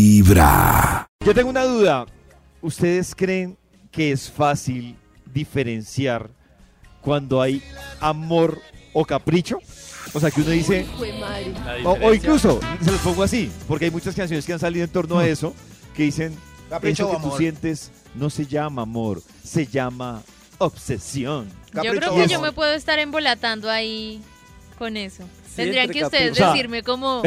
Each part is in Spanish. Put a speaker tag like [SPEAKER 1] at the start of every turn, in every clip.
[SPEAKER 1] Vibra.
[SPEAKER 2] Yo tengo una duda. ¿Ustedes creen que es fácil diferenciar cuando hay amor o capricho? O sea, que uno dice,
[SPEAKER 3] Fue madre.
[SPEAKER 2] o, o incluso, se los pongo así, porque hay muchas canciones que han salido en torno a eso, que dicen,
[SPEAKER 4] Capricho
[SPEAKER 2] eso
[SPEAKER 4] o
[SPEAKER 2] que tú
[SPEAKER 4] amor.
[SPEAKER 2] sientes no se llama amor, se llama obsesión.
[SPEAKER 4] Capricho
[SPEAKER 3] yo creo
[SPEAKER 4] o
[SPEAKER 3] que
[SPEAKER 4] amor.
[SPEAKER 3] yo me puedo estar embolatando ahí con eso. Tendrían
[SPEAKER 5] entre
[SPEAKER 3] que ustedes
[SPEAKER 2] caprichos. O sea-
[SPEAKER 3] decirme como,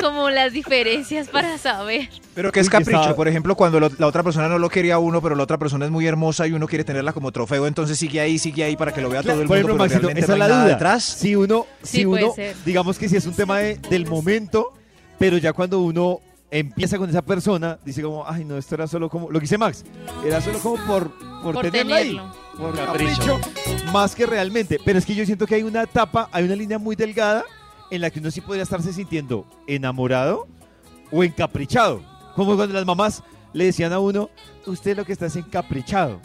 [SPEAKER 3] como las diferencias para saber.
[SPEAKER 4] Pero que es
[SPEAKER 2] Uy, que
[SPEAKER 4] capricho,
[SPEAKER 2] estaba-
[SPEAKER 4] por ejemplo, cuando lo- la otra persona no lo quiere a uno, pero la otra persona es muy hermosa y uno quiere tenerla como trofeo, entonces sigue ahí, sigue ahí para que lo vea todo el mundo,
[SPEAKER 2] Por ejemplo,
[SPEAKER 4] pero
[SPEAKER 2] Maxito,
[SPEAKER 4] realmente
[SPEAKER 2] esa
[SPEAKER 4] no
[SPEAKER 2] es la
[SPEAKER 4] hay nada
[SPEAKER 2] duda.
[SPEAKER 4] detrás.
[SPEAKER 2] Si uno,
[SPEAKER 3] Sí,
[SPEAKER 2] si
[SPEAKER 3] puede
[SPEAKER 2] uno
[SPEAKER 3] ser.
[SPEAKER 2] digamos que si es un tema de- del momento, pero ya cuando uno empieza con esa persona, dice como, ay, no, esto era solo como, lo que dice Max, era solo como por, por,
[SPEAKER 3] Por
[SPEAKER 2] tenerla ahí,
[SPEAKER 3] tenerlo.
[SPEAKER 2] por capricho, más que realmente. Pero es que yo siento que hay una etapa, hay una línea muy delgada en la que uno sí podría estarse sintiendo enamorado o encaprichado. Como cuando las mamás le decían a uno, usted lo que está es encaprichado.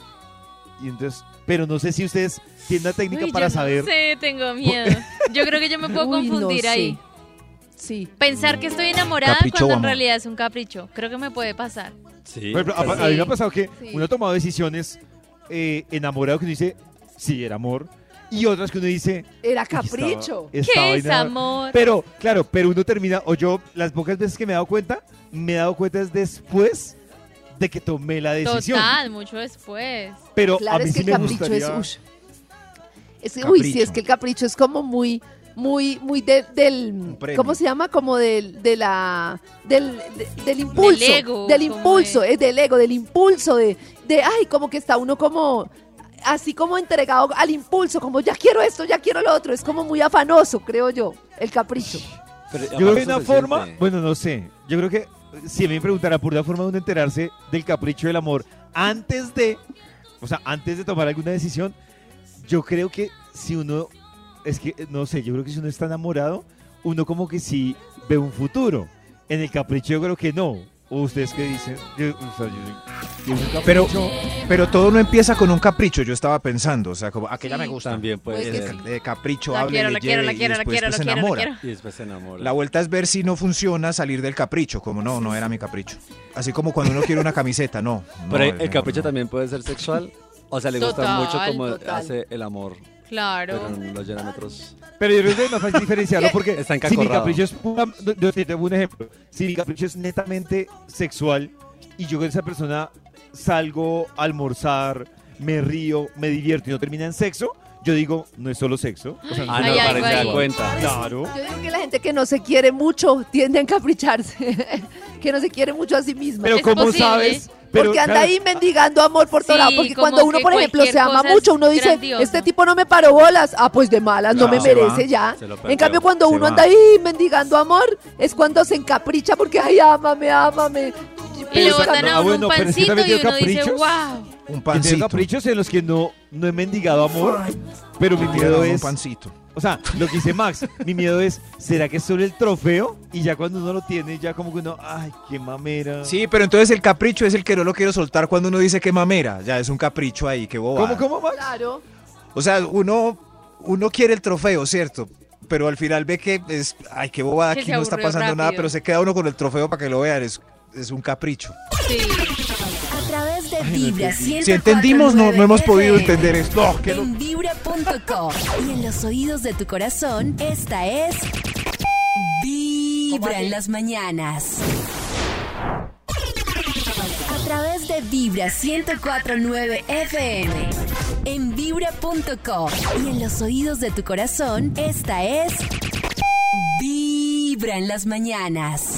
[SPEAKER 2] Y entonces, pero no sé si ustedes tienen una técnica
[SPEAKER 3] Uy,
[SPEAKER 2] para
[SPEAKER 3] yo
[SPEAKER 2] saber.
[SPEAKER 3] No sé, tengo miedo. Yo creo que yo me puedo
[SPEAKER 6] Uy, no
[SPEAKER 3] confundir
[SPEAKER 6] sé.
[SPEAKER 3] ahí.
[SPEAKER 6] Sí.
[SPEAKER 3] Pensar que estoy enamorada
[SPEAKER 4] Capricho o
[SPEAKER 3] cuando en
[SPEAKER 4] amor.
[SPEAKER 3] realidad es un capricho. Creo que me puede pasar.
[SPEAKER 5] Sí.
[SPEAKER 2] Por ejemplo, a,
[SPEAKER 3] Sí.
[SPEAKER 2] a mí me ha pasado que
[SPEAKER 3] Sí.
[SPEAKER 2] uno ha tomado decisiones eh, enamorado que uno dice, sí, era amor. Y otras que uno dice,
[SPEAKER 6] Era
[SPEAKER 2] "Uy, estaba-
[SPEAKER 6] capricho.
[SPEAKER 2] estaba
[SPEAKER 3] ¿Qué es
[SPEAKER 2] enamorado".
[SPEAKER 3] amor?
[SPEAKER 2] Pero, claro, pero uno termina, o yo, las pocas veces que me he dado cuenta, me he dado cuenta es después de que tomé la decisión.
[SPEAKER 3] Total, mucho después.
[SPEAKER 2] Pero a
[SPEAKER 6] Claro,
[SPEAKER 2] mí
[SPEAKER 6] es que el
[SPEAKER 2] sí me
[SPEAKER 6] capricho
[SPEAKER 2] gustaría...
[SPEAKER 6] es. ush. Es que, uy, sí,
[SPEAKER 4] Capricho.
[SPEAKER 6] es que el capricho es como muy, muy, muy de- del.
[SPEAKER 4] premio.
[SPEAKER 6] ¿Cómo se llama? Como del, de la, del, de- del impulso.
[SPEAKER 3] Del ego,
[SPEAKER 6] Del
[SPEAKER 3] como
[SPEAKER 6] impulso,
[SPEAKER 3] de-
[SPEAKER 6] es del ego, del impulso, de, de. Ay, como que está uno como. Así como entregado al impulso, como ya quiero esto, ya quiero lo otro. Es como muy afanoso, creo yo, el capricho.
[SPEAKER 2] Yo creo que hay una forma, bueno, no sé, yo creo que si a mí me preguntara por la forma de uno enterarse del capricho del amor antes de, o sea, antes de tomar alguna decisión, yo creo que si uno, es que, no sé, yo creo que si uno está enamorado, uno como que sí ve un futuro. En el capricho yo creo que no. ¿O ustedes qué dicen? Yo- o sea, yo- yo nunca-
[SPEAKER 4] Pero, pero todo no empieza con un capricho, yo estaba pensando, o sea, como aquella
[SPEAKER 3] Sí.
[SPEAKER 4] me gusta.
[SPEAKER 5] También puede
[SPEAKER 3] Pues
[SPEAKER 4] De,
[SPEAKER 5] ser.
[SPEAKER 4] ca- de capricho,
[SPEAKER 3] La
[SPEAKER 4] hable,
[SPEAKER 3] quiero,
[SPEAKER 4] le
[SPEAKER 3] la quiero,
[SPEAKER 4] lleve
[SPEAKER 3] la
[SPEAKER 4] y
[SPEAKER 3] quiero, la
[SPEAKER 4] después,
[SPEAKER 3] quiero, la
[SPEAKER 4] pues, se
[SPEAKER 3] quiero, la
[SPEAKER 4] enamora.
[SPEAKER 3] quiero.
[SPEAKER 5] Y después se enamora.
[SPEAKER 4] La vuelta es ver si no funciona salir del capricho, como no, no era mi capricho. Así como cuando uno quiere una camiseta, no. no,
[SPEAKER 5] Pero
[SPEAKER 4] es
[SPEAKER 5] el
[SPEAKER 4] mejor
[SPEAKER 5] capricho
[SPEAKER 4] no.
[SPEAKER 5] también puede ser sexual. O sea, le gusta
[SPEAKER 3] Total,
[SPEAKER 5] mucho como
[SPEAKER 6] total.
[SPEAKER 5] hace el amor,
[SPEAKER 3] Claro.
[SPEAKER 5] pero no lo llenan otros.
[SPEAKER 2] Pero yo creo que es más fácil diferenciarlo porque
[SPEAKER 5] Está
[SPEAKER 2] si mi
[SPEAKER 5] encacorrado.
[SPEAKER 2] capricho es pura- yo te tengo un ejemplo. Si mi capricho es netamente sexual y yo con esa persona salgo a almorzar, me río, me divierto y no termina en sexo, yo digo, no es solo sexo. O sea,
[SPEAKER 5] Ah, no,
[SPEAKER 3] Hay
[SPEAKER 5] para
[SPEAKER 3] algo
[SPEAKER 5] que se da
[SPEAKER 3] ahí.
[SPEAKER 5] cuenta.
[SPEAKER 2] Claro.
[SPEAKER 6] Yo digo que la gente que no se quiere mucho tiende a encapricharse, que no se quiere mucho a sí misma.
[SPEAKER 2] Pero
[SPEAKER 3] Es
[SPEAKER 2] ¿cómo
[SPEAKER 3] posible.
[SPEAKER 2] sabes? Pero,
[SPEAKER 6] porque anda
[SPEAKER 2] claro,
[SPEAKER 6] ahí mendigando amor por todo
[SPEAKER 3] Sí,
[SPEAKER 6] lado. Porque
[SPEAKER 3] como
[SPEAKER 6] cuando uno,
[SPEAKER 3] que
[SPEAKER 6] por ejemplo, se
[SPEAKER 3] cualquier
[SPEAKER 6] ama
[SPEAKER 3] cosa es
[SPEAKER 6] mucho, uno dice,
[SPEAKER 3] grandioso.
[SPEAKER 6] este tipo no me paró bolas. Ah, pues de malas, no,
[SPEAKER 4] Claro,
[SPEAKER 6] me
[SPEAKER 4] se
[SPEAKER 6] merece
[SPEAKER 4] va,
[SPEAKER 6] ya.
[SPEAKER 5] se lo perdió,
[SPEAKER 6] En cambio, cuando
[SPEAKER 4] se
[SPEAKER 6] uno
[SPEAKER 4] va.
[SPEAKER 6] anda ahí mendigando amor, es cuando se encapricha porque, ay, ámame, ámame.
[SPEAKER 3] Y le
[SPEAKER 2] Pero-
[SPEAKER 3] botan
[SPEAKER 2] Ah,
[SPEAKER 3] a uno
[SPEAKER 2] bueno,
[SPEAKER 3] un
[SPEAKER 2] pero es que
[SPEAKER 3] pancito
[SPEAKER 2] también
[SPEAKER 3] y
[SPEAKER 2] tiene
[SPEAKER 3] uno dice,
[SPEAKER 2] caprichos.
[SPEAKER 3] wow.
[SPEAKER 4] Un
[SPEAKER 2] yo tengo
[SPEAKER 4] pancito.
[SPEAKER 2] caprichos en los que no, no he mendigado amor, pero mi
[SPEAKER 4] Tira
[SPEAKER 2] miedo
[SPEAKER 4] un
[SPEAKER 2] es
[SPEAKER 4] pancito.
[SPEAKER 2] O sea, lo que dice Max, mi miedo es, ¿será que es solo el trofeo? Y ya cuando uno lo tiene, ya como que uno, ay, qué mamera.
[SPEAKER 4] Sí, pero entonces el capricho es el que no lo quiero soltar cuando uno dice que mamera. Ya es un capricho ahí, que boba.
[SPEAKER 2] ¿Cómo, cómo, Max?
[SPEAKER 6] Claro.
[SPEAKER 4] O sea, uno, uno quiere el trofeo, ¿cierto? Pero al final ve que es, ay, qué bobada,
[SPEAKER 3] Que
[SPEAKER 4] aquí
[SPEAKER 3] se
[SPEAKER 4] no está
[SPEAKER 3] aburrió
[SPEAKER 4] pasando nada,
[SPEAKER 3] rápido.
[SPEAKER 4] pero se queda uno con el trofeo para que lo vean, es, es un capricho.
[SPEAKER 3] Sí.
[SPEAKER 7] A través de Vibra 104.9
[SPEAKER 4] Si entendimos, no, no hemos podido
[SPEAKER 7] FM.
[SPEAKER 4] entender esto. No, qué lo-
[SPEAKER 7] En vibra.com y en los oídos de tu corazón, esta es Vibra en las mañanas. A través de Vibra 104.9 FM. En vibra.com y en los oídos de tu corazón, esta es Vibra en las mañanas.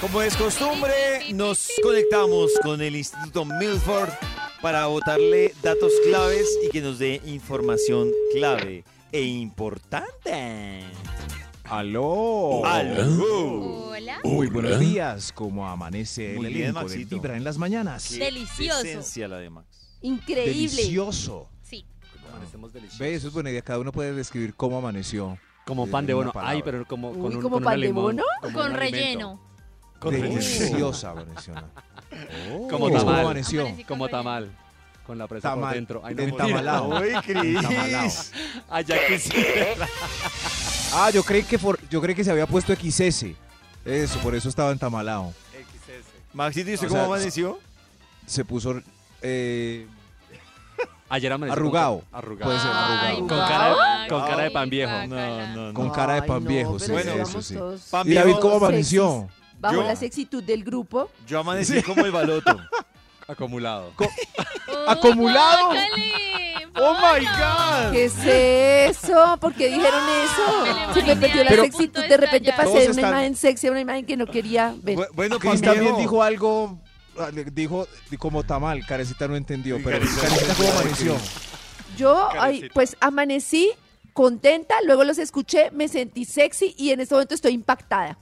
[SPEAKER 2] Como es costumbre, nos conectamos con el Instituto Milford para botarle datos claves y que nos dé información clave e importante.
[SPEAKER 4] Aló.
[SPEAKER 2] Aló.
[SPEAKER 3] Hola.
[SPEAKER 4] Muy buenos días, como amanece el
[SPEAKER 5] Muy bien,
[SPEAKER 4] elenco de
[SPEAKER 5] Maxito.
[SPEAKER 4] Vibra en las mañanas.
[SPEAKER 3] Delicioso.
[SPEAKER 5] Esencia la de Max.
[SPEAKER 6] Increíble.
[SPEAKER 4] Delicioso.
[SPEAKER 3] Sí.
[SPEAKER 5] Amanecemos deliciosos.
[SPEAKER 4] Ve, eso es buena idea. Cada uno puede describir cómo amaneció.
[SPEAKER 5] Como
[SPEAKER 4] De
[SPEAKER 5] pan de
[SPEAKER 4] una
[SPEAKER 5] bono.
[SPEAKER 4] palabra.
[SPEAKER 5] Ay, pero como
[SPEAKER 6] Uy,
[SPEAKER 5] con un
[SPEAKER 6] ¿como
[SPEAKER 5] con
[SPEAKER 6] pan
[SPEAKER 5] un
[SPEAKER 6] de
[SPEAKER 5] alimón,
[SPEAKER 6] bono?
[SPEAKER 5] como
[SPEAKER 3] Con
[SPEAKER 5] un alimento.
[SPEAKER 3] relleno.
[SPEAKER 5] Con relleno.
[SPEAKER 4] Deliciosa amaneció.
[SPEAKER 5] Como
[SPEAKER 4] Oh, ¿Cómo
[SPEAKER 5] tamal.
[SPEAKER 4] amaneció?
[SPEAKER 3] Amanecí con
[SPEAKER 5] Como
[SPEAKER 3] relleno.
[SPEAKER 5] tamal. Con la presa por
[SPEAKER 4] Tamal.
[SPEAKER 5] dentro. Ay,
[SPEAKER 4] Entamalado.
[SPEAKER 2] Uy,
[SPEAKER 4] Entamalado.
[SPEAKER 2] Cris.
[SPEAKER 5] Allá quisiera.
[SPEAKER 4] Ah, yo creí que for- yo creí que se había puesto XS. Eso, por eso estaba entamalado.
[SPEAKER 2] Maxito, ¿y usted
[SPEAKER 4] O
[SPEAKER 2] cómo
[SPEAKER 4] sea,
[SPEAKER 2] amaneció?
[SPEAKER 4] Se puso eh,
[SPEAKER 5] Ayer amaneció.
[SPEAKER 4] Arrugado.
[SPEAKER 5] con- Arrugado.
[SPEAKER 4] Puede ser,
[SPEAKER 3] Ay,
[SPEAKER 4] arrugado.
[SPEAKER 5] Con cara de,
[SPEAKER 3] guau.
[SPEAKER 5] con cara de pan
[SPEAKER 3] Ay,
[SPEAKER 5] viejo.
[SPEAKER 3] guácala.
[SPEAKER 4] con cara de
[SPEAKER 6] Ay,
[SPEAKER 4] pan
[SPEAKER 6] no,
[SPEAKER 4] viejo. Sí,
[SPEAKER 6] pero
[SPEAKER 2] Bueno,
[SPEAKER 4] eso
[SPEAKER 6] estamos
[SPEAKER 4] sí.
[SPEAKER 6] todos
[SPEAKER 2] Pan
[SPEAKER 4] Y David,
[SPEAKER 2] viejo,
[SPEAKER 4] ¿cómo
[SPEAKER 6] sexys.
[SPEAKER 4] amaneció?
[SPEAKER 6] Bajo
[SPEAKER 2] Yo-
[SPEAKER 6] la sexitud del grupo.
[SPEAKER 2] Yo amanecí como el baloto.
[SPEAKER 5] Acumulado.
[SPEAKER 3] Oh,
[SPEAKER 4] ¿Acumulado?
[SPEAKER 3] guácale,
[SPEAKER 2] ¡Oh, my
[SPEAKER 3] bono.
[SPEAKER 2] God!
[SPEAKER 6] ¿Qué es eso? ¿Por qué dijeron
[SPEAKER 3] me le
[SPEAKER 6] eso? Se me
[SPEAKER 3] imaginé
[SPEAKER 6] perdió la
[SPEAKER 3] ahí a punto
[SPEAKER 6] sexitud.
[SPEAKER 3] de
[SPEAKER 6] De repente
[SPEAKER 3] estallar.
[SPEAKER 6] pasé de
[SPEAKER 4] Todos
[SPEAKER 6] una
[SPEAKER 4] están-
[SPEAKER 6] imagen sexy a una imagen que no quería ver.
[SPEAKER 2] Bu- Bueno,
[SPEAKER 4] Cris
[SPEAKER 2] pan
[SPEAKER 4] también
[SPEAKER 2] viejo.
[SPEAKER 4] dijo algo, ah, le- dijo como tamal, Carecita no entendió, pero
[SPEAKER 2] Carecita.
[SPEAKER 4] Carecita cómo amaneció.
[SPEAKER 6] Yo, ay, pues amanecí contenta, luego los escuché, me sentí sexy y en este momento estoy impactada.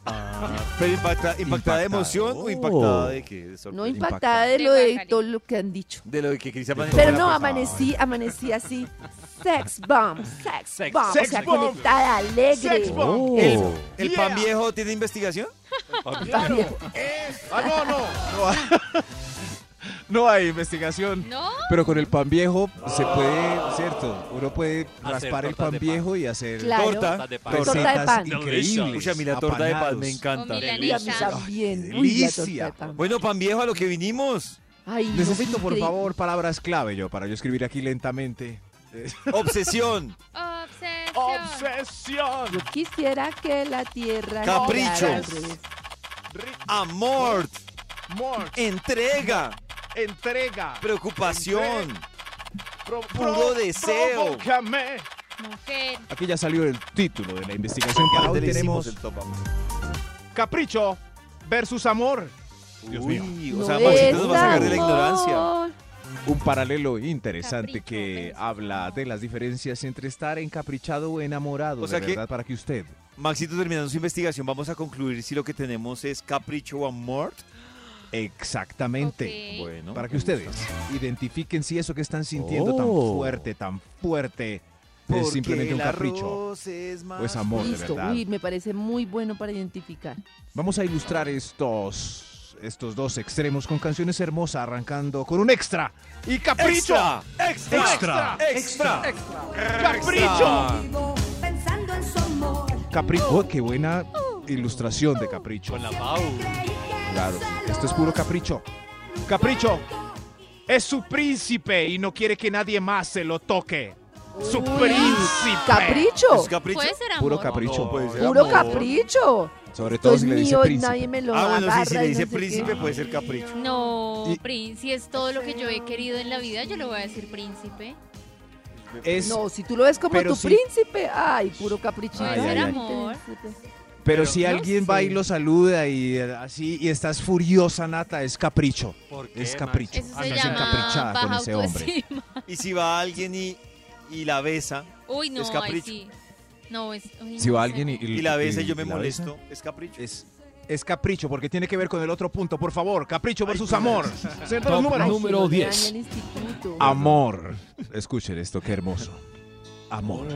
[SPEAKER 2] Pero impacta- impactada de
[SPEAKER 4] Impactado.
[SPEAKER 2] emoción o impactada de qué? De
[SPEAKER 6] No
[SPEAKER 2] sorpresa.
[SPEAKER 6] impactada de lo de todo lo que han dicho.
[SPEAKER 2] de lo que Cris amaneció.
[SPEAKER 6] Pero
[SPEAKER 2] con la
[SPEAKER 6] no,
[SPEAKER 2] presa.
[SPEAKER 6] amanecí, amanecí así. Sex bomb, sex
[SPEAKER 5] Sex-
[SPEAKER 6] bomb, o
[SPEAKER 2] sex
[SPEAKER 6] sea,
[SPEAKER 2] bomb.
[SPEAKER 6] conectada, alegre. Oh.
[SPEAKER 2] Sex bomb.
[SPEAKER 4] Oh.
[SPEAKER 2] ¿El, el pan viejo tiene investigación?
[SPEAKER 4] Ah, no, no. No, hay- no hay investigación.
[SPEAKER 3] ¿No?
[SPEAKER 4] Pero con el pan viejo se puede, cierto, uno puede
[SPEAKER 5] Hacer
[SPEAKER 4] raspar el
[SPEAKER 5] tortas
[SPEAKER 4] pan
[SPEAKER 5] de pan.
[SPEAKER 4] viejo y hacer
[SPEAKER 6] Claro.
[SPEAKER 2] Torta.
[SPEAKER 5] Tortas de pan.
[SPEAKER 4] recetas
[SPEAKER 6] Torta de pan.
[SPEAKER 4] increíbles.
[SPEAKER 2] Uy, a mí la torta de pan me
[SPEAKER 4] apanados.
[SPEAKER 2] encanta.
[SPEAKER 3] Con
[SPEAKER 6] Y a mí
[SPEAKER 3] Delicioso.
[SPEAKER 6] también.
[SPEAKER 4] Ay,
[SPEAKER 6] Uy, la
[SPEAKER 4] delicia.
[SPEAKER 6] torta de pan.
[SPEAKER 2] Bueno, pan viejo, a lo que vinimos.
[SPEAKER 6] Ay, no,
[SPEAKER 4] Necesito, por
[SPEAKER 6] increíble.
[SPEAKER 4] favor, palabras clave yo para yo escribir aquí lentamente.
[SPEAKER 2] Obsesión.
[SPEAKER 3] Obsesión.
[SPEAKER 6] Yo quisiera que la tierra.
[SPEAKER 2] Capricho.
[SPEAKER 6] girara al revés.
[SPEAKER 2] Amor. Entrega.
[SPEAKER 1] Entrega.
[SPEAKER 2] Preocupación.
[SPEAKER 1] Pro,
[SPEAKER 2] Puro deseo.
[SPEAKER 1] provócame.
[SPEAKER 3] Mujer.
[SPEAKER 4] Aquí ya salió el título de la investigación. Para hoy tenemos
[SPEAKER 1] Capricho versus amor.
[SPEAKER 4] Dios
[SPEAKER 2] Uy,
[SPEAKER 6] No
[SPEAKER 2] o sea,
[SPEAKER 6] es
[SPEAKER 2] Maxito nos va a sacar de la
[SPEAKER 6] amor.
[SPEAKER 2] ignorancia.
[SPEAKER 4] un paralelo interesante
[SPEAKER 3] Capricho,
[SPEAKER 4] que
[SPEAKER 3] beso.
[SPEAKER 4] habla de las diferencias entre estar encaprichado o enamorado.
[SPEAKER 2] O sea
[SPEAKER 4] de
[SPEAKER 2] que-
[SPEAKER 4] verdad, para que usted.
[SPEAKER 2] Maxito, terminando su investigación, vamos a concluir si lo que tenemos es capricho o amor.
[SPEAKER 4] Exactamente.
[SPEAKER 3] Ok.
[SPEAKER 2] Bueno.
[SPEAKER 4] Para que ustedes identifiquen si eso que están sintiendo tan
[SPEAKER 5] Oh.
[SPEAKER 4] fuerte, tan fuerte, es simplemente un capricho o es amor, de
[SPEAKER 6] Listo,
[SPEAKER 4] verdad.
[SPEAKER 6] uy, me parece muy bueno para identificar.
[SPEAKER 4] Vamos a ilustrar estos, estos dos extremos con canciones hermosas, arrancando con un extra.
[SPEAKER 1] Y capricho.
[SPEAKER 2] Extra. Extra.
[SPEAKER 1] Capricho.
[SPEAKER 8] Pensando en su amor.
[SPEAKER 4] Capricho. Oh, qué buena ilustración de capricho.
[SPEAKER 5] Con la Pau.
[SPEAKER 4] Claro, esto es puro capricho.
[SPEAKER 1] Capricho. Es su príncipe y no quiere que nadie más se lo toque. Su príncipe.
[SPEAKER 6] Capricho.
[SPEAKER 2] ¿Es capricho?
[SPEAKER 3] Puede ser amor.
[SPEAKER 4] Puro capricho.
[SPEAKER 5] No, puede ser
[SPEAKER 6] Puro
[SPEAKER 5] amor.
[SPEAKER 6] capricho.
[SPEAKER 4] Sobre
[SPEAKER 6] Esto
[SPEAKER 4] todo
[SPEAKER 6] es
[SPEAKER 4] si le dice
[SPEAKER 6] Pues mío y
[SPEAKER 4] príncipe.
[SPEAKER 6] nadie me lo
[SPEAKER 2] Ah, bueno, sí, si
[SPEAKER 6] agarra
[SPEAKER 2] le
[SPEAKER 6] y no
[SPEAKER 2] dice
[SPEAKER 6] sé qué.
[SPEAKER 2] príncipe pues, puede ser capricho.
[SPEAKER 3] No,
[SPEAKER 4] Y-
[SPEAKER 3] príncipe, si es todo lo que yo he querido en la vida, yo le voy a decir príncipe.
[SPEAKER 4] Es,
[SPEAKER 6] No, si tú lo ves como
[SPEAKER 4] Pero
[SPEAKER 6] tu
[SPEAKER 4] sí.
[SPEAKER 6] príncipe, ay, puro caprichito.
[SPEAKER 3] Puede
[SPEAKER 4] Ay,
[SPEAKER 3] ser
[SPEAKER 4] ay, ay.
[SPEAKER 3] amor.
[SPEAKER 4] pero, si
[SPEAKER 6] no
[SPEAKER 4] alguien
[SPEAKER 6] sé.
[SPEAKER 4] va y lo saluda y eh, así y estás furiosa, Nata, es capricho.
[SPEAKER 5] ¿Por qué,
[SPEAKER 4] Es
[SPEAKER 5] Max?
[SPEAKER 4] capricho.
[SPEAKER 3] Eso se
[SPEAKER 4] Andas
[SPEAKER 3] llama
[SPEAKER 4] encaprichada con
[SPEAKER 3] baja
[SPEAKER 4] ese hombre.
[SPEAKER 3] autoestima.
[SPEAKER 2] Y si va alguien y, y la besa,
[SPEAKER 3] Uy, no,
[SPEAKER 2] Es
[SPEAKER 3] ahí
[SPEAKER 2] capricho.
[SPEAKER 3] sí. No, es. uy,
[SPEAKER 4] Si
[SPEAKER 3] no sé,
[SPEAKER 4] va alguien y,
[SPEAKER 3] no.
[SPEAKER 2] y la besa y yo me
[SPEAKER 4] la besa,
[SPEAKER 2] molesto, es capricho.
[SPEAKER 4] Es, es capricho porque tiene que ver con el otro punto, por favor. Capricho
[SPEAKER 1] Capricho versus amor. Centro los
[SPEAKER 5] Top
[SPEAKER 1] números.
[SPEAKER 5] número 10.
[SPEAKER 4] Ah, Amor. Escuchen esto, qué hermoso. Amor.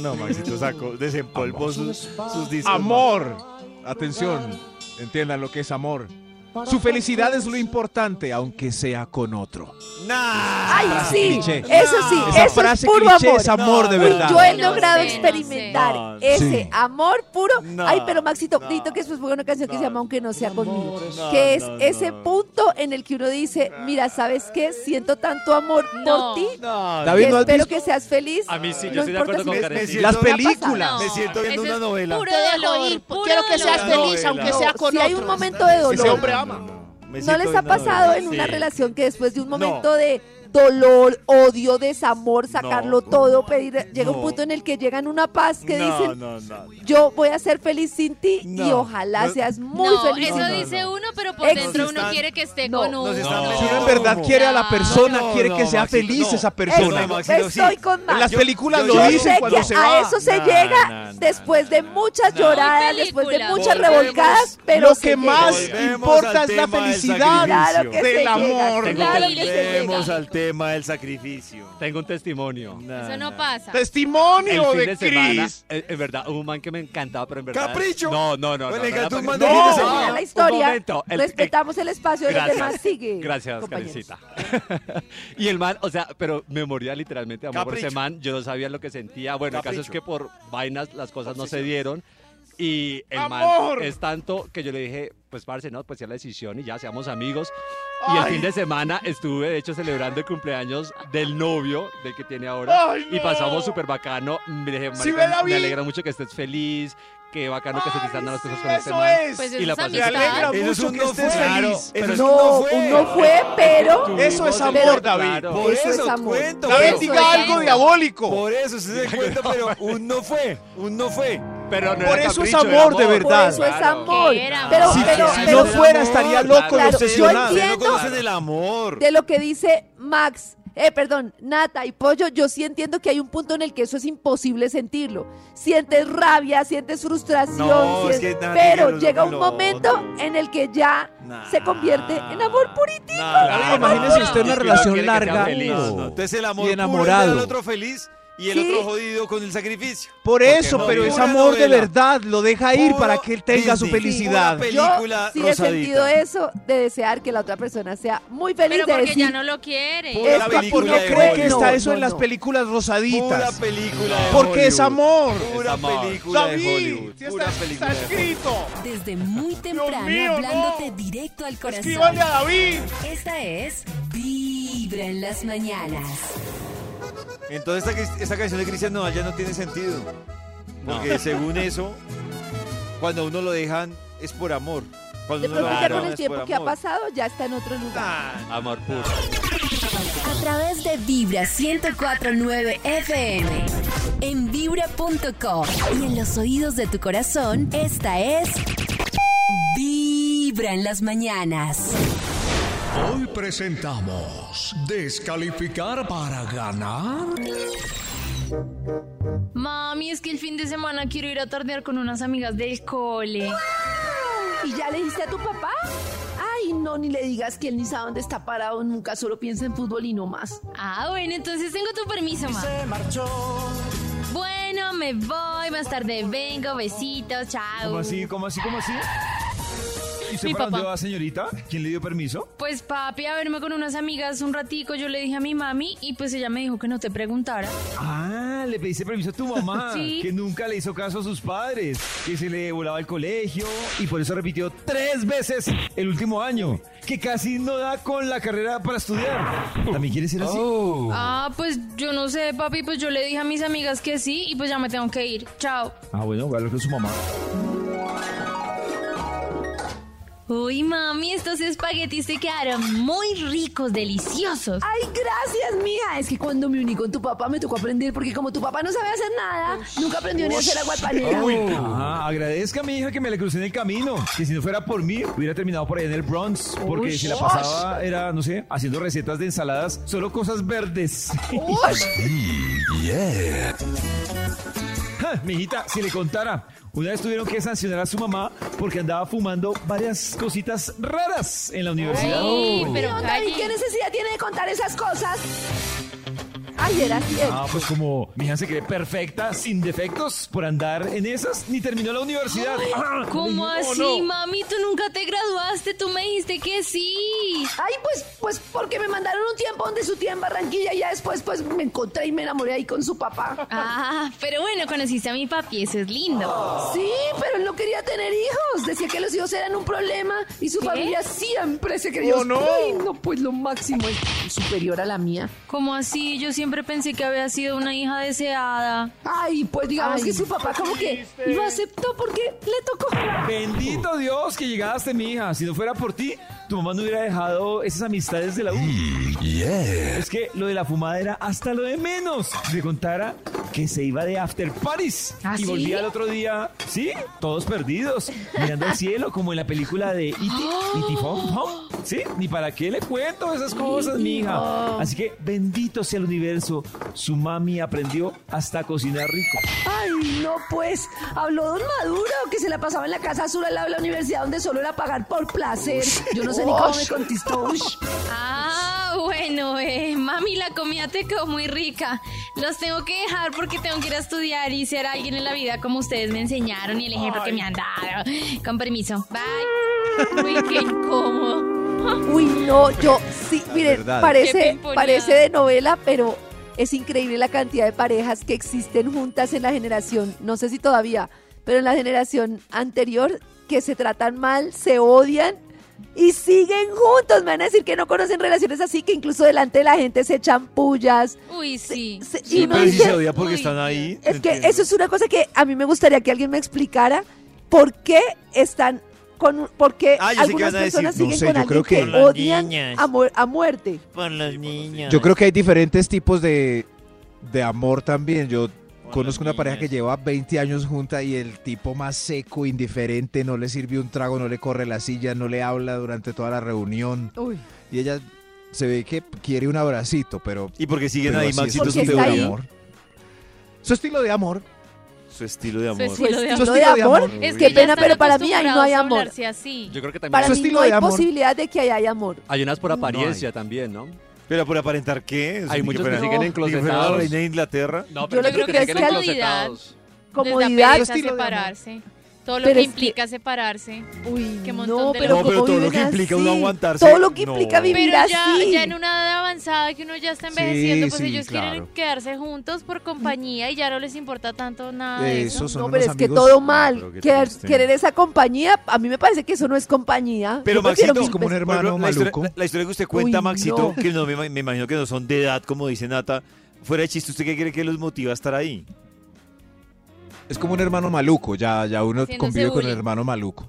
[SPEAKER 2] No, Maxito sacó, desempolvó sus, sus discos.
[SPEAKER 4] Amor. Atención. Entiendan lo que es amor. Su felicidad es lo importante, aunque sea con otro.
[SPEAKER 2] ¡Nah!
[SPEAKER 6] Ay,
[SPEAKER 4] frase
[SPEAKER 6] sí,
[SPEAKER 4] cliché.
[SPEAKER 6] eso sí,
[SPEAKER 4] Esa
[SPEAKER 6] eso es
[SPEAKER 4] frase
[SPEAKER 6] puro
[SPEAKER 4] cliché
[SPEAKER 6] amor.
[SPEAKER 4] es amor de
[SPEAKER 2] No,
[SPEAKER 6] Uy,
[SPEAKER 4] verdad.
[SPEAKER 6] yo he
[SPEAKER 3] No
[SPEAKER 6] logrado
[SPEAKER 3] sé, no
[SPEAKER 6] experimentar
[SPEAKER 2] sé. No,
[SPEAKER 6] ese
[SPEAKER 4] sí.
[SPEAKER 6] amor puro.
[SPEAKER 2] No,
[SPEAKER 6] Ay, pero Maxito,
[SPEAKER 2] no,
[SPEAKER 6] necesito que después ponga una canción que se llama Aunque no sea conmigo.
[SPEAKER 2] no,
[SPEAKER 6] que es
[SPEAKER 2] no,
[SPEAKER 6] ese
[SPEAKER 2] no.
[SPEAKER 6] punto en el que uno dice, mira, ¿sabes qué? Siento tanto amor
[SPEAKER 3] No.
[SPEAKER 6] por ti.
[SPEAKER 2] No,
[SPEAKER 4] David,
[SPEAKER 6] que
[SPEAKER 4] Ah, ¿no has
[SPEAKER 6] espero
[SPEAKER 4] visto?
[SPEAKER 6] que seas feliz.
[SPEAKER 5] A mí sí,
[SPEAKER 6] No
[SPEAKER 5] yo estoy de
[SPEAKER 6] importa
[SPEAKER 5] acuerdo
[SPEAKER 6] si
[SPEAKER 5] con
[SPEAKER 6] me-
[SPEAKER 5] Karencita.
[SPEAKER 2] siento-
[SPEAKER 4] Las
[SPEAKER 2] Una pasada.
[SPEAKER 4] películas.
[SPEAKER 3] No,
[SPEAKER 2] Me siento viendo
[SPEAKER 3] eso
[SPEAKER 2] una
[SPEAKER 3] es
[SPEAKER 2] novela.
[SPEAKER 3] Puro
[SPEAKER 9] Te dejo
[SPEAKER 3] dolor,
[SPEAKER 9] ir,
[SPEAKER 3] puro
[SPEAKER 9] quiero que seas
[SPEAKER 3] dolor.
[SPEAKER 9] feliz,
[SPEAKER 2] No,
[SPEAKER 9] aunque
[SPEAKER 2] no,
[SPEAKER 9] sea
[SPEAKER 6] No,
[SPEAKER 9] con
[SPEAKER 6] si hay un
[SPEAKER 9] otro.
[SPEAKER 6] momento de dolor,
[SPEAKER 1] Ese hombre ama.
[SPEAKER 6] ¿no les ha pasado en una relación que después de un momento de dolor, odio, desamor, sacarlo
[SPEAKER 5] no,
[SPEAKER 6] todo, pedir. Llega
[SPEAKER 5] no.
[SPEAKER 6] un punto en el que llegan una paz que
[SPEAKER 5] no,
[SPEAKER 6] dicen,
[SPEAKER 5] no, no, no.
[SPEAKER 6] yo voy a ser feliz sin ti y
[SPEAKER 5] No,
[SPEAKER 6] ojalá
[SPEAKER 5] no.
[SPEAKER 6] seas muy
[SPEAKER 10] no,
[SPEAKER 6] feliz.
[SPEAKER 10] eso
[SPEAKER 6] sin
[SPEAKER 5] no,
[SPEAKER 6] mí".
[SPEAKER 10] dice
[SPEAKER 5] no.
[SPEAKER 10] uno, pero por dentro uno
[SPEAKER 6] Existan-
[SPEAKER 10] quiere que esté
[SPEAKER 6] No,
[SPEAKER 10] con
[SPEAKER 6] nos
[SPEAKER 10] uno.
[SPEAKER 1] No.
[SPEAKER 5] están metiendo-
[SPEAKER 1] Si uno en verdad quiere a la
[SPEAKER 10] No,
[SPEAKER 1] persona,
[SPEAKER 5] no,
[SPEAKER 1] quiere que
[SPEAKER 5] no,
[SPEAKER 1] sea
[SPEAKER 5] Maxito,
[SPEAKER 1] feliz
[SPEAKER 5] no.
[SPEAKER 1] esa
[SPEAKER 6] Eso,
[SPEAKER 1] persona.
[SPEAKER 5] No, Maxito,
[SPEAKER 6] estoy
[SPEAKER 5] sí.
[SPEAKER 6] con Max.
[SPEAKER 1] Las
[SPEAKER 5] Yo-
[SPEAKER 1] películas
[SPEAKER 5] yo-
[SPEAKER 1] lo
[SPEAKER 5] yo
[SPEAKER 6] Yo
[SPEAKER 1] dicen
[SPEAKER 6] sé
[SPEAKER 1] cuando
[SPEAKER 6] que
[SPEAKER 1] se
[SPEAKER 6] a
[SPEAKER 1] va.
[SPEAKER 6] eso se
[SPEAKER 5] No,
[SPEAKER 6] llega
[SPEAKER 5] no, no,
[SPEAKER 6] después de
[SPEAKER 5] no, no.
[SPEAKER 6] muchas
[SPEAKER 5] No.
[SPEAKER 6] lloradas,
[SPEAKER 10] Muy
[SPEAKER 6] después de
[SPEAKER 10] película.
[SPEAKER 6] muchas
[SPEAKER 5] Volvemos.
[SPEAKER 6] revolcadas, pero
[SPEAKER 1] lo
[SPEAKER 6] se
[SPEAKER 1] que
[SPEAKER 6] llega.
[SPEAKER 1] más
[SPEAKER 5] Volvemos
[SPEAKER 1] importa
[SPEAKER 5] al
[SPEAKER 1] es la
[SPEAKER 5] tema del
[SPEAKER 1] felicidad
[SPEAKER 6] Claro que
[SPEAKER 1] del
[SPEAKER 6] se llega,
[SPEAKER 1] amor.
[SPEAKER 5] Tengo
[SPEAKER 6] claro
[SPEAKER 5] que
[SPEAKER 6] que se
[SPEAKER 5] volvemos
[SPEAKER 6] llega.
[SPEAKER 4] al tema del sacrificio.
[SPEAKER 5] Tengo un testimonio.
[SPEAKER 10] Eso no pasa.
[SPEAKER 5] El
[SPEAKER 4] Pues
[SPEAKER 1] Testimonio
[SPEAKER 5] fin
[SPEAKER 1] de
[SPEAKER 5] de semana, eh,
[SPEAKER 1] Chris.
[SPEAKER 5] en, en verdad, hubo un man que me encantaba, pero en verdad.
[SPEAKER 4] ¡Capricho!
[SPEAKER 5] No, no, no.
[SPEAKER 4] Me
[SPEAKER 5] no,
[SPEAKER 4] le
[SPEAKER 5] no,
[SPEAKER 4] encantó
[SPEAKER 5] no,
[SPEAKER 4] un
[SPEAKER 5] no,
[SPEAKER 4] man de
[SPEAKER 5] no,
[SPEAKER 4] fin de
[SPEAKER 5] no,
[SPEAKER 4] semana.
[SPEAKER 6] Termina la
[SPEAKER 5] un
[SPEAKER 6] historia.
[SPEAKER 5] momento, el- eh,
[SPEAKER 6] Respetamos el espacio de los
[SPEAKER 5] Gracias.
[SPEAKER 6] demás. Sigue.
[SPEAKER 5] Gracias,
[SPEAKER 6] compañeros.
[SPEAKER 5] Karencita. y el man, o sea, pero me moría literalmente de amor por
[SPEAKER 4] Capricho.
[SPEAKER 5] ese man. Yo no sabía lo que sentía. Bueno, el caso
[SPEAKER 4] Capricho.
[SPEAKER 5] es que por vainas las cosas no se dieron. Y el
[SPEAKER 1] ¡Amor!
[SPEAKER 5] man es tanto que yo le dije, pues parce, no, pues ya la decisión y ya seamos amigos. Y el
[SPEAKER 1] Ay.
[SPEAKER 5] fin de semana estuve, de hecho, celebrando el cumpleaños del novio, del que tiene ahora.
[SPEAKER 1] ¡Ay,
[SPEAKER 5] Y
[SPEAKER 1] no!
[SPEAKER 5] pasamos súper bacano. Me dije,
[SPEAKER 1] Sí,
[SPEAKER 5] "Marica,
[SPEAKER 1] ve, David.
[SPEAKER 5] me alegra mucho que estés feliz, que bacano que se te
[SPEAKER 1] Ay,
[SPEAKER 5] están dando las cosas
[SPEAKER 1] sí,
[SPEAKER 5] con este
[SPEAKER 1] eso
[SPEAKER 5] man.
[SPEAKER 1] es.
[SPEAKER 10] Pues
[SPEAKER 5] Y la
[SPEAKER 10] eso es
[SPEAKER 5] pasé
[SPEAKER 1] Me
[SPEAKER 10] amistad.
[SPEAKER 1] alegra
[SPEAKER 4] Eso es
[SPEAKER 1] mucho
[SPEAKER 4] un
[SPEAKER 1] que
[SPEAKER 4] no
[SPEAKER 1] estés
[SPEAKER 4] fue.
[SPEAKER 1] feliz.
[SPEAKER 4] Claro,
[SPEAKER 5] Pero
[SPEAKER 6] No, uno fue, pero.
[SPEAKER 1] Eso es
[SPEAKER 6] Pero-
[SPEAKER 1] amor, David.
[SPEAKER 5] Claro.
[SPEAKER 6] Por eso es
[SPEAKER 4] el
[SPEAKER 6] amor.
[SPEAKER 4] cuento,
[SPEAKER 1] David,
[SPEAKER 6] Eso
[SPEAKER 4] pero-
[SPEAKER 1] diga
[SPEAKER 10] es
[SPEAKER 1] algo
[SPEAKER 10] eso.
[SPEAKER 1] diabólico.
[SPEAKER 4] Por eso se da cuenta, pero un no fue, un no fue.
[SPEAKER 5] Pero no
[SPEAKER 1] Por
[SPEAKER 5] era
[SPEAKER 1] eso es
[SPEAKER 5] capricho, era pues,
[SPEAKER 1] amor, de
[SPEAKER 6] Por
[SPEAKER 1] verdad.
[SPEAKER 6] eso es
[SPEAKER 5] Claro.
[SPEAKER 6] amor.
[SPEAKER 10] Que era
[SPEAKER 6] Pero,
[SPEAKER 5] amor.
[SPEAKER 1] Si-
[SPEAKER 6] pero,
[SPEAKER 1] si
[SPEAKER 6] pero-
[SPEAKER 1] no fuera, estaría loco y
[SPEAKER 6] Claro,
[SPEAKER 1] obsesionado.
[SPEAKER 6] yo entiendo.
[SPEAKER 4] conocen el amor.
[SPEAKER 6] de lo que dice Max, eh, perdón, Nata y Pollo, yo sí entiendo que hay un punto en el que eso es imposible sentirlo. Sientes rabia, sientes frustración,
[SPEAKER 4] No, es
[SPEAKER 6] sientes-
[SPEAKER 4] que Nata ya
[SPEAKER 6] pero
[SPEAKER 4] no
[SPEAKER 6] llega
[SPEAKER 4] lo
[SPEAKER 6] un
[SPEAKER 4] logra.
[SPEAKER 6] momento en el que ya
[SPEAKER 4] Nah.
[SPEAKER 6] se convierte en amor purito.
[SPEAKER 4] Nah,
[SPEAKER 1] David, imagínese
[SPEAKER 4] no,
[SPEAKER 1] usted
[SPEAKER 4] no,
[SPEAKER 1] una
[SPEAKER 5] no
[SPEAKER 1] relación
[SPEAKER 5] quiere que sea
[SPEAKER 1] larga.
[SPEAKER 5] feliz.
[SPEAKER 4] no, no. Entonces el amor
[SPEAKER 1] Y
[SPEAKER 4] puro
[SPEAKER 1] enamorado.
[SPEAKER 4] es el otro feliz y el
[SPEAKER 6] Sí.
[SPEAKER 4] otro jodido con el sacrificio.
[SPEAKER 1] Por eso,
[SPEAKER 4] no
[SPEAKER 1] pero
[SPEAKER 4] vive
[SPEAKER 1] es
[SPEAKER 4] una
[SPEAKER 1] amor de
[SPEAKER 4] novela.
[SPEAKER 1] verdad. Lo deja ir
[SPEAKER 4] Puro
[SPEAKER 1] para que él tenga su
[SPEAKER 4] Disney.
[SPEAKER 1] felicidad.
[SPEAKER 4] Pura
[SPEAKER 6] Yo
[SPEAKER 4] película
[SPEAKER 6] sí he
[SPEAKER 4] rosadita.
[SPEAKER 6] sentido eso de desear que la otra persona sea muy feliz
[SPEAKER 10] Pero
[SPEAKER 6] de
[SPEAKER 10] porque
[SPEAKER 6] decir,
[SPEAKER 10] ya no lo quiere.
[SPEAKER 4] Por-
[SPEAKER 6] "Esto
[SPEAKER 4] la
[SPEAKER 1] David, ¿por
[SPEAKER 4] película
[SPEAKER 1] qué
[SPEAKER 4] de
[SPEAKER 1] cree que
[SPEAKER 4] Hollywood.
[SPEAKER 1] está eso
[SPEAKER 6] No,
[SPEAKER 1] en
[SPEAKER 6] no,
[SPEAKER 1] las
[SPEAKER 6] no.
[SPEAKER 1] peladitas?
[SPEAKER 4] Pura
[SPEAKER 1] rosaditas?
[SPEAKER 4] película de
[SPEAKER 1] Porque es
[SPEAKER 4] Hollywood.
[SPEAKER 1] amor.
[SPEAKER 4] Pura
[SPEAKER 5] Es amor.
[SPEAKER 4] película de
[SPEAKER 1] David,
[SPEAKER 4] Hollywood.
[SPEAKER 1] si
[SPEAKER 4] Pura
[SPEAKER 1] está, está
[SPEAKER 4] película de Hollywood.
[SPEAKER 1] escrito.
[SPEAKER 7] Desde muy temprano
[SPEAKER 1] mío,
[SPEAKER 7] hablándote
[SPEAKER 1] no.
[SPEAKER 7] directo al corazón.
[SPEAKER 1] Escríbanle a David.
[SPEAKER 7] Esta es Vibra en las mañanas.
[SPEAKER 4] Entonces esta, cri- esta canción de Cristian Nodal ya no tiene sentido. Porque según eso, cuando a uno lo dejan es por amor. Cuando
[SPEAKER 6] de
[SPEAKER 4] uno lo
[SPEAKER 6] pronto ya
[SPEAKER 4] aman,
[SPEAKER 6] con el
[SPEAKER 4] es
[SPEAKER 6] tiempo
[SPEAKER 4] por
[SPEAKER 6] que ha
[SPEAKER 4] amor. Ah.
[SPEAKER 6] pasado ya está en otro lugar.
[SPEAKER 5] Amor puro.
[SPEAKER 7] A través de Vibra 1049 FM. En vibra.com. Y en los oídos de tu corazón, esta es Vibra en las mañanas.
[SPEAKER 2] Hoy presentamos Descalificar para ganar.
[SPEAKER 3] Mami, es que el fin de semana quiero ir a tardear con unas amigas del cole.
[SPEAKER 6] ¿Y ya le dijiste a tu papá? Ay, no, ni le digas que él ni sabe dónde está parado nunca, solo piensa en fútbol y no más.
[SPEAKER 3] Ah, bueno, entonces tengo tu permiso, ma. Bueno, me voy, más tarde vengo, besitos, chao.
[SPEAKER 2] ¿Cómo así? ¿Cómo así? ¿Y
[SPEAKER 3] Mi para dónde papá. va,
[SPEAKER 2] señorita? ¿Quién le dio permiso?
[SPEAKER 3] Pues papi, a verme con unas amigas un ratico, yo le dije a mi mami y pues ella me dijo que no te preguntara.
[SPEAKER 2] Ah, le pediste permiso a tu mamá,
[SPEAKER 3] Sí.
[SPEAKER 2] que nunca le hizo caso a sus padres, que se le volaba al colegio y por eso repitió tres veces el último año, que casi no da con la carrera para estudiar. ¿También quieres ser así?
[SPEAKER 3] Ah, pues yo no sé, papi, pues yo le dije a mis amigas que sí y pues ya me tengo que ir. Chao.
[SPEAKER 2] Ah, bueno, hablar con su mamá.
[SPEAKER 3] Uy, mami, estos espaguetis te quedaron muy ricos, deliciosos.
[SPEAKER 6] Ay, gracias, mija. Es que cuando me uní con tu papá me tocó aprender, porque como tu papá no sabe hacer nada, nunca aprendió ni a hacer agua de panela.
[SPEAKER 2] Ajá, agradezca a mi hija que me la crucé en el camino, que si no fuera por mí hubiera terminado por allá en el Bronx, porque se la pasaba era, no sé, haciendo recetas de ensaladas, solo cosas verdes. Ja, Mijita, si le contara, una vez tuvieron que sancionar a su mamá porque andaba fumando varias cositas raras en la universidad.
[SPEAKER 10] Sí, pero
[SPEAKER 6] No, David, ¿qué
[SPEAKER 10] calle.
[SPEAKER 6] necesidad tiene de contar esas cosas? Ay, era cierto.
[SPEAKER 2] Ah, pues como mi hija se cree perfecta, sin defectos, por andar en esas, ni terminó la universidad. Ah,
[SPEAKER 3] ¿Cómo
[SPEAKER 2] le dije,
[SPEAKER 3] así,
[SPEAKER 2] "Oh, no".
[SPEAKER 3] mami? Tú nunca te graduaste, tú me dijiste que sí.
[SPEAKER 6] Ay, pues, pues porque me mandaron un tiempo donde su tía en Barranquilla y ya después pues me encontré y me enamoré ahí con su papá.
[SPEAKER 3] Ah, pero bueno, conociste a mi papi, eso es lindo.
[SPEAKER 6] Sí, pero él no quería tener hijos. Decía que los hijos eran un problema y su
[SPEAKER 3] ¿Qué?
[SPEAKER 6] familia siempre se creyó.
[SPEAKER 1] Oh, no.
[SPEAKER 6] Ay, no, pues lo máximo es superior a la mía.
[SPEAKER 3] ¿Cómo así? Yo siempre pensé que había sido una hija deseada.
[SPEAKER 6] Ay, pues digamos que su papá como que lo aceptó porque le tocó.
[SPEAKER 2] Bendito Dios que llegaste, mi hija. Si no fuera por ti,
[SPEAKER 9] tu mamá no hubiera dejado esas amistades de la U.
[SPEAKER 11] yeah.
[SPEAKER 9] Es que lo de la fumada era hasta lo de menos. Le contara que se iba de after parties
[SPEAKER 11] ¿Ah,
[SPEAKER 9] y
[SPEAKER 11] sí?
[SPEAKER 9] volvía al otro día, sí, todos perdidos, mirando al cielo como en la película de E E.T. E.T. Fum Fum. Sí, ni para qué le cuento esas cosas,
[SPEAKER 11] E.T.
[SPEAKER 9] mija.
[SPEAKER 11] Fum.
[SPEAKER 9] Así que bendito sea el universo, su mami aprendió hasta a cocinar rico.
[SPEAKER 12] Ay, no, pues. Habló don Maduro, que se la pasaba en la casa azul al lado de la universidad, donde solo era pagar por placer. Yo no sé ni cómo me contestó. Ush.
[SPEAKER 13] Ah, bueno, eh, mami, la comida te quedó muy rica. Los tengo que dejar porque tengo que ir a estudiar y ser alguien en la vida como ustedes me enseñaron y el ejemplo que me han dado. Con permiso, bye. Uy, qué incómodo.
[SPEAKER 6] Uy, no, yo sí, miren,
[SPEAKER 13] verdad. Qué
[SPEAKER 6] parece,
[SPEAKER 13] pimponía.
[SPEAKER 6] parece de novela, pero es increíble la cantidad de parejas que existen juntas en la generación, no sé si todavía, pero en la generación anterior, que se tratan mal, se odian y siguen juntos. Me van a decir que no conocen relaciones así, que incluso delante de la gente se echan pullas.
[SPEAKER 13] Uy, sí.
[SPEAKER 6] y uno
[SPEAKER 2] pero si
[SPEAKER 6] dice-
[SPEAKER 2] se odia porque están ahí.
[SPEAKER 6] Es que eso es una cosa que a mí me gustaría que alguien me explicara por qué están con por qué
[SPEAKER 2] Ah, yo sé qué
[SPEAKER 6] algunas
[SPEAKER 2] van a decir.
[SPEAKER 6] personas
[SPEAKER 2] No
[SPEAKER 6] siguen
[SPEAKER 2] sé,
[SPEAKER 6] con
[SPEAKER 2] yo
[SPEAKER 6] alguien
[SPEAKER 2] creo
[SPEAKER 6] que,
[SPEAKER 2] que- Por las
[SPEAKER 6] odian
[SPEAKER 2] niñas.
[SPEAKER 6] a, mu- a muerte.
[SPEAKER 2] Por los niños.
[SPEAKER 4] Yo creo que hay diferentes tipos de, de amor también. Yo conozco una pareja que lleva 20 años junta y el tipo más seco, indiferente, no le sirve un trago, no le corre la silla, no le habla durante toda la reunión.
[SPEAKER 6] Uy.
[SPEAKER 4] Y ella se ve que quiere un abracito, pero...
[SPEAKER 2] Y porque siguen
[SPEAKER 4] pero
[SPEAKER 2] ahí,
[SPEAKER 4] así es
[SPEAKER 2] Maxito,
[SPEAKER 4] su
[SPEAKER 2] su
[SPEAKER 4] estilo de
[SPEAKER 2] teoría.
[SPEAKER 4] amor. Su estilo de amor.
[SPEAKER 2] Su estilo de
[SPEAKER 4] Su
[SPEAKER 2] amor.
[SPEAKER 6] estilo de Su amor. estilo de amor. Es que
[SPEAKER 2] Uy.
[SPEAKER 6] ya Pena, pero para mí ahí no hay amor.
[SPEAKER 5] Yo creo que también
[SPEAKER 6] Para
[SPEAKER 5] hay-
[SPEAKER 6] mí no hay posibilidad de que haya amor.
[SPEAKER 5] Hay unas por
[SPEAKER 6] No hay.
[SPEAKER 5] apariencia también, ¿no?
[SPEAKER 4] Pues
[SPEAKER 2] Pero por aparentar qué?
[SPEAKER 5] Hay muchos que siguen
[SPEAKER 2] enclosetados. la
[SPEAKER 5] enclosetados.
[SPEAKER 2] reina de Inglaterra.
[SPEAKER 5] No,
[SPEAKER 6] Yo
[SPEAKER 5] pero
[SPEAKER 6] le creo que es
[SPEAKER 5] siguen
[SPEAKER 6] que al-
[SPEAKER 5] enclosetados.
[SPEAKER 6] Comodidad.
[SPEAKER 3] Comodidad.
[SPEAKER 6] Estilo de
[SPEAKER 3] separarse. Todo lo
[SPEAKER 6] Pero
[SPEAKER 3] que
[SPEAKER 6] es que-
[SPEAKER 3] implica separarse.
[SPEAKER 6] Uy,
[SPEAKER 3] qué montón
[SPEAKER 6] No,
[SPEAKER 3] de
[SPEAKER 6] pero,
[SPEAKER 2] No, pero
[SPEAKER 6] ¿cómo
[SPEAKER 2] todo
[SPEAKER 6] viven
[SPEAKER 2] lo que implica uno
[SPEAKER 6] así?
[SPEAKER 2] aguantarse,
[SPEAKER 6] Todo lo que
[SPEAKER 2] no.
[SPEAKER 6] implica vivir
[SPEAKER 3] Pero ya,
[SPEAKER 6] así.
[SPEAKER 3] ya en una edad avanzada que uno ya está envejeciendo,
[SPEAKER 4] Sí,
[SPEAKER 3] pues
[SPEAKER 4] sí,
[SPEAKER 3] ellos quieren
[SPEAKER 4] claro.
[SPEAKER 3] quedarse juntos por compañía y ya no les importa tanto nada de eso.
[SPEAKER 4] Esos son
[SPEAKER 6] No, pero es
[SPEAKER 4] unos
[SPEAKER 6] que
[SPEAKER 4] amigos-
[SPEAKER 6] todo mal.
[SPEAKER 4] Pero qué
[SPEAKER 6] querer,
[SPEAKER 4] triste.
[SPEAKER 6] querer esa compañía, a mí me parece que eso no es compañía.
[SPEAKER 2] este Pero
[SPEAKER 6] Yo prefiero
[SPEAKER 2] Maxito,
[SPEAKER 6] mil
[SPEAKER 2] como un
[SPEAKER 6] veces-
[SPEAKER 2] hermano la historia,
[SPEAKER 4] maluco.
[SPEAKER 2] la- la historia que usted cuenta,
[SPEAKER 6] Uy,
[SPEAKER 2] Maxito,
[SPEAKER 6] no.
[SPEAKER 2] que no, me, ima- me imagino que no son de edad, como dice Nata. Fuera de chiste, ¿usted qué cree que los motiva a estar ahí?
[SPEAKER 4] Es como un hermano maluco, ya, ya uno
[SPEAKER 6] Haciéndose
[SPEAKER 4] convive con el
[SPEAKER 6] bullying.
[SPEAKER 4] hermano maluco.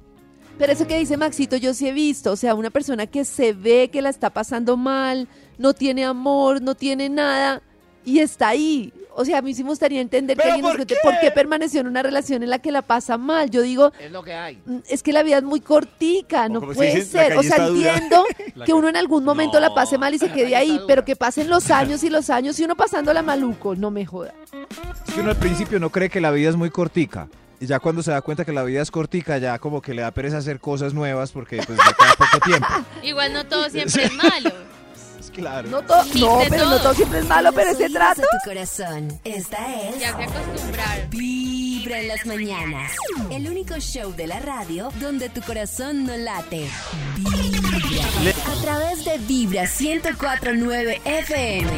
[SPEAKER 6] Pero eso que dice Maxito, yo sí he visto. O sea, una persona que se ve que la está pasando mal, no tiene amor, no tiene nada y está ahí. O sea, a mí sí me gustaría entender que alguien nos cuente por qué permaneció en una relación en la que la pasa mal. Yo digo,
[SPEAKER 14] Es lo que hay.
[SPEAKER 6] Mm, Es que la vida es muy cortica, no
[SPEAKER 14] como se
[SPEAKER 6] puede
[SPEAKER 14] dice, la
[SPEAKER 6] ser.
[SPEAKER 14] calle
[SPEAKER 6] O sea,
[SPEAKER 14] está dura.
[SPEAKER 6] entiendo
[SPEAKER 14] La
[SPEAKER 6] que
[SPEAKER 14] calle-
[SPEAKER 6] uno en algún momento la pase mal y se quede ahí, pero que pasen los años y los años y uno pasándola maluco, no me joda.
[SPEAKER 4] Es que uno al principio no cree que la vida es muy cortica. Y ya cuando se da cuenta que la vida es cortica, ya como que le da pereza hacer cosas nuevas porque pues le queda poco tiempo.
[SPEAKER 3] Igual no todo siempre es malo.
[SPEAKER 4] Claro.
[SPEAKER 6] No, to- no, pero no todo siempre es malo, pero ese trato.
[SPEAKER 7] tu corazón. Esta es.
[SPEAKER 3] Ya se acostumbraron.
[SPEAKER 7] Vibra en las mañanas. El único show de la radio donde tu corazón no late. Vibra. A través de Vibra 1049 FM.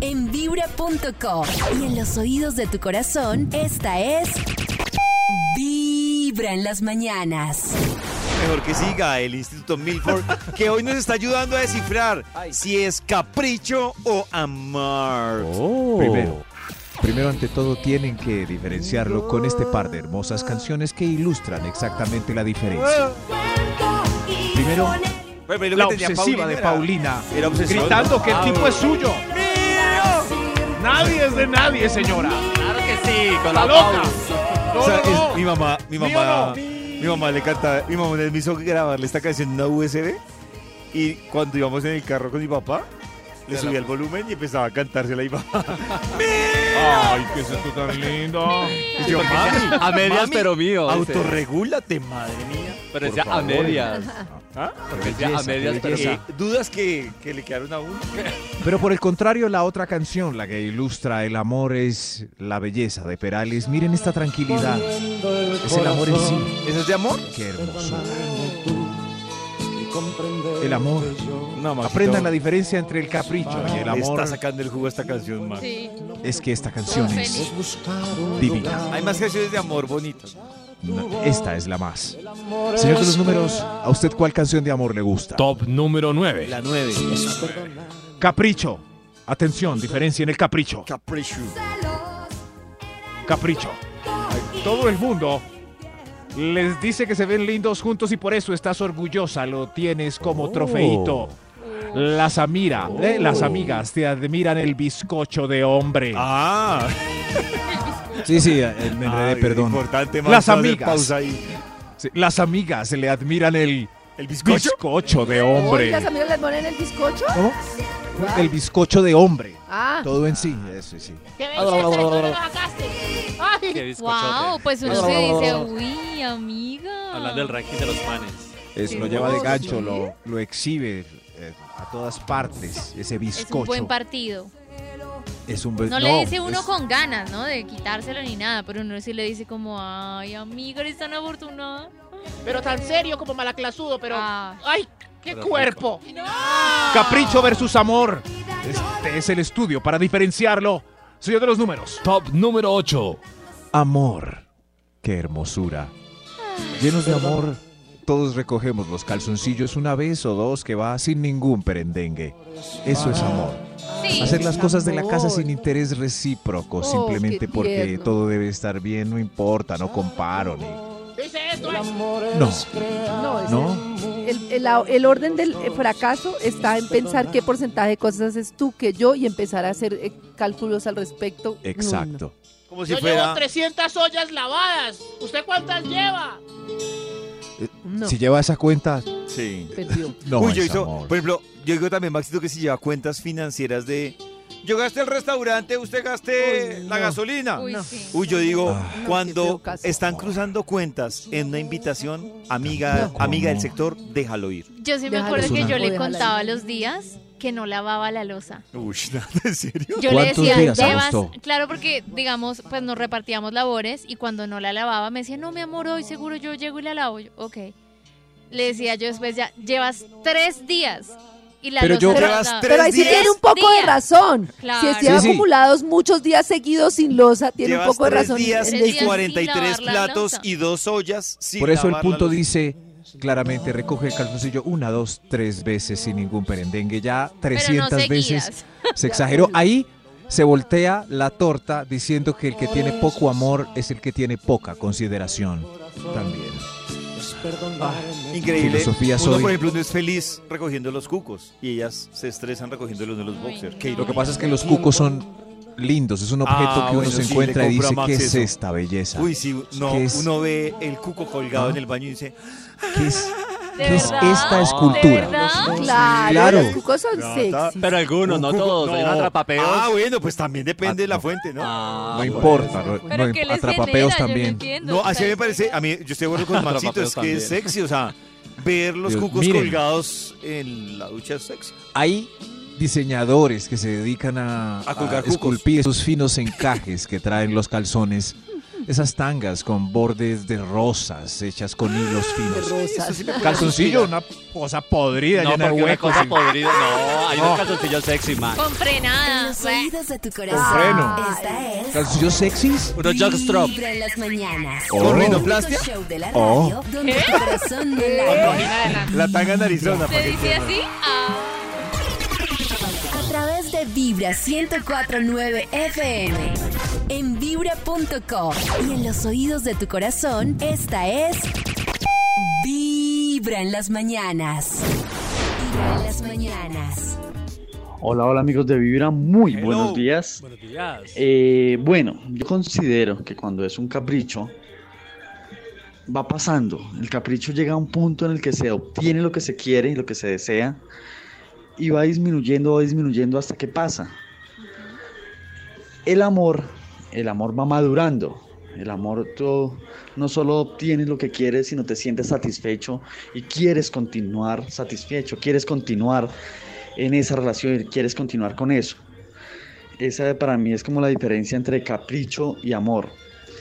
[SPEAKER 7] En vibra.com. Y en los oídos de tu corazón, esta es. Vibra en las mañanas.
[SPEAKER 2] Mejor que siga el Instituto Milford, que hoy nos está ayudando a descifrar si es capricho o amor.
[SPEAKER 4] Primero, Oh. primero ante todo tienen que diferenciarlo con este par de hermosas canciones que ilustran exactamente la diferencia. Primero, la obsesiva de Paulina,
[SPEAKER 2] Era obsesiva.
[SPEAKER 1] gritando que el
[SPEAKER 2] Ah,
[SPEAKER 1] tipo
[SPEAKER 2] bueno.
[SPEAKER 1] es suyo. Nadie es de nadie, señora.
[SPEAKER 5] Claro que sí, con
[SPEAKER 1] Está
[SPEAKER 5] la
[SPEAKER 1] loca.
[SPEAKER 2] O
[SPEAKER 1] No,
[SPEAKER 2] sea, es-
[SPEAKER 1] no, no.
[SPEAKER 2] mi mamá, mi
[SPEAKER 1] Mío
[SPEAKER 2] mamá,
[SPEAKER 1] no.
[SPEAKER 2] mi mamá le canta, mi mamá me hizo grabarle esta canción en una USB y cuando íbamos en el carro con mi papá, le subía el volumen y empezaba a cantársela y papá.
[SPEAKER 1] Ay, qué es esto tan lindo.
[SPEAKER 2] Y yo, mami,
[SPEAKER 5] A medias,
[SPEAKER 2] mami,
[SPEAKER 5] pero mío, dice.
[SPEAKER 2] Autorregúlate, madre mía.
[SPEAKER 5] Pero
[SPEAKER 2] por
[SPEAKER 5] decía a
[SPEAKER 2] favor.
[SPEAKER 5] medias.
[SPEAKER 2] ¿Ah?
[SPEAKER 5] Porque decía a
[SPEAKER 4] Belleza,
[SPEAKER 5] medias, pero
[SPEAKER 4] belleza.
[SPEAKER 2] Eh, ¿Dudas que, que le quedaron a uno?
[SPEAKER 4] Pero por el contrario, la otra canción, la que ilustra el amor, es La belleza de Perales. Miren esta tranquilidad. Es el amor en sí.
[SPEAKER 2] ¿Eso es de amor?
[SPEAKER 4] Qué hermosura. El amor.
[SPEAKER 2] No, Maxito.
[SPEAKER 4] Aprendan la diferencia entre el capricho y el
[SPEAKER 2] Le
[SPEAKER 4] amor.
[SPEAKER 2] Está sacando el jugo a esta canción, Max.
[SPEAKER 3] Sí.
[SPEAKER 4] Es que esta canción es divina.
[SPEAKER 2] Hay más canciones de amor bonitas.
[SPEAKER 4] No, Esta es la más. Señor de los números, ¿a usted cuál canción de amor le gusta?
[SPEAKER 1] Top número 9.
[SPEAKER 2] La 9.
[SPEAKER 1] Capricho. Atención, diferencia en el capricho.
[SPEAKER 2] Capricho.
[SPEAKER 1] Capricho. Todo el mundo Les dice que se ven lindos juntos y por eso estás orgullosa, lo tienes como trofeito. Las amira, eh, las amigas te admiran el bizcocho de hombre. Ah.
[SPEAKER 4] Sí, sí, eh, me enredé, perdón.
[SPEAKER 1] Importante,
[SPEAKER 4] Max,
[SPEAKER 1] las
[SPEAKER 4] hacer
[SPEAKER 1] amigas.
[SPEAKER 4] pausa
[SPEAKER 1] Sí, las amigas le admiran el, bizcocho? de
[SPEAKER 6] Uy,
[SPEAKER 1] hombre.
[SPEAKER 6] ¿Las amigas le ponen el bizcocho?
[SPEAKER 4] ¿Cómo?
[SPEAKER 6] Ah.
[SPEAKER 4] El bizcocho de hombre.
[SPEAKER 6] Ah.
[SPEAKER 4] Todo en sí, eso sí.
[SPEAKER 3] ¡Qué
[SPEAKER 4] belleza, tú me lo
[SPEAKER 5] Qué bizcochote.
[SPEAKER 3] ¡Wow! Pues uno se dice, uy, amiga.
[SPEAKER 5] Hablando del ranking de los manes.
[SPEAKER 4] Es, lo
[SPEAKER 3] Sí.
[SPEAKER 4] lleva de
[SPEAKER 3] Oh,
[SPEAKER 4] gancho,
[SPEAKER 3] sí.
[SPEAKER 4] lo, lo exhibe eh, a todas partes, ese
[SPEAKER 3] Es un
[SPEAKER 4] bizcocho.
[SPEAKER 3] buen partido.
[SPEAKER 4] Es un
[SPEAKER 3] No,
[SPEAKER 4] be-
[SPEAKER 3] le dice uno
[SPEAKER 4] es-
[SPEAKER 3] con ganas, ¿no? De quitárselo ni nada, pero uno sí le dice como, ay, amiga, eres tan afortunada. Ah,
[SPEAKER 15] Pero tan serio como malaclasudo, pero. ¡Ay! ¡Qué
[SPEAKER 1] Pero
[SPEAKER 15] cuerpo!
[SPEAKER 1] Capricho versus amor. Este es el estudio para diferenciarlo. Señor de los números. Top número 8.
[SPEAKER 4] Amor. Qué hermosura. Llenos de amor, todos recogemos los calzoncillos una vez o dos que va sin ningún perendengue. Eso es amor.
[SPEAKER 3] Ah,
[SPEAKER 2] Sí,
[SPEAKER 4] Hacer las
[SPEAKER 2] es
[SPEAKER 4] cosas de la casa
[SPEAKER 2] amor.
[SPEAKER 4] sin interés recíproco,
[SPEAKER 2] Oh,
[SPEAKER 4] simplemente
[SPEAKER 2] qué
[SPEAKER 4] porque
[SPEAKER 2] tierno.
[SPEAKER 4] todo debe estar bien, no importa, no comparo ni...
[SPEAKER 6] Dice esto.
[SPEAKER 4] No,
[SPEAKER 6] No, es
[SPEAKER 4] no.
[SPEAKER 6] El, el- la- el orden del eh, fracaso está en pensar qué porcentaje de cosas haces tú que yo y empezar a hacer eh, cálculos al respecto.
[SPEAKER 4] Exacto.
[SPEAKER 16] Como
[SPEAKER 15] Yo llevo 300 ollas lavadas. ¿Usted cuántas lleva?
[SPEAKER 4] Eh,
[SPEAKER 6] No.
[SPEAKER 4] Si lleva esa cuenta...
[SPEAKER 2] Sí.
[SPEAKER 6] Perdió.
[SPEAKER 4] No,
[SPEAKER 2] Uy, yo
[SPEAKER 4] es
[SPEAKER 2] hizo,
[SPEAKER 4] amor.
[SPEAKER 2] por ejemplo, yo digo también, Maxito, que si lleva cuentas financieras de. Yo gasté el restaurante, usted gaste la gasolina.
[SPEAKER 3] Uy,
[SPEAKER 2] Uy,
[SPEAKER 3] No. sí.
[SPEAKER 2] yo digo,
[SPEAKER 4] Ah.
[SPEAKER 3] qué feo
[SPEAKER 2] cuando
[SPEAKER 3] caso.
[SPEAKER 2] están cruzando cuentas en una invitación, amiga,
[SPEAKER 4] No.
[SPEAKER 2] amiga del sector, déjalo ir.
[SPEAKER 3] Yo sí me
[SPEAKER 2] Déjalo
[SPEAKER 3] acuerdo
[SPEAKER 2] ir.
[SPEAKER 3] que yo le
[SPEAKER 2] Déjalo
[SPEAKER 3] contaba los días que no lavaba la losa.
[SPEAKER 2] Uy, ¿en serio?
[SPEAKER 3] Yo le decía, "Llevas-" claro, porque digamos, pues nos repartíamos labores y cuando no la lavaba me decía, no, mi amor, hoy seguro yo llego y la lavo. Yo, ok. Le decía yo después ya, llevas tres días. Y la
[SPEAKER 6] Pero
[SPEAKER 3] losa
[SPEAKER 6] yo-
[SPEAKER 3] no la
[SPEAKER 6] Llevas
[SPEAKER 3] lavaba".
[SPEAKER 6] Pero ahí sí tiene un poco de
[SPEAKER 3] Días.
[SPEAKER 6] razón.
[SPEAKER 3] Claro.
[SPEAKER 6] Si están
[SPEAKER 2] Sí, sí.
[SPEAKER 6] acumulados muchos días seguidos sin losa, tiene
[SPEAKER 2] Llevas
[SPEAKER 6] un poco de
[SPEAKER 2] tres
[SPEAKER 6] razón.
[SPEAKER 2] días
[SPEAKER 6] en
[SPEAKER 2] y
[SPEAKER 6] decir- lavar
[SPEAKER 2] 43
[SPEAKER 6] la
[SPEAKER 2] platos
[SPEAKER 6] loza.
[SPEAKER 2] y dos ollas sin
[SPEAKER 4] Por eso el
[SPEAKER 2] lavar la
[SPEAKER 4] punto
[SPEAKER 2] loza.
[SPEAKER 4] dice claramente recoge el calzoncillo una, dos, tres veces sin ningún perendengue. Ya 300 veces
[SPEAKER 3] seguidas.
[SPEAKER 4] se exageró. Ahí se voltea la torta diciendo que el que tiene poco amor es el que tiene poca consideración también.
[SPEAKER 3] Pues
[SPEAKER 2] Ah, Increíble.
[SPEAKER 4] Filosofía
[SPEAKER 2] uno,
[SPEAKER 4] soy.
[SPEAKER 2] por ejemplo, uno es feliz recogiendo los cucos y ellas se estresan recogiendo los de los boxers.
[SPEAKER 4] Lo que pasa es que los cucos son lindos, es un objeto
[SPEAKER 2] Ah,
[SPEAKER 4] que uno
[SPEAKER 2] bueno,
[SPEAKER 4] se
[SPEAKER 2] sí,
[SPEAKER 4] encuentra
[SPEAKER 2] le
[SPEAKER 4] y
[SPEAKER 2] compro a
[SPEAKER 4] dice,
[SPEAKER 2] Max
[SPEAKER 4] ¿qué es
[SPEAKER 2] eso".
[SPEAKER 4] esta belleza?
[SPEAKER 2] Uy, sí, no,
[SPEAKER 4] ¿Qué es,
[SPEAKER 2] uno ve el cuco colgado en el baño y dice,
[SPEAKER 4] qué es-
[SPEAKER 2] ¿De
[SPEAKER 4] qué es
[SPEAKER 2] verdad?
[SPEAKER 4] esta
[SPEAKER 2] ¿De
[SPEAKER 4] escultura?
[SPEAKER 2] verdad?
[SPEAKER 6] Claro,
[SPEAKER 4] Claro.
[SPEAKER 6] los cucos son
[SPEAKER 2] No, está-
[SPEAKER 6] sexy.
[SPEAKER 2] Pero algunos,
[SPEAKER 5] no Ah, todos, hay un atrapapeos.
[SPEAKER 2] Ah, bueno, pues también depende de la fuente, ¿no?
[SPEAKER 4] No importa, no, no,
[SPEAKER 2] que
[SPEAKER 4] atrapapeos también.
[SPEAKER 2] No, así
[SPEAKER 3] pues.
[SPEAKER 2] me parece, a mí, yo estoy de acuerdo con Maxito,
[SPEAKER 4] Atrapapeos
[SPEAKER 2] es que es
[SPEAKER 4] también.
[SPEAKER 2] sexy, o sea, ver los
[SPEAKER 4] Dios,
[SPEAKER 2] cucos
[SPEAKER 4] miren.
[SPEAKER 2] colgados en la ducha es sexy.
[SPEAKER 4] Hay diseñadores que se dedican a,
[SPEAKER 2] A colgar cucos.
[SPEAKER 4] esculpir esos finos encajes que traen los calzones. Esas tangas con bordes de rosas hechas con hilos finos.
[SPEAKER 6] Rosas.
[SPEAKER 4] Calzoncillo, una cosa podrida,
[SPEAKER 5] No,
[SPEAKER 4] llena de
[SPEAKER 5] porque una
[SPEAKER 4] huecos.
[SPEAKER 5] cosa podrida, no. Hay
[SPEAKER 4] No.
[SPEAKER 5] unos calzoncillos sexy, man.
[SPEAKER 3] Con frenada.
[SPEAKER 7] En los oídos de tu corazón.
[SPEAKER 4] Con freno.
[SPEAKER 7] Esta es.
[SPEAKER 4] ¿Calzoncillos sexys?
[SPEAKER 7] Vibra en las mañanas.
[SPEAKER 4] Oh.
[SPEAKER 7] El único
[SPEAKER 4] ¿Rinoplastia?
[SPEAKER 7] show de la
[SPEAKER 4] Oh.
[SPEAKER 7] radio donde tu corazón no late.
[SPEAKER 2] La tanga en Arizona.
[SPEAKER 7] ¿Se
[SPEAKER 2] dice
[SPEAKER 7] así?
[SPEAKER 3] Ah,
[SPEAKER 7] A través de Vibra 1049 FM. En vibra.com. Y en los oídos de tu corazón, esta es. Vibra en las mañanas. Vibra en las mañanas.
[SPEAKER 14] Hola, hola amigos de Vibra, muy buenos días.
[SPEAKER 5] Buenos días.
[SPEAKER 14] Eh, bueno, yo considero que cuando es un capricho, va pasando. El capricho llega a un punto en el que se obtiene lo que se quiere, lo que se desea, y va disminuyendo, va disminuyendo hasta que pasa. El amor, el amor va madurando. El amor tú no solo obtienes lo que quieres, sino te sientes satisfecho y quieres continuar satisfecho, quieres continuar en esa relación y quieres continuar con eso. Esa para mí es como la diferencia entre capricho y amor.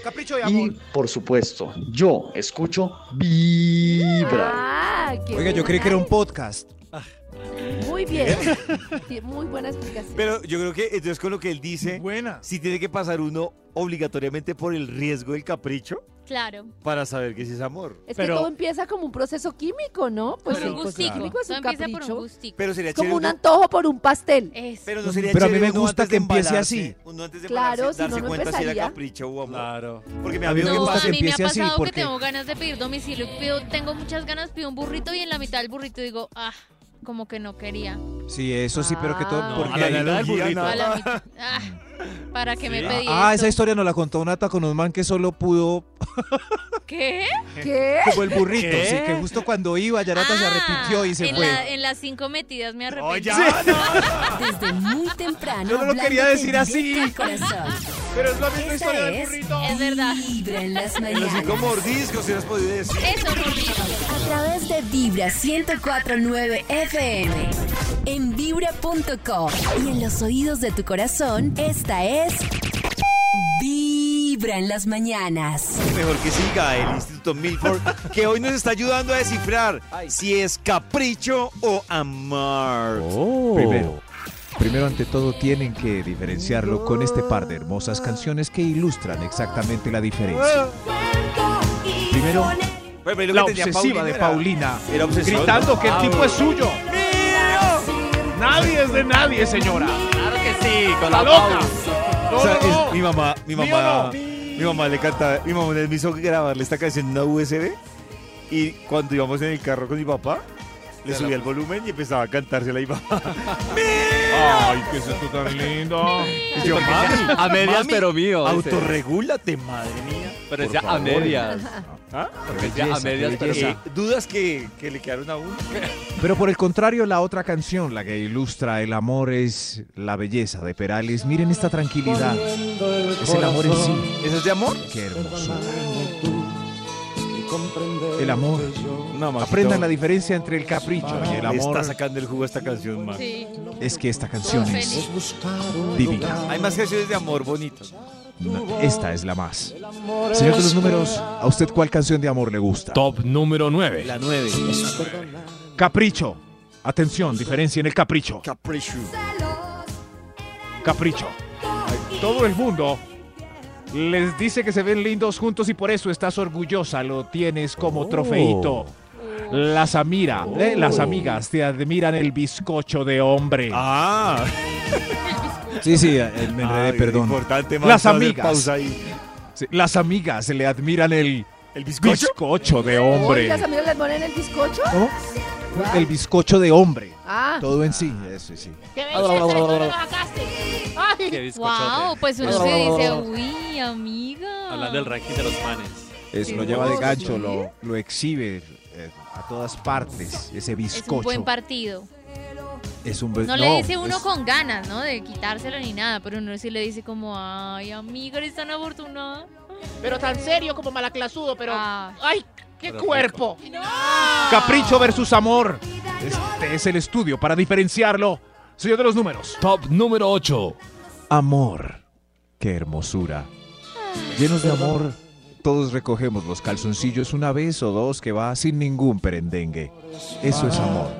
[SPEAKER 1] Capricho de
[SPEAKER 14] Y por supuesto, yo escucho vibra.
[SPEAKER 6] Ah, qué
[SPEAKER 14] Oiga, yo
[SPEAKER 6] buena.
[SPEAKER 14] creí que era un
[SPEAKER 4] podcast.
[SPEAKER 6] Muy bien. Sí, Muy buena explicación.
[SPEAKER 2] Pero yo creo que entonces con lo que él dice, si tiene que pasar uno obligatoriamente por el riesgo del capricho.
[SPEAKER 3] Claro.
[SPEAKER 2] para saber que sí es amor.
[SPEAKER 6] Es que todo empieza como un proceso químico, ¿no? Pues
[SPEAKER 3] Por un
[SPEAKER 6] el proceso
[SPEAKER 3] gustico.
[SPEAKER 6] químico es
[SPEAKER 3] Todo
[SPEAKER 6] un
[SPEAKER 3] empieza por
[SPEAKER 6] capricho.
[SPEAKER 3] un gustico.
[SPEAKER 2] Pero sería
[SPEAKER 6] Es como
[SPEAKER 2] chévere
[SPEAKER 6] un
[SPEAKER 2] uno-
[SPEAKER 6] antojo por un pastel.
[SPEAKER 2] Pero, no sería
[SPEAKER 4] Pero a mí me
[SPEAKER 2] chévere uno
[SPEAKER 4] gusta
[SPEAKER 2] antes
[SPEAKER 4] que
[SPEAKER 2] de
[SPEAKER 4] empiece
[SPEAKER 2] embalarse,
[SPEAKER 4] así.
[SPEAKER 2] Uno antes de
[SPEAKER 6] Claro,
[SPEAKER 2] embalarse,
[SPEAKER 6] si no,
[SPEAKER 2] darse
[SPEAKER 6] no
[SPEAKER 2] cuenta si era
[SPEAKER 6] empezaría.
[SPEAKER 2] capricho o amor. Claro. Porque me
[SPEAKER 4] A mí
[SPEAKER 2] había
[SPEAKER 4] me
[SPEAKER 3] No,
[SPEAKER 4] gusta
[SPEAKER 3] a mí
[SPEAKER 4] que
[SPEAKER 3] me ha
[SPEAKER 4] empiece así,
[SPEAKER 3] pasado que
[SPEAKER 4] porque-
[SPEAKER 3] tengo ganas de pedir domicilio. y pido- tengo muchas ganas, pido un burrito y en la mitad del burrito digo, ah, como que no quería.
[SPEAKER 4] Sí, eso sí, pero que todo.
[SPEAKER 3] Ah.
[SPEAKER 4] porque
[SPEAKER 2] a la
[SPEAKER 4] ahí-
[SPEAKER 2] nada del burrito.
[SPEAKER 3] A la mitad, ah, ¿Para que me
[SPEAKER 4] Ah,
[SPEAKER 3] pedí
[SPEAKER 4] Ah,
[SPEAKER 3] esto?
[SPEAKER 4] esa historia nos la contó Nata con un man que solo pudo
[SPEAKER 3] ¿Qué?
[SPEAKER 6] ¿Qué?
[SPEAKER 4] como el burrito,
[SPEAKER 2] ¿Qué?
[SPEAKER 4] sí, que justo cuando iba Yarata se arrepintió y se
[SPEAKER 3] Ah,
[SPEAKER 6] Ah,
[SPEAKER 3] en,
[SPEAKER 4] fue.
[SPEAKER 3] la- en las cinco metidas me arrepentí.
[SPEAKER 7] Desde muy temprano.
[SPEAKER 4] Yo no lo quería
[SPEAKER 7] hablándote
[SPEAKER 4] decir así.
[SPEAKER 7] directo al corazón.
[SPEAKER 4] Pero es la misma
[SPEAKER 7] Esta
[SPEAKER 4] historia del
[SPEAKER 7] es
[SPEAKER 4] burrito.
[SPEAKER 3] Es verdad.
[SPEAKER 7] Vibra en las
[SPEAKER 2] Pero sí
[SPEAKER 7] mañanas.
[SPEAKER 2] con mordiscos, si has podido decir.
[SPEAKER 3] Eso, burrito.
[SPEAKER 7] A través de Vibra 1049 FM. En vibra.com. Y en los oídos de tu corazón, esta es. Vibra en las mañanas.
[SPEAKER 2] Mejor que siga el Instituto Milford, que hoy nos está ayudando a descifrar si es capricho o amor.
[SPEAKER 4] Primero, primero ante todo tienen que diferenciarlo con este par de hermosas canciones que ilustran exactamente la diferencia. Primero,
[SPEAKER 2] Bueno, pero lo
[SPEAKER 1] La
[SPEAKER 2] que tenía
[SPEAKER 1] obsesiva de Paulina,
[SPEAKER 2] era- era obsesión,
[SPEAKER 1] gritando
[SPEAKER 2] ¿no?
[SPEAKER 1] que el
[SPEAKER 2] Ah,
[SPEAKER 1] tipo
[SPEAKER 2] bueno.
[SPEAKER 1] es suyo. Nadie es de nadie, señora.
[SPEAKER 5] Claro que sí, con
[SPEAKER 1] Está
[SPEAKER 5] la
[SPEAKER 1] loca.
[SPEAKER 5] Paula.
[SPEAKER 1] No,
[SPEAKER 2] O sea, es-
[SPEAKER 1] no, no.
[SPEAKER 2] mi mamá, mi
[SPEAKER 1] ¿Mío
[SPEAKER 2] mamá,
[SPEAKER 1] no?
[SPEAKER 2] mi mamá le canta, mi mamá me hizo grabarle esta canción en una USB y cuando íbamos en el carro con mi papá, le
[SPEAKER 5] Se la-
[SPEAKER 2] subía el volumen y empezaba a cantársela a mi papá.
[SPEAKER 1] Ay, qué es esto tan lindo.
[SPEAKER 2] Y yo, mami,
[SPEAKER 5] A medias,
[SPEAKER 2] mami,
[SPEAKER 5] pero mío. ese.
[SPEAKER 2] autorregúlate, madre mía.
[SPEAKER 5] Pero
[SPEAKER 2] Por
[SPEAKER 5] decía a
[SPEAKER 2] favor.
[SPEAKER 5] medias.
[SPEAKER 2] ¿Ah?
[SPEAKER 5] Decía a
[SPEAKER 4] belleza,
[SPEAKER 5] medias,
[SPEAKER 4] qué
[SPEAKER 5] pero
[SPEAKER 4] belleza.
[SPEAKER 5] sí.
[SPEAKER 2] Eh, ¿Dudas que, que le quedaron a uno?
[SPEAKER 4] Pero por el contrario, la otra canción, la que ilustra el amor, es La Belleza de Perales. Miren esta tranquilidad. Es el amor en sí.
[SPEAKER 2] ¿Eso es de amor?
[SPEAKER 4] Qué hermosura. El amor.
[SPEAKER 2] No, Maxito,
[SPEAKER 4] Aprendan la diferencia entre el capricho y el
[SPEAKER 2] le Está
[SPEAKER 4] amor.
[SPEAKER 2] sacando el jugo a esta canción, man.
[SPEAKER 3] Sí.
[SPEAKER 4] Es que esta canción es divina.
[SPEAKER 2] Hay más canciones de amor bonitas.
[SPEAKER 4] No, Esta es la más. Señor de los números, ¿a usted cuál canción de amor le gusta?
[SPEAKER 1] Top número 9.
[SPEAKER 2] La 9.
[SPEAKER 1] Capricho. Atención, diferencia en el capricho.
[SPEAKER 2] Capricho.
[SPEAKER 1] Capricho. Todo el mundo les dice que se ven lindos juntos y por eso estás orgullosa, lo tienes como trofeito. Las amira, ¿eh? las amigas te admiran el bizcocho de hombre.
[SPEAKER 2] Ah,
[SPEAKER 4] Sí, sí, eh, me enredé,
[SPEAKER 2] Ay,
[SPEAKER 4] perdón.
[SPEAKER 2] Importante, man,
[SPEAKER 1] Las
[SPEAKER 2] hacer
[SPEAKER 1] amigas.
[SPEAKER 2] Pausa ahí.
[SPEAKER 4] Sí, Las amigas le admiran el
[SPEAKER 2] El bizcocho.
[SPEAKER 1] bizcocho de
[SPEAKER 6] Uy,
[SPEAKER 1] hombre.
[SPEAKER 6] ¿Las amigas les ponen el bizcocho?
[SPEAKER 4] ¿Cómo? El bizcocho de hombre.
[SPEAKER 6] Ah,
[SPEAKER 4] Todo en sí, eso sí.
[SPEAKER 11] ¿Qué me hiciste? ¿Dónde lo sacaste?
[SPEAKER 5] Qué
[SPEAKER 11] Ay,
[SPEAKER 5] bizcochote.
[SPEAKER 3] Wow, pues uno se dice, uy, amiga.
[SPEAKER 5] Hablando del ranking de los panes.
[SPEAKER 4] Es, lo lleva de gancho, lo, lo exhibe eh, a todas partes, ese
[SPEAKER 3] Es
[SPEAKER 4] bizcocho.
[SPEAKER 3] un buen partido.
[SPEAKER 4] Es un buen-
[SPEAKER 3] No, le dice
[SPEAKER 4] Pues es-
[SPEAKER 3] uno con ganas, ¿no? De quitárselo ni nada, pero uno sí le dice como, ay, amiga, eres tan afortunada.
[SPEAKER 11] Pero tan serio como malaclasudo, pero.
[SPEAKER 3] Ah.
[SPEAKER 11] ¡Ay, qué
[SPEAKER 5] Pero
[SPEAKER 11] cuerpo!
[SPEAKER 1] Capricho versus amor. Este es el estudio para diferenciarlo. Señor de los números.
[SPEAKER 17] Top número 8.
[SPEAKER 4] Amor, qué hermosura. Llenos de amor, todos recogemos los calzoncillos una vez o dos que va sin ningún perendengue. Eso es amor.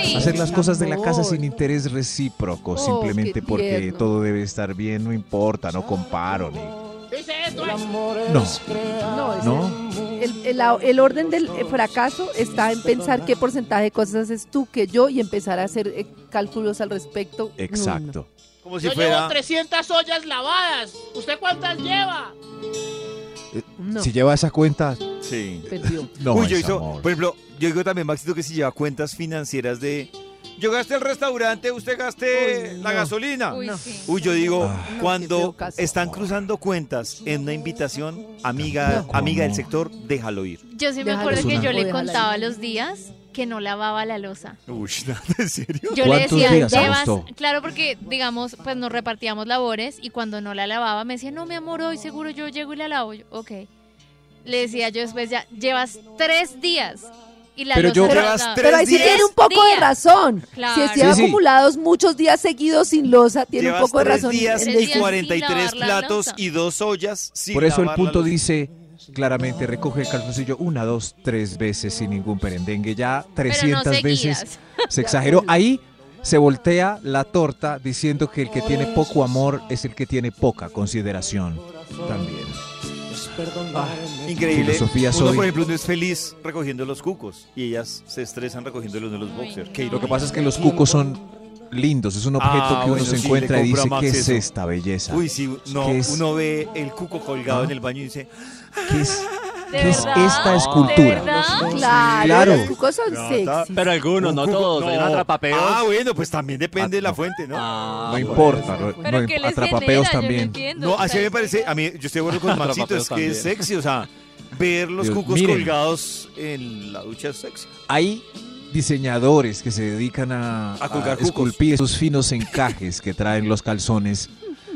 [SPEAKER 3] Sí.
[SPEAKER 4] Hacer las cosas de la casa
[SPEAKER 6] amor.
[SPEAKER 4] sin interés recíproco,
[SPEAKER 6] Oh,
[SPEAKER 4] simplemente
[SPEAKER 6] qué
[SPEAKER 4] porque
[SPEAKER 6] tierno.
[SPEAKER 4] todo debe estar bien, no importa, no comparo. ni-
[SPEAKER 11] Dice esto, ay,
[SPEAKER 4] No,
[SPEAKER 6] no, es
[SPEAKER 4] no.
[SPEAKER 6] El, el- la- el orden del eh, fracaso está en pensar qué porcentaje de cosas haces tú que yo y empezar a hacer eh, cálculos al respecto. No, no.
[SPEAKER 4] Exacto.
[SPEAKER 2] Como si
[SPEAKER 11] Yo
[SPEAKER 2] fuera.
[SPEAKER 11] llevo 300 ollas lavadas. ¿Usted cuántas lleva?
[SPEAKER 4] Eh,
[SPEAKER 6] No.
[SPEAKER 4] Si lleva esa cuenta,
[SPEAKER 2] Sí.
[SPEAKER 6] Perdió.
[SPEAKER 4] no
[SPEAKER 2] Uy, yo
[SPEAKER 4] es
[SPEAKER 2] hizo- pues,
[SPEAKER 4] amor.
[SPEAKER 2] por ejemplo, yo digo también, Maxito, que si lleva cuentas financieras de. Yo gasté el restaurante, usted gaste
[SPEAKER 6] Uy,
[SPEAKER 2] la
[SPEAKER 6] no.
[SPEAKER 2] gasolina.
[SPEAKER 3] Uy, sí.
[SPEAKER 2] Uy, yo digo,
[SPEAKER 4] Ah.
[SPEAKER 6] No, qué
[SPEAKER 2] cuando
[SPEAKER 6] feo caso.
[SPEAKER 2] están cruzando cuentas en una invitación, amiga,
[SPEAKER 4] Tampoco,
[SPEAKER 2] amiga del
[SPEAKER 4] no.
[SPEAKER 2] sector, déjalo ir.
[SPEAKER 3] Yo sí me
[SPEAKER 6] Déjalo
[SPEAKER 3] acuerdo que
[SPEAKER 4] sonar.
[SPEAKER 3] yo le
[SPEAKER 6] Déjala ahí.
[SPEAKER 3] contaba los días que no lavaba la losa.
[SPEAKER 2] Uy, ¿en serio?
[SPEAKER 3] Yo le
[SPEAKER 4] ¿Cuántos
[SPEAKER 3] decía,
[SPEAKER 4] días,
[SPEAKER 3] llevas,
[SPEAKER 4] Augusto?
[SPEAKER 3] claro, porque digamos, pues nos repartíamos labores y cuando no la lavaba me decía, no, mi amor, hoy seguro yo llego y la lavo. Yo, ok. Le decía yo después, ya llevas tres días y la
[SPEAKER 4] Pero
[SPEAKER 3] losa
[SPEAKER 4] yo-
[SPEAKER 3] no
[SPEAKER 2] Llevas
[SPEAKER 3] lavada".
[SPEAKER 2] tres
[SPEAKER 6] Pero ahí sí
[SPEAKER 2] días.
[SPEAKER 6] tiene un poco de
[SPEAKER 3] Días.
[SPEAKER 6] razón.
[SPEAKER 3] Claro.
[SPEAKER 6] Si
[SPEAKER 3] Sí,
[SPEAKER 6] están
[SPEAKER 4] sí.
[SPEAKER 6] acumulados muchos días seguidos sin losa, tiene
[SPEAKER 2] Llevas
[SPEAKER 6] un poco de
[SPEAKER 2] tres
[SPEAKER 6] razón.
[SPEAKER 2] días
[SPEAKER 6] en
[SPEAKER 3] Tres
[SPEAKER 2] y
[SPEAKER 6] decir-
[SPEAKER 3] días sin
[SPEAKER 2] 43
[SPEAKER 3] lavar la
[SPEAKER 2] platos
[SPEAKER 3] loza.
[SPEAKER 2] y dos ollas sin
[SPEAKER 4] Por eso el
[SPEAKER 2] lavar la
[SPEAKER 4] punto
[SPEAKER 2] loza.
[SPEAKER 4] dice claramente, recoge el calzoncillo una, dos, tres veces sin ningún perendengue. Ya
[SPEAKER 3] Pero no
[SPEAKER 4] 300 veces
[SPEAKER 3] seguías.
[SPEAKER 4] se exageró. Ahí se voltea la torta diciendo que el que tiene poco amor es el que tiene poca consideración. También.
[SPEAKER 2] Ah, increíble.
[SPEAKER 4] Filosofía
[SPEAKER 2] Uno,
[SPEAKER 4] soy.
[SPEAKER 2] por ejemplo, no es feliz recogiendo los cucos y ellas se estresan recogiendo los de los boxers.
[SPEAKER 4] Lo que pasa es que los cucos son lindos, es un objeto
[SPEAKER 2] Ah,
[SPEAKER 4] que uno
[SPEAKER 2] bueno,
[SPEAKER 4] se
[SPEAKER 2] sí,
[SPEAKER 4] encuentra
[SPEAKER 2] le
[SPEAKER 4] y
[SPEAKER 2] compra
[SPEAKER 4] dice,
[SPEAKER 2] más
[SPEAKER 4] ¿qué es
[SPEAKER 2] eso.
[SPEAKER 4] esta belleza?
[SPEAKER 2] Uy, sí, no,
[SPEAKER 4] ¿Qué es, ¿Ah?
[SPEAKER 2] uno ve el cuco colgado en el baño y dice,
[SPEAKER 4] qué es-
[SPEAKER 3] ¿De
[SPEAKER 4] qué es
[SPEAKER 3] verdad?
[SPEAKER 4] esta
[SPEAKER 3] ¿De
[SPEAKER 4] escultura?
[SPEAKER 3] verdad?
[SPEAKER 6] Claro,
[SPEAKER 4] Claro.
[SPEAKER 6] los cucos son sexy.
[SPEAKER 5] Pero algunos, no todos. Hay un atrapapeos.
[SPEAKER 2] Ah, bueno, pues también
[SPEAKER 4] Ah,
[SPEAKER 2] depende de la fuente, ¿no?
[SPEAKER 4] No importa, no,
[SPEAKER 3] Pero
[SPEAKER 4] no,
[SPEAKER 3] ¿qué les
[SPEAKER 4] atrapapeos
[SPEAKER 3] genera? Yo no
[SPEAKER 4] también.
[SPEAKER 3] entiendo.
[SPEAKER 2] No, así me parece, a mí, yo estoy de acuerdo con Maxito,
[SPEAKER 5] Atrapapeos
[SPEAKER 2] es que es
[SPEAKER 5] también.
[SPEAKER 2] sexy, o sea, ver los
[SPEAKER 4] Dios,
[SPEAKER 2] cucos
[SPEAKER 4] miren.
[SPEAKER 2] colgados en la ducha es sexy.
[SPEAKER 4] Hay diseñadores que se dedican a,
[SPEAKER 2] A colgar
[SPEAKER 4] a
[SPEAKER 2] cucos.
[SPEAKER 4] esculpir esos finos encajes que traen los calzones.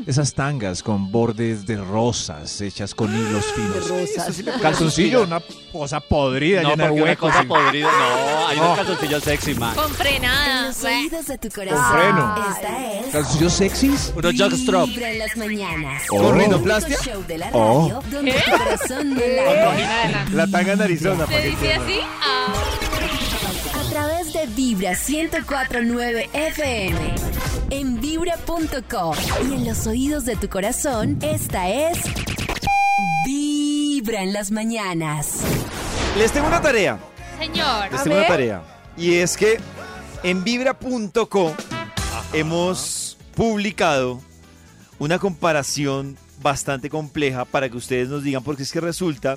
[SPEAKER 4] Esas tangas con bordes de rosas hechas con hilos finos.
[SPEAKER 6] Rosas.
[SPEAKER 4] Calzoncillo, una cosa podrida,
[SPEAKER 5] No,
[SPEAKER 4] llena de
[SPEAKER 5] porque una
[SPEAKER 4] huecos.
[SPEAKER 5] cosa
[SPEAKER 4] y-
[SPEAKER 5] podrida. No, hay
[SPEAKER 4] No.
[SPEAKER 5] unos calzoncillos sexy, man.
[SPEAKER 3] Con
[SPEAKER 7] En
[SPEAKER 3] frenada.
[SPEAKER 7] los oídos de tu
[SPEAKER 4] Con
[SPEAKER 7] corazón.
[SPEAKER 4] freno.
[SPEAKER 7] Esta es.
[SPEAKER 4] ¿Calzoncillos sexys?
[SPEAKER 5] Unos jogstrop.
[SPEAKER 7] Vibra en las mañanas.
[SPEAKER 4] Oh.
[SPEAKER 7] El
[SPEAKER 4] ¿Con
[SPEAKER 2] rinoplastia?
[SPEAKER 7] único show de la
[SPEAKER 4] Oh.
[SPEAKER 7] radio donde tu corazón no late.
[SPEAKER 2] La tanga en Arizona.
[SPEAKER 3] ¿Se dice así? Ah,
[SPEAKER 7] A través de Vibra 1049 FM. En vibra.com. Y en los oídos de tu corazón, esta es. Vibra en las mañanas.
[SPEAKER 2] Les tengo una tarea.
[SPEAKER 3] señor.
[SPEAKER 2] Les tengo una tarea. Y es que en vibra.co hemos publicado una comparación bastante compleja para que ustedes nos digan, porque es que resulta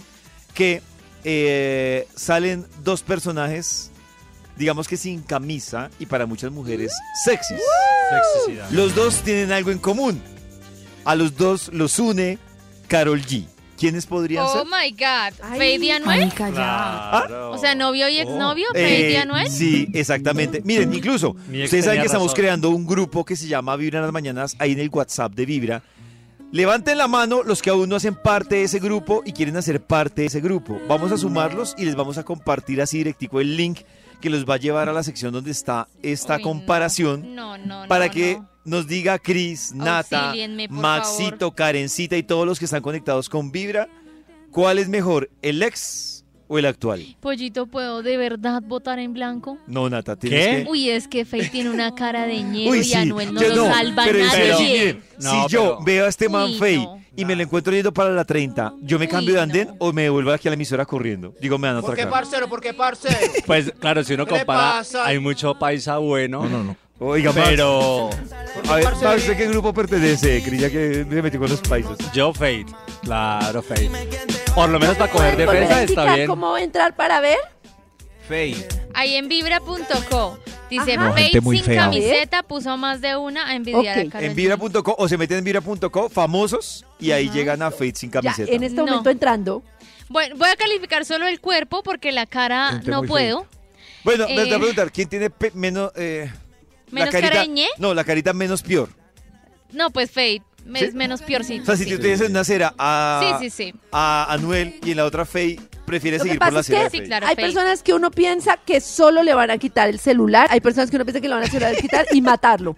[SPEAKER 2] que eh, salen dos personajes, digamos que sin camisa y para muchas mujeres sexys. Los dos tienen algo en común. A los dos los une Carol G. ¿Quiénes podrían
[SPEAKER 3] Oh
[SPEAKER 2] ser?
[SPEAKER 3] my God.
[SPEAKER 6] Ay.
[SPEAKER 3] ¿Baby Anuel? O sea, novio y exnovio, Baby
[SPEAKER 2] Eh,
[SPEAKER 3] Anuel.
[SPEAKER 2] Sí, exactamente. Miren, incluso,
[SPEAKER 5] Mi ex
[SPEAKER 2] ustedes saben
[SPEAKER 5] tenía
[SPEAKER 2] que estamos
[SPEAKER 5] razón.
[SPEAKER 2] creando un grupo que se llama Vibra en las Mañanas ahí en el WhatsApp de Vibra. Levanten la mano los que aún no hacen parte de ese grupo y quieren hacer parte de ese grupo. Vamos a sumarlos y les vamos a compartir así directico el link que los va a llevar a la sección donde está esta
[SPEAKER 3] Uy, no.
[SPEAKER 2] comparación
[SPEAKER 3] No, no, no.
[SPEAKER 2] para que
[SPEAKER 3] no.
[SPEAKER 2] nos diga Cris, Nata,
[SPEAKER 3] Auxílienme, por
[SPEAKER 2] Maxito, Karencita y todos los que están conectados con Vibra, ¿cuál es mejor, el ex o el actual?
[SPEAKER 3] Pollito, ¿puedo de verdad votar en blanco?
[SPEAKER 2] No, Nata, tienes
[SPEAKER 5] ¿Qué?
[SPEAKER 2] que...
[SPEAKER 3] Uy, es que Faye tiene una cara de ñero
[SPEAKER 2] Uy,
[SPEAKER 3] y
[SPEAKER 2] sí,
[SPEAKER 3] Anuel no
[SPEAKER 2] yo
[SPEAKER 3] lo
[SPEAKER 2] no,
[SPEAKER 3] salva
[SPEAKER 2] pero en
[SPEAKER 3] nadie.
[SPEAKER 2] serio,
[SPEAKER 5] No,
[SPEAKER 2] si yo
[SPEAKER 5] pero-
[SPEAKER 2] veo a este man
[SPEAKER 3] Uy,
[SPEAKER 2] fey
[SPEAKER 3] no.
[SPEAKER 2] y me lo encuentro yendo para la 30, ¿yo me
[SPEAKER 3] Uy,
[SPEAKER 2] cambio de
[SPEAKER 3] no.
[SPEAKER 2] andén o me devuelvo aquí a la emisora corriendo? Digo, me van a
[SPEAKER 11] ¿Por qué,
[SPEAKER 2] atracar.
[SPEAKER 11] parcero? ¿Por qué, parcero?
[SPEAKER 5] Pues claro, si uno
[SPEAKER 11] ¿Qué le
[SPEAKER 5] compara,
[SPEAKER 11] pasa?
[SPEAKER 5] hay mucho paisa bueno.
[SPEAKER 4] No, no,
[SPEAKER 2] Oiga, Max,
[SPEAKER 5] Pero
[SPEAKER 2] a ver,
[SPEAKER 11] parce-
[SPEAKER 2] Max, ¿de qué grupo pertenece? Cris, ya que se metió con los países.
[SPEAKER 5] yo Fate, claro Fate. Por lo menos para coger
[SPEAKER 6] ¿Pueden volver
[SPEAKER 5] defensa
[SPEAKER 6] a
[SPEAKER 5] está
[SPEAKER 6] indicar
[SPEAKER 5] bien.
[SPEAKER 6] cómo va a entrar para ver?
[SPEAKER 3] Ahí en vibra.co. Dice,
[SPEAKER 6] Ajá.
[SPEAKER 4] No,
[SPEAKER 3] Faith
[SPEAKER 4] gente muy
[SPEAKER 3] sin
[SPEAKER 4] fea.
[SPEAKER 3] camiseta puso más de una a envidiar
[SPEAKER 6] Ok.
[SPEAKER 3] a Karol
[SPEAKER 2] En
[SPEAKER 3] G.
[SPEAKER 2] vibra.co o se meten en vibra.co, famosos, y ahí llegan a Fate sin
[SPEAKER 6] Ya,
[SPEAKER 2] camiseta.
[SPEAKER 6] en este
[SPEAKER 3] No.
[SPEAKER 6] momento entrando.
[SPEAKER 3] Bueno, voy a calificar solo el cuerpo porque la cara
[SPEAKER 4] Gente
[SPEAKER 3] no
[SPEAKER 4] muy
[SPEAKER 3] puedo.
[SPEAKER 2] Bueno, les voy
[SPEAKER 3] Eh.
[SPEAKER 2] a preguntar, ¿quién tiene pe- menos... eh,
[SPEAKER 3] ¿Menos cara de ñe?
[SPEAKER 2] No, la carita menos peor.
[SPEAKER 3] No, pues Faith
[SPEAKER 2] ¿Sí?
[SPEAKER 3] es menos
[SPEAKER 2] O
[SPEAKER 3] piorcito.
[SPEAKER 2] sea, si
[SPEAKER 3] Sí,
[SPEAKER 2] tú tienes en una cera a,
[SPEAKER 3] sí, sí. sí.
[SPEAKER 2] a Anuel y en la otra Fey, prefieres
[SPEAKER 6] Lo que
[SPEAKER 2] seguir por
[SPEAKER 6] pasa
[SPEAKER 2] la
[SPEAKER 6] es
[SPEAKER 2] cera
[SPEAKER 6] que-
[SPEAKER 2] de
[SPEAKER 3] Sí,
[SPEAKER 2] Fey.
[SPEAKER 3] claro,
[SPEAKER 6] Hay
[SPEAKER 3] Faith.
[SPEAKER 6] personas que uno piensa que solo le van a quitar el celular, hay personas que uno piensa que le van a celular- quitar y matarlo.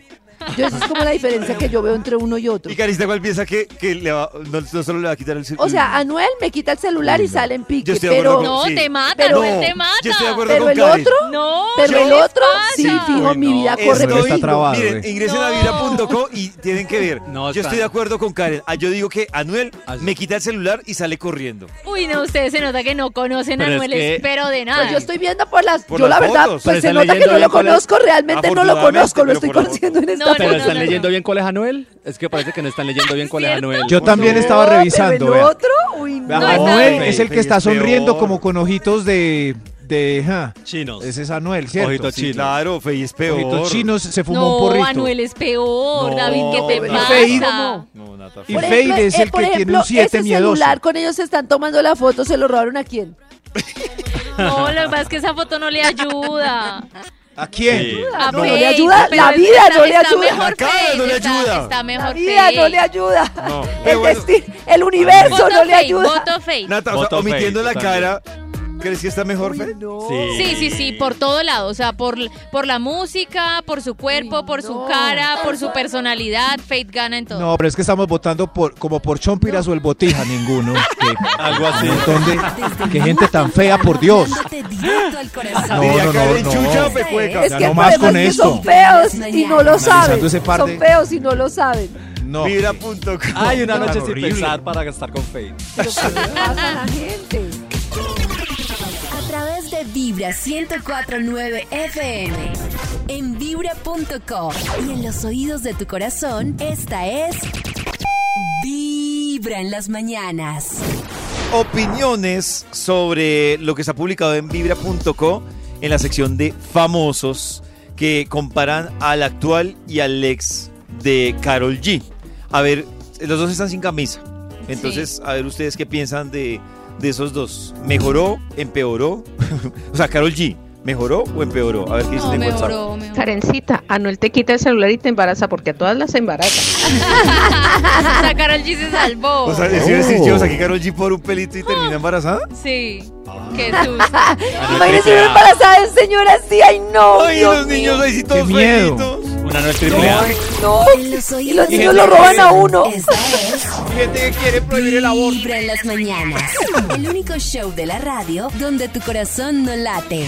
[SPEAKER 6] Yo esa es como la diferencia que yo veo entre uno y otro.
[SPEAKER 2] Y Carista, ¿cuál piensa que, que le va- no, no solo le va a quitar el celular?
[SPEAKER 6] O sea, Anuel me quita el celular y
[SPEAKER 4] Uy, no.
[SPEAKER 6] sale en pique,
[SPEAKER 2] Yo estoy de acuerdo
[SPEAKER 6] pero,
[SPEAKER 2] con-
[SPEAKER 3] No,
[SPEAKER 2] Sí.
[SPEAKER 3] te mata,
[SPEAKER 6] Pero-
[SPEAKER 3] Anuel, te
[SPEAKER 2] No,
[SPEAKER 3] mata.
[SPEAKER 2] yo estoy de acuerdo
[SPEAKER 6] pero
[SPEAKER 2] con
[SPEAKER 6] el
[SPEAKER 2] Karen.
[SPEAKER 6] otro,
[SPEAKER 3] No,
[SPEAKER 6] pero
[SPEAKER 3] ¿qué
[SPEAKER 6] el
[SPEAKER 3] les
[SPEAKER 6] otro,
[SPEAKER 3] pasa?
[SPEAKER 6] sí, fijo, mi vida
[SPEAKER 4] Estoy-
[SPEAKER 6] corre
[SPEAKER 4] Está
[SPEAKER 6] peligro.
[SPEAKER 4] trabado,
[SPEAKER 2] miren,
[SPEAKER 4] eh.
[SPEAKER 2] ingresen a
[SPEAKER 3] No.
[SPEAKER 2] vibra.co y tienen que ver.
[SPEAKER 5] No,
[SPEAKER 2] yo
[SPEAKER 5] está-
[SPEAKER 2] estoy de acuerdo con Karen. Ah, Yo digo que Anuel
[SPEAKER 5] Ah, sí.
[SPEAKER 2] me quita el celular y sale corriendo.
[SPEAKER 3] Uy, no, ustedes se nota que no conocen a
[SPEAKER 5] Pero es
[SPEAKER 3] Anuel,
[SPEAKER 5] que-
[SPEAKER 3] espero de nada.
[SPEAKER 6] Pues Yo estoy viendo por las.
[SPEAKER 2] Por
[SPEAKER 6] yo,
[SPEAKER 2] las
[SPEAKER 6] la verdad,
[SPEAKER 2] fotos,
[SPEAKER 6] pues
[SPEAKER 5] pero
[SPEAKER 6] se
[SPEAKER 5] están
[SPEAKER 6] nota que no
[SPEAKER 5] leyendo
[SPEAKER 6] lo
[SPEAKER 5] bien cuál es-
[SPEAKER 6] conozco, realmente no lo
[SPEAKER 2] Afortunadamente,
[SPEAKER 6] conozco, lo
[SPEAKER 2] pero
[SPEAKER 6] estoy
[SPEAKER 2] por la
[SPEAKER 6] conociendo en esta
[SPEAKER 3] No,
[SPEAKER 5] Pero
[SPEAKER 3] no,
[SPEAKER 5] están
[SPEAKER 3] no, no.
[SPEAKER 5] leyendo bien cuál es Anuel. Es que parece que no están leyendo bien cuál es Anuel.
[SPEAKER 4] Yo también estaba
[SPEAKER 6] No,
[SPEAKER 4] revisando.
[SPEAKER 6] Pero el
[SPEAKER 4] vea.
[SPEAKER 6] otro, uy, no.
[SPEAKER 3] No, está
[SPEAKER 4] Anuel
[SPEAKER 3] bien.
[SPEAKER 4] es el que
[SPEAKER 2] Fey
[SPEAKER 4] está
[SPEAKER 2] es peor.
[SPEAKER 4] sonriendo como con ojitos de... de ja.
[SPEAKER 5] chinos.
[SPEAKER 4] Ese es Anuel, ¿cierto?
[SPEAKER 5] Ojitos
[SPEAKER 4] Sí,
[SPEAKER 5] chinos.
[SPEAKER 2] Claro, Fey es peor.
[SPEAKER 4] Ojitos chinos se fumó un
[SPEAKER 3] no,
[SPEAKER 4] porrito.
[SPEAKER 3] Anuel es peor, David, ¿qué te
[SPEAKER 2] David.
[SPEAKER 3] pasa?
[SPEAKER 4] Faith-
[SPEAKER 2] No, Nata,
[SPEAKER 4] Y
[SPEAKER 2] Fey.
[SPEAKER 4] Fade es el
[SPEAKER 6] por
[SPEAKER 4] que tiene
[SPEAKER 6] ejemplo,
[SPEAKER 4] un siete
[SPEAKER 6] ese
[SPEAKER 4] miedoso.
[SPEAKER 6] celular con ellos se están tomando la foto, ¿se lo robaron a quién?
[SPEAKER 3] No, lo que pasa es que esa foto no le ayuda.
[SPEAKER 4] ¿A quién?
[SPEAKER 5] Sí.
[SPEAKER 3] A
[SPEAKER 6] No, no
[SPEAKER 3] Faith,
[SPEAKER 6] le ayuda,
[SPEAKER 3] Ah, pero
[SPEAKER 6] la
[SPEAKER 3] es-
[SPEAKER 6] vida
[SPEAKER 3] está-
[SPEAKER 6] no le
[SPEAKER 3] está
[SPEAKER 6] ayuda.
[SPEAKER 3] mejor
[SPEAKER 2] La cara
[SPEAKER 3] Faith,
[SPEAKER 2] no le
[SPEAKER 3] está-
[SPEAKER 2] ayuda.
[SPEAKER 3] Está mejor
[SPEAKER 6] La vida
[SPEAKER 3] Faith.
[SPEAKER 6] no le ayuda.
[SPEAKER 2] No,
[SPEAKER 6] el
[SPEAKER 2] pero bueno.
[SPEAKER 6] destino, el universo
[SPEAKER 3] Voto
[SPEAKER 6] no le
[SPEAKER 3] Faith,
[SPEAKER 6] ayuda.
[SPEAKER 3] Voto Faith.
[SPEAKER 2] Nata, o sea,
[SPEAKER 5] Voto Fey,
[SPEAKER 2] omitiendo la
[SPEAKER 5] yo
[SPEAKER 2] cara, ¿crees que está mejor, Fey?
[SPEAKER 3] Sí, sí, sí, por todo lado, o sea, por, por la música, por su cuerpo, por su
[SPEAKER 6] no.
[SPEAKER 3] cara, por su personalidad, Faith gana en todo.
[SPEAKER 4] No, pero es que estamos votando por como por Chompiras o el Botija, ninguno. Que-
[SPEAKER 2] Algo así.
[SPEAKER 4] un montón de-
[SPEAKER 7] Desde
[SPEAKER 4] qué
[SPEAKER 7] muy
[SPEAKER 4] gente tan fea, por Dios.
[SPEAKER 7] hablándote directo al corazón.
[SPEAKER 4] No,
[SPEAKER 2] Diría
[SPEAKER 4] no, no,
[SPEAKER 2] Karen,
[SPEAKER 4] no.
[SPEAKER 2] chucha o
[SPEAKER 7] Esta
[SPEAKER 2] pecueca.
[SPEAKER 7] es
[SPEAKER 6] Es
[SPEAKER 4] Ya
[SPEAKER 6] que
[SPEAKER 4] no
[SPEAKER 6] el
[SPEAKER 4] más
[SPEAKER 6] problema
[SPEAKER 4] con
[SPEAKER 6] es que son
[SPEAKER 4] esto.
[SPEAKER 6] feos y no lo saben.
[SPEAKER 4] ese par de-
[SPEAKER 6] Son feos y no lo saben.
[SPEAKER 5] No.
[SPEAKER 17] Vibra.com.
[SPEAKER 5] Hay una
[SPEAKER 17] Tan
[SPEAKER 5] noche sin
[SPEAKER 17] horrible.
[SPEAKER 5] pensar para gastar con Fade.
[SPEAKER 7] la gente?
[SPEAKER 6] A
[SPEAKER 7] través de Vibra 104.9 FM. En Vibra.com. Y en los oídos de tu corazón, esta es... Vibra en las mañanas.
[SPEAKER 2] opiniones sobre lo que se ha publicado en vibra.co en la sección de famosos que comparan al actual y al ex de Carol G. A ver, los dos están sin camisa. Entonces, a ver ustedes qué piensan de, de esos dos. ¿Mejoró? ¿Empeoró? o sea, Carol G. ¿Mejoró o empeoró? A ver qué dicen en WhatsApp.
[SPEAKER 18] Karencita, Anuel te quita el celular y te embaraza porque a todas las embaraza.
[SPEAKER 3] sea, Carol G se salvó.
[SPEAKER 2] O sea, si yo
[SPEAKER 7] Oh.
[SPEAKER 2] decir, yo saqué Carol G por un pelito y
[SPEAKER 6] Ah.
[SPEAKER 2] terminé embarazada.
[SPEAKER 3] Sí.
[SPEAKER 2] Ah.
[SPEAKER 3] Qué susto.
[SPEAKER 6] Imagínese una embarazada de un señor así, ay no. Oh,
[SPEAKER 2] Ay,
[SPEAKER 6] Dios
[SPEAKER 2] los niños
[SPEAKER 6] mío.
[SPEAKER 2] ahí sí todos miedos.
[SPEAKER 17] Una no es triple A.
[SPEAKER 6] No, y los
[SPEAKER 17] de
[SPEAKER 6] niños
[SPEAKER 17] la
[SPEAKER 6] lo roban
[SPEAKER 17] gente.
[SPEAKER 6] a uno.
[SPEAKER 7] Gente que quiere prohibir el aborto. Vibra en las mañanas. El único show de la radio donde tu corazón no late.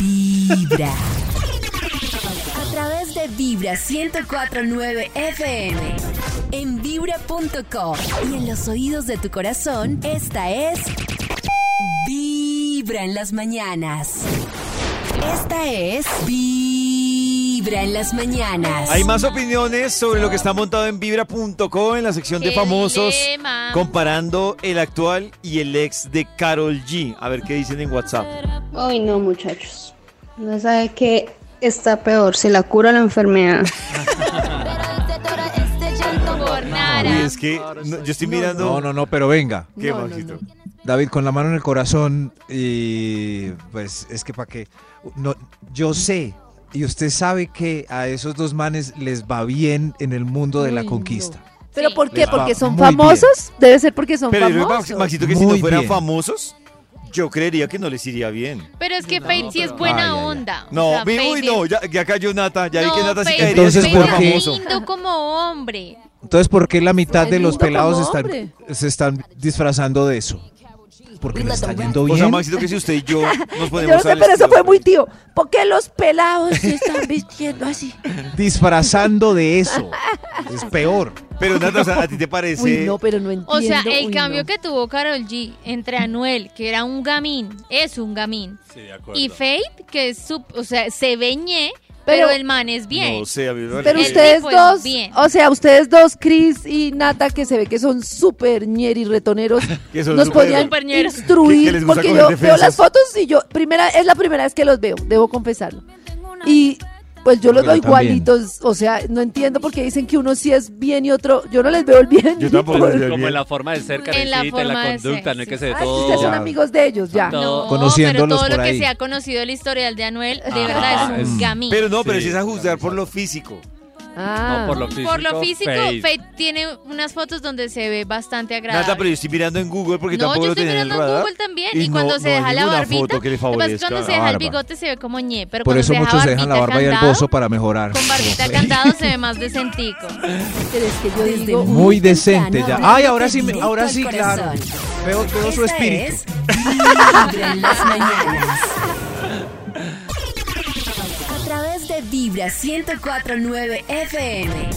[SPEAKER 7] Vibra. A través de Vibra 104.9 FM. En vibra.com. Y en los oídos de tu corazón, esta es... Vibra en las mañanas. Esta es... Vibra en las mañanas.
[SPEAKER 2] Hay más opiniones sobre lo que está montado en vibra.co en la sección de
[SPEAKER 7] ¡Qué
[SPEAKER 2] famosos,
[SPEAKER 7] dilema!
[SPEAKER 2] comparando el actual y el ex de Carol G. A ver qué dicen en WhatsApp.
[SPEAKER 19] Ay, no, muchachos. No sabe qué Eh, está peor, si la cura o la enfermedad.
[SPEAKER 2] Uy, es que no, yo estoy mirando.
[SPEAKER 4] No, no, no, pero venga.
[SPEAKER 2] ¿Qué, No, no, Maxito? no.
[SPEAKER 4] David, con la mano en el corazón y pues es que para qué. No, yo sé y usted sabe que a esos dos manes les va bien en el mundo de la conquista.
[SPEAKER 6] ¿Pero por qué?
[SPEAKER 4] Les va
[SPEAKER 6] ¿Porque son
[SPEAKER 4] muy bien.
[SPEAKER 6] famosos? Debe ser porque son
[SPEAKER 2] Pero yo creo,
[SPEAKER 6] famosos.
[SPEAKER 2] Max- Maxito, que si no
[SPEAKER 4] Muy
[SPEAKER 2] fueran
[SPEAKER 4] bien.
[SPEAKER 2] famosos, yo creería que no les iría bien.
[SPEAKER 3] Pero es que Fate sí es
[SPEAKER 2] Ay,
[SPEAKER 3] buena
[SPEAKER 2] ay, ay.
[SPEAKER 3] onda.
[SPEAKER 2] No,
[SPEAKER 3] O sea,
[SPEAKER 2] vi- uy,
[SPEAKER 3] Fate
[SPEAKER 2] no, ya, ya cayó Nata, ya vi que
[SPEAKER 3] No,
[SPEAKER 2] Nata sí
[SPEAKER 3] Fate-
[SPEAKER 2] caería
[SPEAKER 4] Entonces,
[SPEAKER 2] si
[SPEAKER 3] Fate
[SPEAKER 2] fuera
[SPEAKER 4] ¿por qué?
[SPEAKER 3] es
[SPEAKER 2] famoso.
[SPEAKER 3] lindo como hombre.
[SPEAKER 4] Entonces, ¿por qué la mitad
[SPEAKER 3] El
[SPEAKER 4] de los
[SPEAKER 3] mundo
[SPEAKER 4] pelados
[SPEAKER 3] como
[SPEAKER 4] están,
[SPEAKER 3] hombre.
[SPEAKER 4] se están disfrazando de eso? Porque le está yendo bien.
[SPEAKER 2] O sea, Maxito, que si usted y yo nos
[SPEAKER 6] Yo
[SPEAKER 2] ponemos
[SPEAKER 6] no sé,
[SPEAKER 2] al
[SPEAKER 6] pero eso
[SPEAKER 2] estilo-
[SPEAKER 6] fue muy tío. ¿Por qué los pelados se están vistiendo así?
[SPEAKER 4] Disfrazando de eso. Es peor.
[SPEAKER 2] Pero Nata, o sea, ¿a ti te parece?
[SPEAKER 6] Uy, no, pero no
[SPEAKER 3] O
[SPEAKER 6] entiendo.
[SPEAKER 3] sea, el
[SPEAKER 6] uy,
[SPEAKER 3] cambio
[SPEAKER 6] no.
[SPEAKER 3] que tuvo Carol G entre Anuel, que era un gamín, es un gamín,
[SPEAKER 2] Sí, de acuerdo.
[SPEAKER 3] y Fate, que es su- o sea, se veñé, pero, el man es bien.
[SPEAKER 2] No sé, a mí
[SPEAKER 6] Pero
[SPEAKER 2] me parece-
[SPEAKER 6] ustedes
[SPEAKER 3] tipo es
[SPEAKER 6] dos,
[SPEAKER 3] bien.
[SPEAKER 6] o sea, ustedes dos, Chris y Nata, que se ve que son súper ñeri retoneros,
[SPEAKER 2] Que son
[SPEAKER 6] nos
[SPEAKER 2] súper-
[SPEAKER 6] podían
[SPEAKER 2] Súper ñeros.
[SPEAKER 6] instruir,
[SPEAKER 2] Que- que les gusta
[SPEAKER 6] porque
[SPEAKER 2] coger
[SPEAKER 6] yo veo
[SPEAKER 2] defensas.
[SPEAKER 6] las fotos y yo, primera, es la primera vez que los veo, debo confesarlo. Y pues yo los
[SPEAKER 2] Yo
[SPEAKER 6] veo
[SPEAKER 2] también.
[SPEAKER 6] igualitos, o sea, no entiendo por qué dicen que uno sí es bien y otro, yo no les veo el bien.
[SPEAKER 2] Yo tampoco
[SPEAKER 5] Como
[SPEAKER 2] les veo
[SPEAKER 5] en
[SPEAKER 2] bien.
[SPEAKER 5] la forma de ser,
[SPEAKER 3] En la
[SPEAKER 5] carecita, en la,
[SPEAKER 3] forma de
[SPEAKER 5] conducta, no es que se ve
[SPEAKER 6] Ah,
[SPEAKER 5] todo.
[SPEAKER 6] ustedes son amigos de ellos, ya.
[SPEAKER 5] No,
[SPEAKER 3] pero
[SPEAKER 2] Conociéndolos
[SPEAKER 3] todo lo
[SPEAKER 2] por
[SPEAKER 3] que
[SPEAKER 2] ahí.
[SPEAKER 3] se ha conocido el historial de Anuel, de
[SPEAKER 2] Ah,
[SPEAKER 3] verdad es un
[SPEAKER 2] es-
[SPEAKER 3] gamín.
[SPEAKER 2] Pero no, pero si es a juzgar por lo físico.
[SPEAKER 6] Ah.
[SPEAKER 2] No, por lo
[SPEAKER 3] Por lo físico,
[SPEAKER 2] físico, Fate.
[SPEAKER 3] Fate. tiene unas fotos donde se ve bastante agradable.
[SPEAKER 2] Nata, pero yo estoy mirando en Google porque
[SPEAKER 3] no,
[SPEAKER 2] tampoco
[SPEAKER 3] yo
[SPEAKER 2] lo
[SPEAKER 3] estoy
[SPEAKER 2] tenía en el
[SPEAKER 3] mirando en
[SPEAKER 2] radar.
[SPEAKER 3] Google también.
[SPEAKER 2] Y
[SPEAKER 3] Y, cuando
[SPEAKER 2] no-
[SPEAKER 3] se
[SPEAKER 2] no hay
[SPEAKER 3] deja la
[SPEAKER 2] ninguna
[SPEAKER 3] barbita,
[SPEAKER 2] foto que le
[SPEAKER 3] lo pasa es
[SPEAKER 2] favorezca
[SPEAKER 3] cuando se
[SPEAKER 2] la
[SPEAKER 3] deja el
[SPEAKER 2] barba.
[SPEAKER 3] bigote se ve como ñe, pero
[SPEAKER 4] Por
[SPEAKER 3] cuando
[SPEAKER 4] eso
[SPEAKER 3] se deja
[SPEAKER 4] muchos se dejan la
[SPEAKER 3] barbita
[SPEAKER 4] barba y el
[SPEAKER 3] candado,
[SPEAKER 4] bozo para mejorar.
[SPEAKER 3] Con barbita candado se ve más decentico.
[SPEAKER 6] Pero es que yo digo,
[SPEAKER 4] Muy decente ya. Ay, ahora sí, me-
[SPEAKER 7] Directo
[SPEAKER 4] ahora
[SPEAKER 7] al
[SPEAKER 4] sí, claro.
[SPEAKER 7] corazón.
[SPEAKER 4] Veo todo su
[SPEAKER 7] Esta
[SPEAKER 4] espíritu.
[SPEAKER 7] es Vibra en las mañanas.
[SPEAKER 6] A
[SPEAKER 7] través de Vibra 104.9 FM.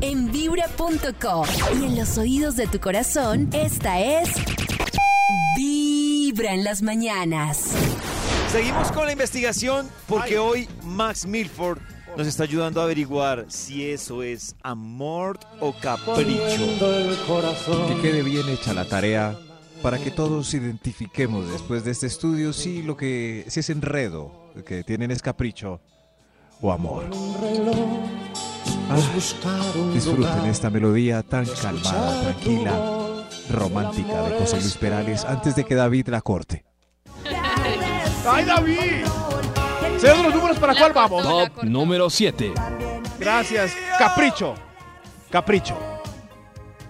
[SPEAKER 7] En vibra.com. Y en los oídos de tu corazón, esta es Vibra en las mañanas.
[SPEAKER 2] Seguimos con la investigación porque hoy Max Milford nos está ayudando a averiguar si eso es amor o capricho.
[SPEAKER 4] Que quede bien hecha la tarea para que todos identifiquemos después de este estudio si lo que si ese enredo que tienen es capricho o amor. Ah, disfruten esta melodía tan calmada, tranquila, romántica de José Luis Perales antes de que David la corte.
[SPEAKER 11] ¡Ay, David! Señor de los números, ¿para cuál vamos?
[SPEAKER 20] Top número 7.
[SPEAKER 1] Gracias. Capricho. Capricho.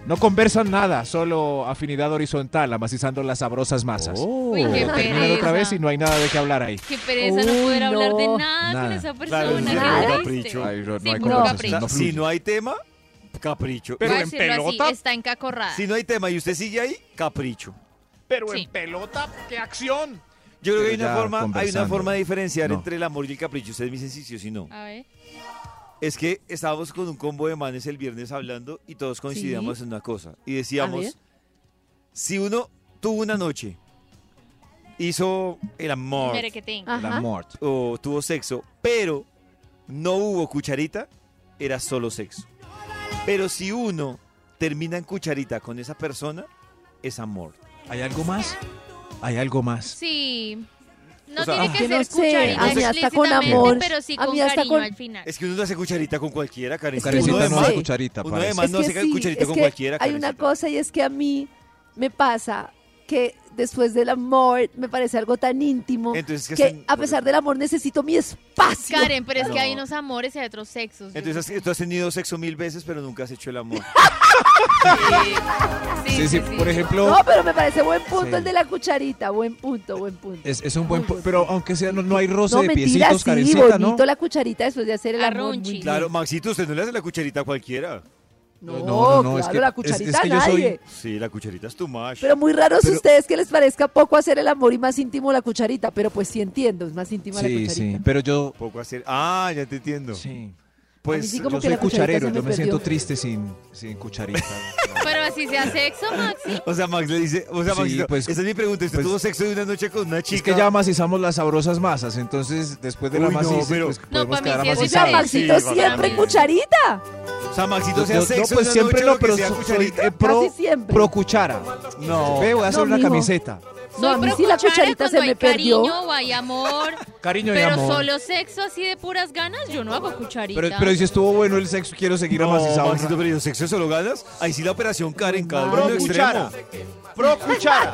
[SPEAKER 4] No conversan nada, solo afinidad horizontal, amacizando las sabrosas masas.
[SPEAKER 2] Oh.
[SPEAKER 3] Uy, qué
[SPEAKER 4] Pero terminan otra
[SPEAKER 3] pereza.
[SPEAKER 4] vez y no hay nada de qué hablar ahí.
[SPEAKER 3] Qué pereza no poder
[SPEAKER 6] Uy,
[SPEAKER 3] hablar de
[SPEAKER 6] no.
[SPEAKER 3] nada, con
[SPEAKER 4] Nada.
[SPEAKER 3] esa persona.
[SPEAKER 4] Claro,
[SPEAKER 2] Claro,
[SPEAKER 3] qué
[SPEAKER 2] no hay
[SPEAKER 3] triste.
[SPEAKER 2] capricho.
[SPEAKER 4] Ay, no, no
[SPEAKER 3] Sí,
[SPEAKER 4] hay
[SPEAKER 3] puro
[SPEAKER 4] conversación,
[SPEAKER 3] capricho.
[SPEAKER 4] no fluye.
[SPEAKER 2] Si no hay tema, capricho.
[SPEAKER 3] Voy a decirlo así, está encacorrada.
[SPEAKER 2] Si no hay tema y usted sigue ahí, capricho.
[SPEAKER 11] Pero en pelota, ¿qué acción?
[SPEAKER 2] Yo creo que
[SPEAKER 4] Pero
[SPEAKER 2] hay una
[SPEAKER 4] ya
[SPEAKER 2] forma, hay una
[SPEAKER 4] conversando.
[SPEAKER 2] forma de diferenciar
[SPEAKER 4] No.
[SPEAKER 2] entre el amor y el capricho. Ustedes me dicen si sí o si no.
[SPEAKER 3] A ver.
[SPEAKER 2] Es que estábamos con un combo de manes el viernes hablando y todos coincidíamos
[SPEAKER 9] Sí.
[SPEAKER 2] en una cosa. Y
[SPEAKER 9] A
[SPEAKER 2] decíamos,
[SPEAKER 9] ver.
[SPEAKER 2] si uno tuvo una noche, hizo el amor,
[SPEAKER 3] Merequetín.
[SPEAKER 2] el
[SPEAKER 3] Ajá.
[SPEAKER 2] amor, o tuvo sexo, pero no hubo cucharita, era solo sexo. Pero si uno termina en cucharita con esa persona, es amor.
[SPEAKER 4] ¿Hay algo más? ¿Hay algo más?
[SPEAKER 3] Sí. No
[SPEAKER 2] O sea,
[SPEAKER 3] tiene que
[SPEAKER 2] que
[SPEAKER 3] ser
[SPEAKER 2] no sé,
[SPEAKER 3] cucharita
[SPEAKER 2] a mí hasta con
[SPEAKER 3] explícitamente,
[SPEAKER 2] amor,
[SPEAKER 3] pero sí
[SPEAKER 6] a
[SPEAKER 3] con
[SPEAKER 6] mí hasta
[SPEAKER 3] cariño
[SPEAKER 6] con-
[SPEAKER 3] al final.
[SPEAKER 2] Es que uno no hace cucharita con cualquiera, Karencita.
[SPEAKER 4] Karencita
[SPEAKER 2] Uno de
[SPEAKER 4] no
[SPEAKER 2] más-
[SPEAKER 4] hace cucharita,
[SPEAKER 2] Uno
[SPEAKER 4] parece.
[SPEAKER 2] de más
[SPEAKER 4] Es
[SPEAKER 2] no
[SPEAKER 4] que
[SPEAKER 2] hace
[SPEAKER 4] sí,
[SPEAKER 2] cucharita
[SPEAKER 4] es
[SPEAKER 2] con
[SPEAKER 4] que
[SPEAKER 2] cualquiera,
[SPEAKER 6] Hay una cosa y es que a mí me pasa que después del amor me parece algo tan íntimo
[SPEAKER 2] Entonces, ¿qué
[SPEAKER 6] que
[SPEAKER 2] hacen?
[SPEAKER 6] a pesar del amor necesito mi espacio.
[SPEAKER 3] Karen, pero es que
[SPEAKER 2] No.
[SPEAKER 3] hay unos amores y hay otros sexos. yo
[SPEAKER 2] Entonces has- tú has tenido sexo mil veces, pero nunca has hecho el amor.
[SPEAKER 4] Sí, sí, por ejemplo...
[SPEAKER 6] No, pero me parece buen punto
[SPEAKER 4] Sí.
[SPEAKER 6] el de la cucharita, buen punto, buen punto.
[SPEAKER 4] Es, es un buen... po- Pero aunque sea, no, no hay roce
[SPEAKER 6] no,
[SPEAKER 4] de
[SPEAKER 6] mentira,
[SPEAKER 4] piecitos,
[SPEAKER 6] sí,
[SPEAKER 4] Karencita, ¿no?
[SPEAKER 6] bonito la cucharita después de hacer el amor. muy bien.
[SPEAKER 2] Claro, Maxito, usted no le hace la cucharita a cualquiera.
[SPEAKER 6] No, no, no, es claro, que- la cucharita es- es que yo soy- nadie.
[SPEAKER 2] Sí, la cucharita es tu más.
[SPEAKER 6] Pero muy raro es ustedes que les parezca poco hacer el amor y más íntimo la cucharita, pero pues sí entiendo, es más íntima la
[SPEAKER 4] Sí,
[SPEAKER 6] cucharita.
[SPEAKER 4] sí, pero yo...
[SPEAKER 2] Poco hacer... Ah, ya te entiendo. Sí.
[SPEAKER 6] A mí
[SPEAKER 2] Pues
[SPEAKER 6] sí como
[SPEAKER 4] Yo
[SPEAKER 6] que la
[SPEAKER 4] soy
[SPEAKER 6] cucharita
[SPEAKER 4] cucharero,
[SPEAKER 6] se me
[SPEAKER 4] yo me
[SPEAKER 6] perdió.
[SPEAKER 4] siento triste Este sin, sin cucharita.
[SPEAKER 3] Pero así sea sexo, Maxi.
[SPEAKER 2] O sea, Max le dice, o sea,
[SPEAKER 4] Sí,
[SPEAKER 2] Maxito,
[SPEAKER 4] pues-
[SPEAKER 2] esa es mi pregunta, ¿usted
[SPEAKER 4] pues-
[SPEAKER 2] tuvo sexo de una noche con una chica?
[SPEAKER 4] Es que ya macizamos las sabrosas masas, entonces después de la
[SPEAKER 2] Uy, no,
[SPEAKER 4] maciza,
[SPEAKER 2] pero-
[SPEAKER 4] pues,
[SPEAKER 2] No,
[SPEAKER 4] podemos
[SPEAKER 2] pa' mí
[SPEAKER 4] quedar
[SPEAKER 2] sí es
[SPEAKER 6] O sea,
[SPEAKER 4] amacizados.
[SPEAKER 6] Maxito siempre cucharita.
[SPEAKER 2] O sea, Maxito, sea
[SPEAKER 4] Yo- yo,
[SPEAKER 2] sexo
[SPEAKER 4] pues
[SPEAKER 2] de una
[SPEAKER 4] siempre
[SPEAKER 2] noche,
[SPEAKER 4] no,
[SPEAKER 2] lo que
[SPEAKER 4] pero
[SPEAKER 2] sea
[SPEAKER 4] soy-
[SPEAKER 2] cucharita.
[SPEAKER 4] soy, eh, pro,
[SPEAKER 6] Casi siempre.
[SPEAKER 4] pro cuchara.
[SPEAKER 2] No.
[SPEAKER 4] Ve, voy a hacer
[SPEAKER 6] No,
[SPEAKER 4] una
[SPEAKER 6] mijo.
[SPEAKER 4] camiseta.
[SPEAKER 6] No, a
[SPEAKER 3] Soy
[SPEAKER 6] mí
[SPEAKER 3] pro
[SPEAKER 6] sí la
[SPEAKER 3] cuchara
[SPEAKER 6] cucharita se
[SPEAKER 3] cuando
[SPEAKER 6] me
[SPEAKER 3] hay cariño
[SPEAKER 6] perdió.
[SPEAKER 3] o hay amor.
[SPEAKER 4] Cariño y
[SPEAKER 3] Pero
[SPEAKER 4] amor.
[SPEAKER 3] solo sexo así de puras ganas, yo no hago cucharita.
[SPEAKER 4] Pero, pero si estuvo bueno el sexo, quiero seguir
[SPEAKER 2] No,
[SPEAKER 4] amacizado.
[SPEAKER 2] Maxito, pero ¿y los sexos solo ganas? Ahí sí la operación Karen, cada uno
[SPEAKER 11] Pro
[SPEAKER 2] en un
[SPEAKER 11] cuchara.
[SPEAKER 2] extremo.
[SPEAKER 11] Pro cuchara.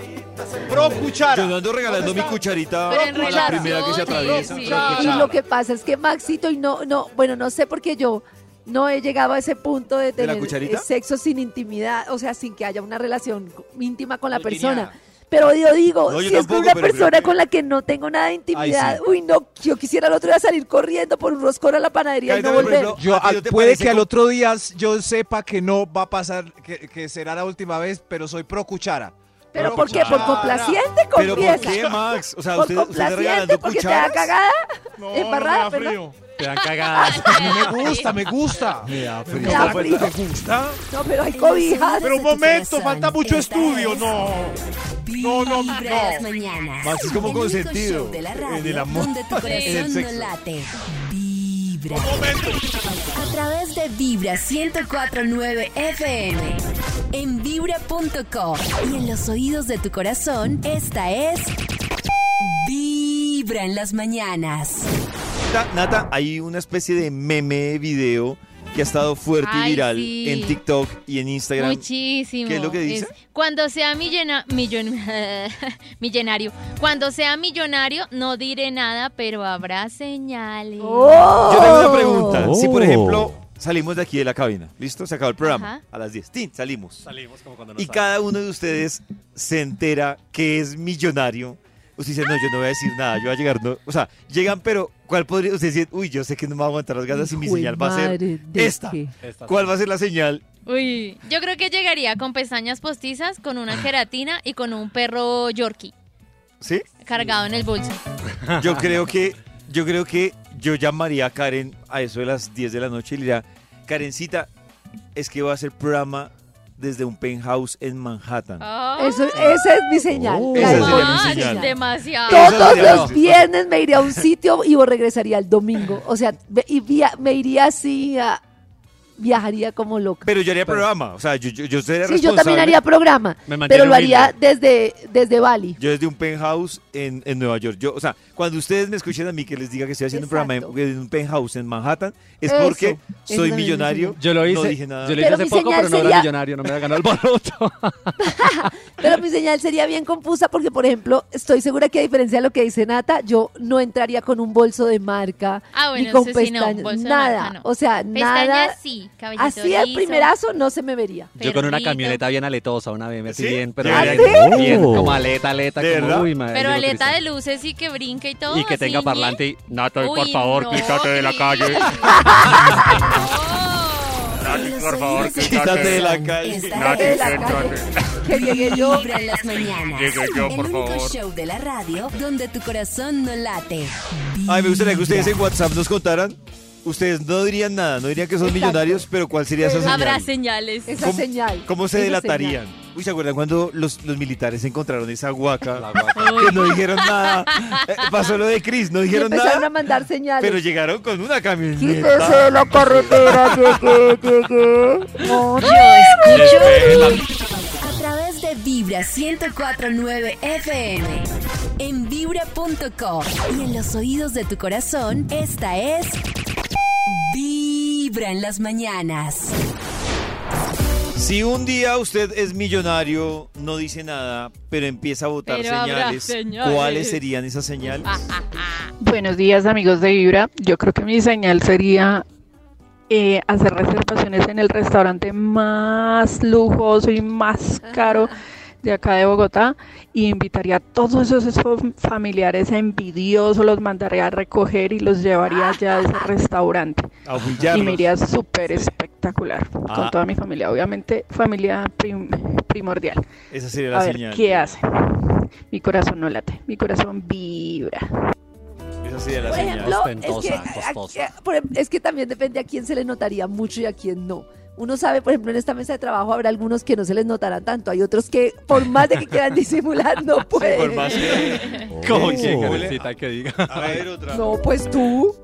[SPEAKER 11] Pro cuchara.
[SPEAKER 2] Yo no ando regalando mi cucharita
[SPEAKER 11] Pero
[SPEAKER 2] a
[SPEAKER 11] en
[SPEAKER 2] Ah, la
[SPEAKER 11] relaciones,
[SPEAKER 2] primera que se atraviesa.
[SPEAKER 11] sí.
[SPEAKER 6] Y lo que pasa es que Maxito y no, no, bueno, no sé por qué yo no he llegado a ese punto de
[SPEAKER 2] la
[SPEAKER 6] tener
[SPEAKER 2] cucharita?
[SPEAKER 6] eh, sexo sin intimidad, o sea, sin que haya una relación íntima con la
[SPEAKER 2] Virginia.
[SPEAKER 6] persona. Pero yo digo,
[SPEAKER 2] No, yo
[SPEAKER 6] si es
[SPEAKER 2] tampoco,
[SPEAKER 6] con una
[SPEAKER 2] pero creo
[SPEAKER 6] persona
[SPEAKER 2] que-
[SPEAKER 6] con la que no tengo nada de intimidad,
[SPEAKER 2] Ay, sí.
[SPEAKER 6] uy, no, yo quisiera al otro día salir corriendo por un roscón a la panadería y no
[SPEAKER 2] Carita, por
[SPEAKER 6] volver.
[SPEAKER 2] ejemplo,
[SPEAKER 4] Yo,
[SPEAKER 2] ¿a ti
[SPEAKER 4] ah,
[SPEAKER 2] no te
[SPEAKER 4] puede
[SPEAKER 2] parece
[SPEAKER 4] que al
[SPEAKER 2] como-
[SPEAKER 4] otro día yo sepa que no va a pasar, que, que será la última vez, pero soy pro cuchara.
[SPEAKER 6] ¿Pero
[SPEAKER 4] Pro
[SPEAKER 6] por qué? ¿Por
[SPEAKER 4] cuchara.
[SPEAKER 6] complaciente?
[SPEAKER 2] ¿Pero por
[SPEAKER 6] Confiesa.
[SPEAKER 2] qué, Max? O sea,
[SPEAKER 6] ¿Por
[SPEAKER 2] usted, usted está
[SPEAKER 6] complaciente?
[SPEAKER 2] regalando
[SPEAKER 6] ¿Porque te da
[SPEAKER 2] cucharas.
[SPEAKER 6] cagada?
[SPEAKER 11] No, no me
[SPEAKER 6] ¿Embarrada,
[SPEAKER 11] da
[SPEAKER 6] perdón?
[SPEAKER 11] frío.
[SPEAKER 2] Te dan cagadas.
[SPEAKER 4] No me gusta, me gusta.
[SPEAKER 2] Me da frío.
[SPEAKER 6] Me da frío.
[SPEAKER 11] gusta?
[SPEAKER 6] No, pero hay cobijas.
[SPEAKER 11] Pero un momento, falta mucho estudio, no. No, no, no.
[SPEAKER 7] Vibra en las mañanas.
[SPEAKER 2] Max, es como
[SPEAKER 7] El único
[SPEAKER 2] consentido
[SPEAKER 7] show de la
[SPEAKER 2] en
[SPEAKER 7] radio
[SPEAKER 2] el amor,
[SPEAKER 7] Donde tu
[SPEAKER 2] en el
[SPEAKER 7] corazón no
[SPEAKER 2] sexo.
[SPEAKER 7] late. Vibra. A través de Vibra 1049 FM. En vibra.com. Y en los oídos de tu corazón, esta es. Vibra en las mañanas.
[SPEAKER 2] Nata, Nata, hay una especie de meme video que ha estado fuerte y
[SPEAKER 3] Ay,
[SPEAKER 2] viral
[SPEAKER 3] sí.
[SPEAKER 2] en TikTok y en Instagram.
[SPEAKER 3] Muchísimo.
[SPEAKER 2] ¿Qué es lo que dice?
[SPEAKER 3] cuando sea millena- millon- millonario. Cuando sea millonario, no diré nada, pero habrá señales.
[SPEAKER 2] Yo tengo una pregunta. Si, por ejemplo, salimos de aquí de la cabina, ¿listo? Se acabó el programa.
[SPEAKER 3] Ajá.
[SPEAKER 2] A las 10. ¡Tin! Salimos.
[SPEAKER 5] Salimos como cuando
[SPEAKER 2] y cada uno de ustedes se entera que es millonario. Usted dice, no, yo no voy a decir nada, yo voy a llegar. No. O sea, llegan, pero ¿cuál podría usted decir? Uy, yo sé que no me va a aguantar las ganas y mi
[SPEAKER 6] Hijo de
[SPEAKER 2] señal va a ser
[SPEAKER 6] madre, ¿de
[SPEAKER 2] esta.
[SPEAKER 6] qué?
[SPEAKER 2] ¿Cuál va a ser la señal?
[SPEAKER 3] Uy, yo creo que llegaría con pestañas postizas, con una queratina y con un perro yorkie
[SPEAKER 2] ¿Sí?
[SPEAKER 3] cargado en el bolso.
[SPEAKER 2] Yo creo que yo creo que yo llamaría a Karen a eso de las 10 de la noche y le diría, Karencita, es que va a hacer programa desde un penthouse en Manhattan.
[SPEAKER 6] Eso, esa es mi señal.
[SPEAKER 2] Oh.
[SPEAKER 6] Claro.
[SPEAKER 2] Esa sería mi
[SPEAKER 3] Max,
[SPEAKER 2] señal.
[SPEAKER 3] demasiado.
[SPEAKER 2] Eso
[SPEAKER 6] Todos
[SPEAKER 2] sería
[SPEAKER 6] los
[SPEAKER 2] lo-
[SPEAKER 6] viernes me iría a un sitio y vos regresaría el domingo. O sea, ve- y via- me iría así, a- viajaría como loca.
[SPEAKER 2] Pero yo haría programa, o sea, yo, yo, yo sería
[SPEAKER 6] Sí, yo también
[SPEAKER 2] responsable.
[SPEAKER 6] haría programa,
[SPEAKER 2] Me mantiene
[SPEAKER 6] pero lo haría
[SPEAKER 2] humilde.
[SPEAKER 6] desde, desde Bali.
[SPEAKER 2] Yo desde un penthouse en, en Nueva York. Yo, o sea, cuando ustedes me escuchen a mí que les diga que estoy haciendo un programa en, en un penthouse en Manhattan, es
[SPEAKER 6] Eso,
[SPEAKER 2] porque
[SPEAKER 6] eso
[SPEAKER 2] soy
[SPEAKER 6] también es
[SPEAKER 2] millonario.
[SPEAKER 5] Yo lo hice,
[SPEAKER 2] No dije nada.
[SPEAKER 5] yo lo hice
[SPEAKER 6] Pero
[SPEAKER 5] hace
[SPEAKER 6] mi
[SPEAKER 5] poco,
[SPEAKER 6] señal
[SPEAKER 5] pero no era
[SPEAKER 6] sería-
[SPEAKER 5] millonario, no me había ganado el baloto.
[SPEAKER 6] Pero mi señal sería bien confusa porque, por ejemplo, estoy segura que a diferencia de lo que dice Nata, yo no entraría con un bolso de marca
[SPEAKER 3] Ah, bueno,
[SPEAKER 6] ni con
[SPEAKER 3] eso sí, no, un
[SPEAKER 6] pestañas,
[SPEAKER 3] bolso de
[SPEAKER 6] nada.
[SPEAKER 3] marca, no.
[SPEAKER 6] O sea, nada.
[SPEAKER 3] Pestañas sí, cabellito
[SPEAKER 6] Así al
[SPEAKER 3] liso.
[SPEAKER 6] primerazo no se me vería.
[SPEAKER 5] Yo con una
[SPEAKER 3] Perrito.
[SPEAKER 5] camioneta bien aletosa, una BMW así
[SPEAKER 2] ¿Sí?
[SPEAKER 5] bien, pero
[SPEAKER 2] ¿Ah,
[SPEAKER 5] bien,
[SPEAKER 2] sí?
[SPEAKER 5] bien,
[SPEAKER 2] Oh.
[SPEAKER 5] como aleta, aleta,
[SPEAKER 2] ¿De
[SPEAKER 5] como
[SPEAKER 2] verdad?
[SPEAKER 5] uy, madre,
[SPEAKER 3] Pero
[SPEAKER 5] yo
[SPEAKER 3] aleta de
[SPEAKER 5] Cristo.
[SPEAKER 3] luces y que brinque y todo.
[SPEAKER 5] Y que
[SPEAKER 3] así,
[SPEAKER 5] tenga
[SPEAKER 3] ñe.
[SPEAKER 5] parlante y Nato, por
[SPEAKER 3] Uy,
[SPEAKER 5] favor,
[SPEAKER 3] no,
[SPEAKER 5] quítate de la
[SPEAKER 3] Cris.
[SPEAKER 5] calle.
[SPEAKER 7] Por
[SPEAKER 5] favor,
[SPEAKER 2] Quítate de la calle.
[SPEAKER 7] Nati,
[SPEAKER 6] Que llegue yo.
[SPEAKER 7] Vibra en las mañanas.
[SPEAKER 5] Llegué yo, por
[SPEAKER 7] El único
[SPEAKER 5] favor.
[SPEAKER 7] show de la radio donde tu corazón no late.
[SPEAKER 2] Ay, me gustaría que ustedes en WhatsApp nos contaran ustedes no dirían nada, no dirían que son
[SPEAKER 6] Exacto.
[SPEAKER 2] millonarios, pero ¿cuál sería esa señal?
[SPEAKER 3] Habrá señales.
[SPEAKER 6] Esa señal.
[SPEAKER 2] ¿Cómo se
[SPEAKER 6] esa
[SPEAKER 2] delatarían?
[SPEAKER 6] señal.
[SPEAKER 2] Uy, ¿se acuerdan cuando los, los militares encontraron esa guaca? Que no dijeron nada. Eh, Pasó lo de Chris, no
[SPEAKER 6] Y
[SPEAKER 2] dijeron
[SPEAKER 6] empezaron
[SPEAKER 2] nada.
[SPEAKER 6] a mandar señales.
[SPEAKER 2] Pero llegaron con una
[SPEAKER 6] Quítese
[SPEAKER 2] camioneta.
[SPEAKER 6] de la carretera, llegué, llegué.
[SPEAKER 7] No,
[SPEAKER 2] yo
[SPEAKER 7] A través de Vibra 1049 FM. En vibra.com. Y en los oídos de tu corazón, esta es. Vibra en las mañanas.
[SPEAKER 2] Si un día usted es millonario, no dice nada, pero empieza a votar
[SPEAKER 18] Pero habrá
[SPEAKER 2] señales,
[SPEAKER 18] señales.
[SPEAKER 2] ¿cuáles serían esas señales?
[SPEAKER 18] Buenos días amigos de Vibra. Yo creo que mi señal sería eh, hacer reservaciones en el restaurante más lujoso y más caro de acá de Bogotá y invitaría a todos esos fam- familiares envidiosos, los mandaría a recoger y los llevaría allá a ese restaurante.
[SPEAKER 2] A
[SPEAKER 18] Y
[SPEAKER 2] humillarlos.
[SPEAKER 18] me iría súper espectacular
[SPEAKER 2] Ah.
[SPEAKER 18] con toda mi familia. Obviamente familia prim- primordial.
[SPEAKER 2] Esa sería la
[SPEAKER 18] a ver,
[SPEAKER 2] señal.
[SPEAKER 18] ¿qué hace? Mi corazón no late, mi corazón vibra.
[SPEAKER 2] Esa sería la
[SPEAKER 6] Por
[SPEAKER 2] señal.
[SPEAKER 6] ejemplo, es que, a- a- por ejemplo, es que también depende a quién se le notaría mucho y a quién no. Uno sabe, por ejemplo, en esta mesa de trabajo habrá algunos que no se les notarán tanto. Hay otros que, por más de que quieran disimular, no pueden.
[SPEAKER 5] Por más que. Como que Karencita que diga.
[SPEAKER 2] A ver, otra.
[SPEAKER 6] No, pues tú.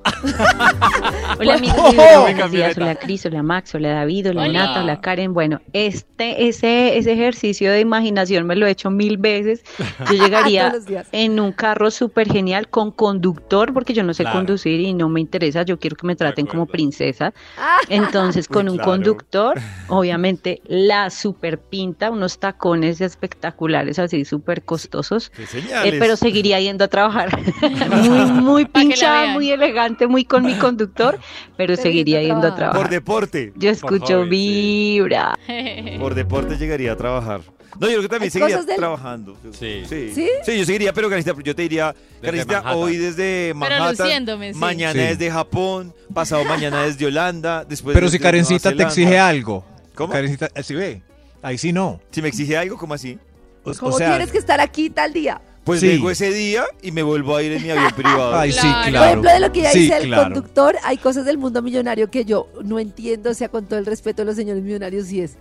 [SPEAKER 17] Hola amigos,
[SPEAKER 6] Oh.
[SPEAKER 17] de Vibra,
[SPEAKER 6] Mi
[SPEAKER 17] buenos días,
[SPEAKER 6] camioneta.
[SPEAKER 17] hola Cris, hola Max, hola David, hola,
[SPEAKER 6] Hola.
[SPEAKER 17] Nata, hola Karen. Bueno, este, ese, ese ejercicio de imaginación me lo he hecho mil veces. Yo llegaría
[SPEAKER 6] ah, Todos los días.
[SPEAKER 17] en un carro súper genial con conductor, porque yo no sé
[SPEAKER 6] Claro.
[SPEAKER 17] conducir y no me interesa, yo quiero que me traten como princesa.
[SPEAKER 6] Ah.
[SPEAKER 17] Entonces,
[SPEAKER 6] Uy,
[SPEAKER 17] con un
[SPEAKER 6] claro.
[SPEAKER 17] conductor, obviamente, la super pinta, unos tacones espectaculares, así súper costosos, eh,
[SPEAKER 2] señales.
[SPEAKER 17] pero seguiría yendo a trabajar. muy, muy pinchada, muy elegante, muy con mi conductor, pero seguiría yendo a trabajar.
[SPEAKER 2] Por deporte.
[SPEAKER 17] Yo
[SPEAKER 2] Por
[SPEAKER 17] escucho
[SPEAKER 2] hobby, sí.
[SPEAKER 17] vibra.
[SPEAKER 2] Por deporte llegaría a trabajar. No, yo creo que también
[SPEAKER 17] Hay
[SPEAKER 2] seguiría
[SPEAKER 17] cosas del-
[SPEAKER 2] trabajando. Sí. sí.
[SPEAKER 17] ¿Sí?
[SPEAKER 2] yo seguiría, pero Karencita, yo te diría, Karencita,
[SPEAKER 5] Manhattan.
[SPEAKER 2] hoy desde Manhattan,
[SPEAKER 3] luciéndome, sí.
[SPEAKER 2] mañana
[SPEAKER 4] Sí.
[SPEAKER 2] desde Japón, pasado mañana desde Holanda, después
[SPEAKER 4] Pero
[SPEAKER 2] desde
[SPEAKER 4] si Karencita te
[SPEAKER 2] Nueva
[SPEAKER 4] exige
[SPEAKER 2] Zelanda.
[SPEAKER 4] algo.
[SPEAKER 2] ¿Cómo?
[SPEAKER 4] Karencita, eh, sí ve. Ahí sí no.
[SPEAKER 2] Si me exige algo, ¿cómo así?
[SPEAKER 4] O, o
[SPEAKER 6] Como
[SPEAKER 4] sea,
[SPEAKER 6] tienes que estar aquí tal día.
[SPEAKER 2] Pues
[SPEAKER 4] Sí.
[SPEAKER 2] vengo ese día y me vuelvo a ir en mi avión privado.
[SPEAKER 4] Ay, sí, Claro.
[SPEAKER 6] Por ejemplo, de lo que ya
[SPEAKER 4] Sí,
[SPEAKER 6] dice el
[SPEAKER 4] claro.
[SPEAKER 6] conductor, hay cosas del mundo millonario que yo no entiendo, o sea, con todo el respeto de los señores millonarios, y es,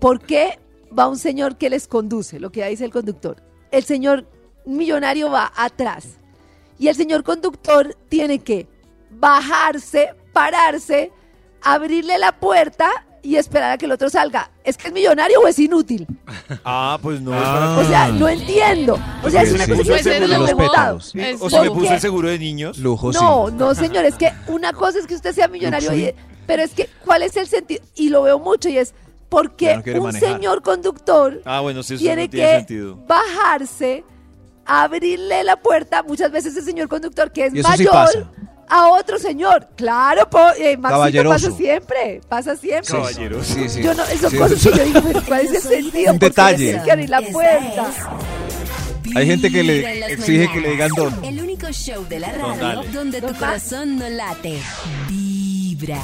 [SPEAKER 6] ¿por qué va un señor que les conduce? Lo que ya dice el conductor. El señor millonario va atrás. Y el señor conductor tiene que bajarse, pararse, abrirle la puerta y esperar a que el otro salga. ¿Es que es millonario o es inútil?
[SPEAKER 2] Ah, pues no.
[SPEAKER 6] O sea, no entiendo. O sea, es una cosa que siempre me he preguntado.
[SPEAKER 3] Eh,
[SPEAKER 2] O si me
[SPEAKER 6] ¿Por
[SPEAKER 2] puso
[SPEAKER 6] qué?
[SPEAKER 2] el seguro de niños.
[SPEAKER 4] Lujo,
[SPEAKER 6] No, no, señor, es que una cosa es que usted sea millonario,
[SPEAKER 2] Luxury.
[SPEAKER 6] oye, pero es que, ¿cuál es el sentido? Y lo veo mucho y es, ¿por
[SPEAKER 2] Ya
[SPEAKER 6] qué
[SPEAKER 2] no quiere
[SPEAKER 6] un
[SPEAKER 2] manejar.
[SPEAKER 6] señor conductor
[SPEAKER 2] Ah, bueno, sí, eso
[SPEAKER 6] tiene
[SPEAKER 2] no tiene
[SPEAKER 6] que
[SPEAKER 2] sentido.
[SPEAKER 6] bajarse, abrirle la puerta? Muchas veces el señor conductor, que es
[SPEAKER 4] Y eso
[SPEAKER 6] mayor,
[SPEAKER 4] sí pasa.
[SPEAKER 6] a otro señor. Claro, po, eh, Maxito
[SPEAKER 4] Caballeroso.
[SPEAKER 6] pasa siempre, pasa siempre.
[SPEAKER 4] Caballeros. Sí, sí.
[SPEAKER 6] Yo no, son
[SPEAKER 4] Sí,
[SPEAKER 6] cosas
[SPEAKER 4] eso-
[SPEAKER 6] que yo digo, pero ¿cuál es el sentido? ¿Por
[SPEAKER 4] Un
[SPEAKER 6] qué le
[SPEAKER 4] detalle.
[SPEAKER 6] tienen que abrir la puerta.
[SPEAKER 4] hay gente que
[SPEAKER 7] Vibra en
[SPEAKER 4] le
[SPEAKER 7] las
[SPEAKER 4] exige que le digan
[SPEAKER 7] mañanas.
[SPEAKER 4] don.
[SPEAKER 7] El único show de la
[SPEAKER 4] Don,
[SPEAKER 7] radio
[SPEAKER 4] dale.
[SPEAKER 7] donde tu corazón no late. Vibra.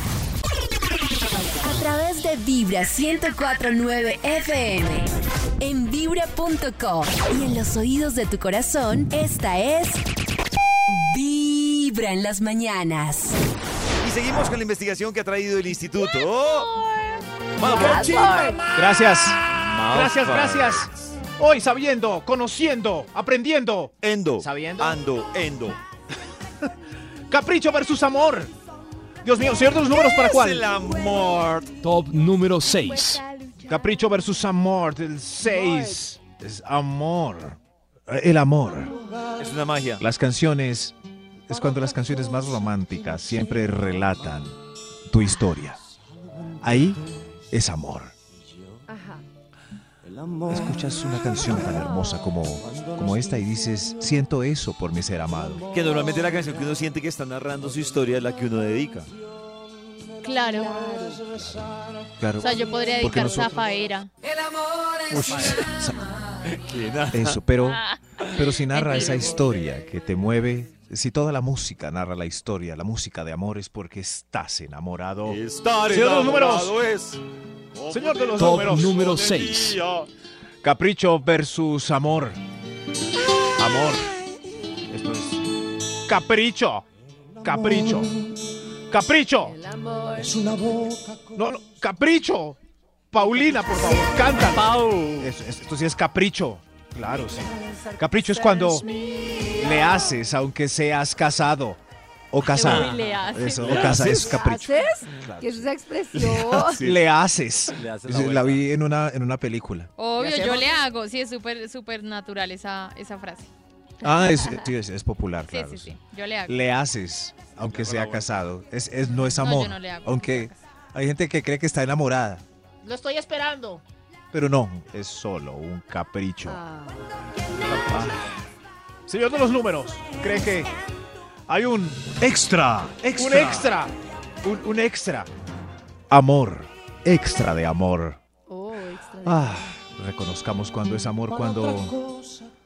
[SPEAKER 7] A través de Vibra 1049 FM. En vibra.com. Y en los oídos de tu corazón, esta es. Vibra en las mañanas.
[SPEAKER 2] Y seguimos con la investigación que ha traído el instituto.
[SPEAKER 1] Gracias.
[SPEAKER 2] Gracias,
[SPEAKER 1] Gracias, gracias. Hoy sabiendo, conociendo, aprendiendo.
[SPEAKER 2] Endo.
[SPEAKER 1] Sabiendo.
[SPEAKER 2] Ando, endo.
[SPEAKER 1] Capricho versus amor. Dios mío, ¿cierto los números para
[SPEAKER 2] es
[SPEAKER 1] cuál?
[SPEAKER 2] el amor.
[SPEAKER 1] Top número 6. Capricho versus amor del 6. Es amor.
[SPEAKER 4] Eh, El amor.
[SPEAKER 2] Es una magia.
[SPEAKER 4] Las canciones es cuando las canciones más románticas siempre relatan tu historia. Ahí es amor. Escuchas una canción tan hermosa como, como esta y dices, siento eso por mi ser amado.
[SPEAKER 2] Que normalmente la canción que uno siente que está narrando su historia es la que uno dedica.
[SPEAKER 3] Claro.
[SPEAKER 4] Claro.
[SPEAKER 3] O sea, yo podría
[SPEAKER 4] Porque
[SPEAKER 3] dedicar
[SPEAKER 4] nosotros-
[SPEAKER 3] Zafaera.
[SPEAKER 4] Ush, sa- Eso, pero, pero si narra esa historia que te mueve, si toda la música narra la historia, la música de amor es porque estás enamorado.
[SPEAKER 2] Estar
[SPEAKER 1] Señor de los
[SPEAKER 2] enamorado
[SPEAKER 1] números. Señor de los
[SPEAKER 4] Top
[SPEAKER 1] números.
[SPEAKER 4] número seis. Capricho versus amor.
[SPEAKER 1] Amor. Esto es. Capricho. Capricho. Capricho.
[SPEAKER 11] Es una boca.
[SPEAKER 1] No, no, capricho. Paulina, por favor, canta. Eso- eso- esto sí es capricho. Claro, sí. Capricho es cuando le haces, aunque seas casado o casada.
[SPEAKER 6] Uy, le haces.
[SPEAKER 1] Eso,
[SPEAKER 6] ¿Le
[SPEAKER 1] o casa
[SPEAKER 6] haces?
[SPEAKER 1] es capricho.
[SPEAKER 6] ¿Le haces? ¿Qué es esa expresión?
[SPEAKER 1] Le haces.
[SPEAKER 4] Le haces
[SPEAKER 1] la
[SPEAKER 4] la, vi en una, en una película.
[SPEAKER 3] Obvio, yo le hago. Sí, es súper, súper natural esa, esa frase.
[SPEAKER 4] Ah, es, sí, es, es popular, claro.
[SPEAKER 3] sí,
[SPEAKER 4] sí.
[SPEAKER 3] sí, sí. Yo le hago.
[SPEAKER 4] Le haces, aunque sea casado. Es, es- no es
[SPEAKER 3] No, yo
[SPEAKER 4] amor.
[SPEAKER 3] no le hago.
[SPEAKER 4] Aunque hay gente que cree que está enamorada,
[SPEAKER 20] Lo estoy esperando.
[SPEAKER 4] pero no, es solo un capricho.
[SPEAKER 3] Ah.
[SPEAKER 1] Ah. Señor de los números, cree que hay un
[SPEAKER 4] Extra,
[SPEAKER 1] un extra, un, un extra.
[SPEAKER 4] Amor, extra de amor.
[SPEAKER 6] Oh, extra.
[SPEAKER 4] Ah, reconozcamos cuando es amor, cuando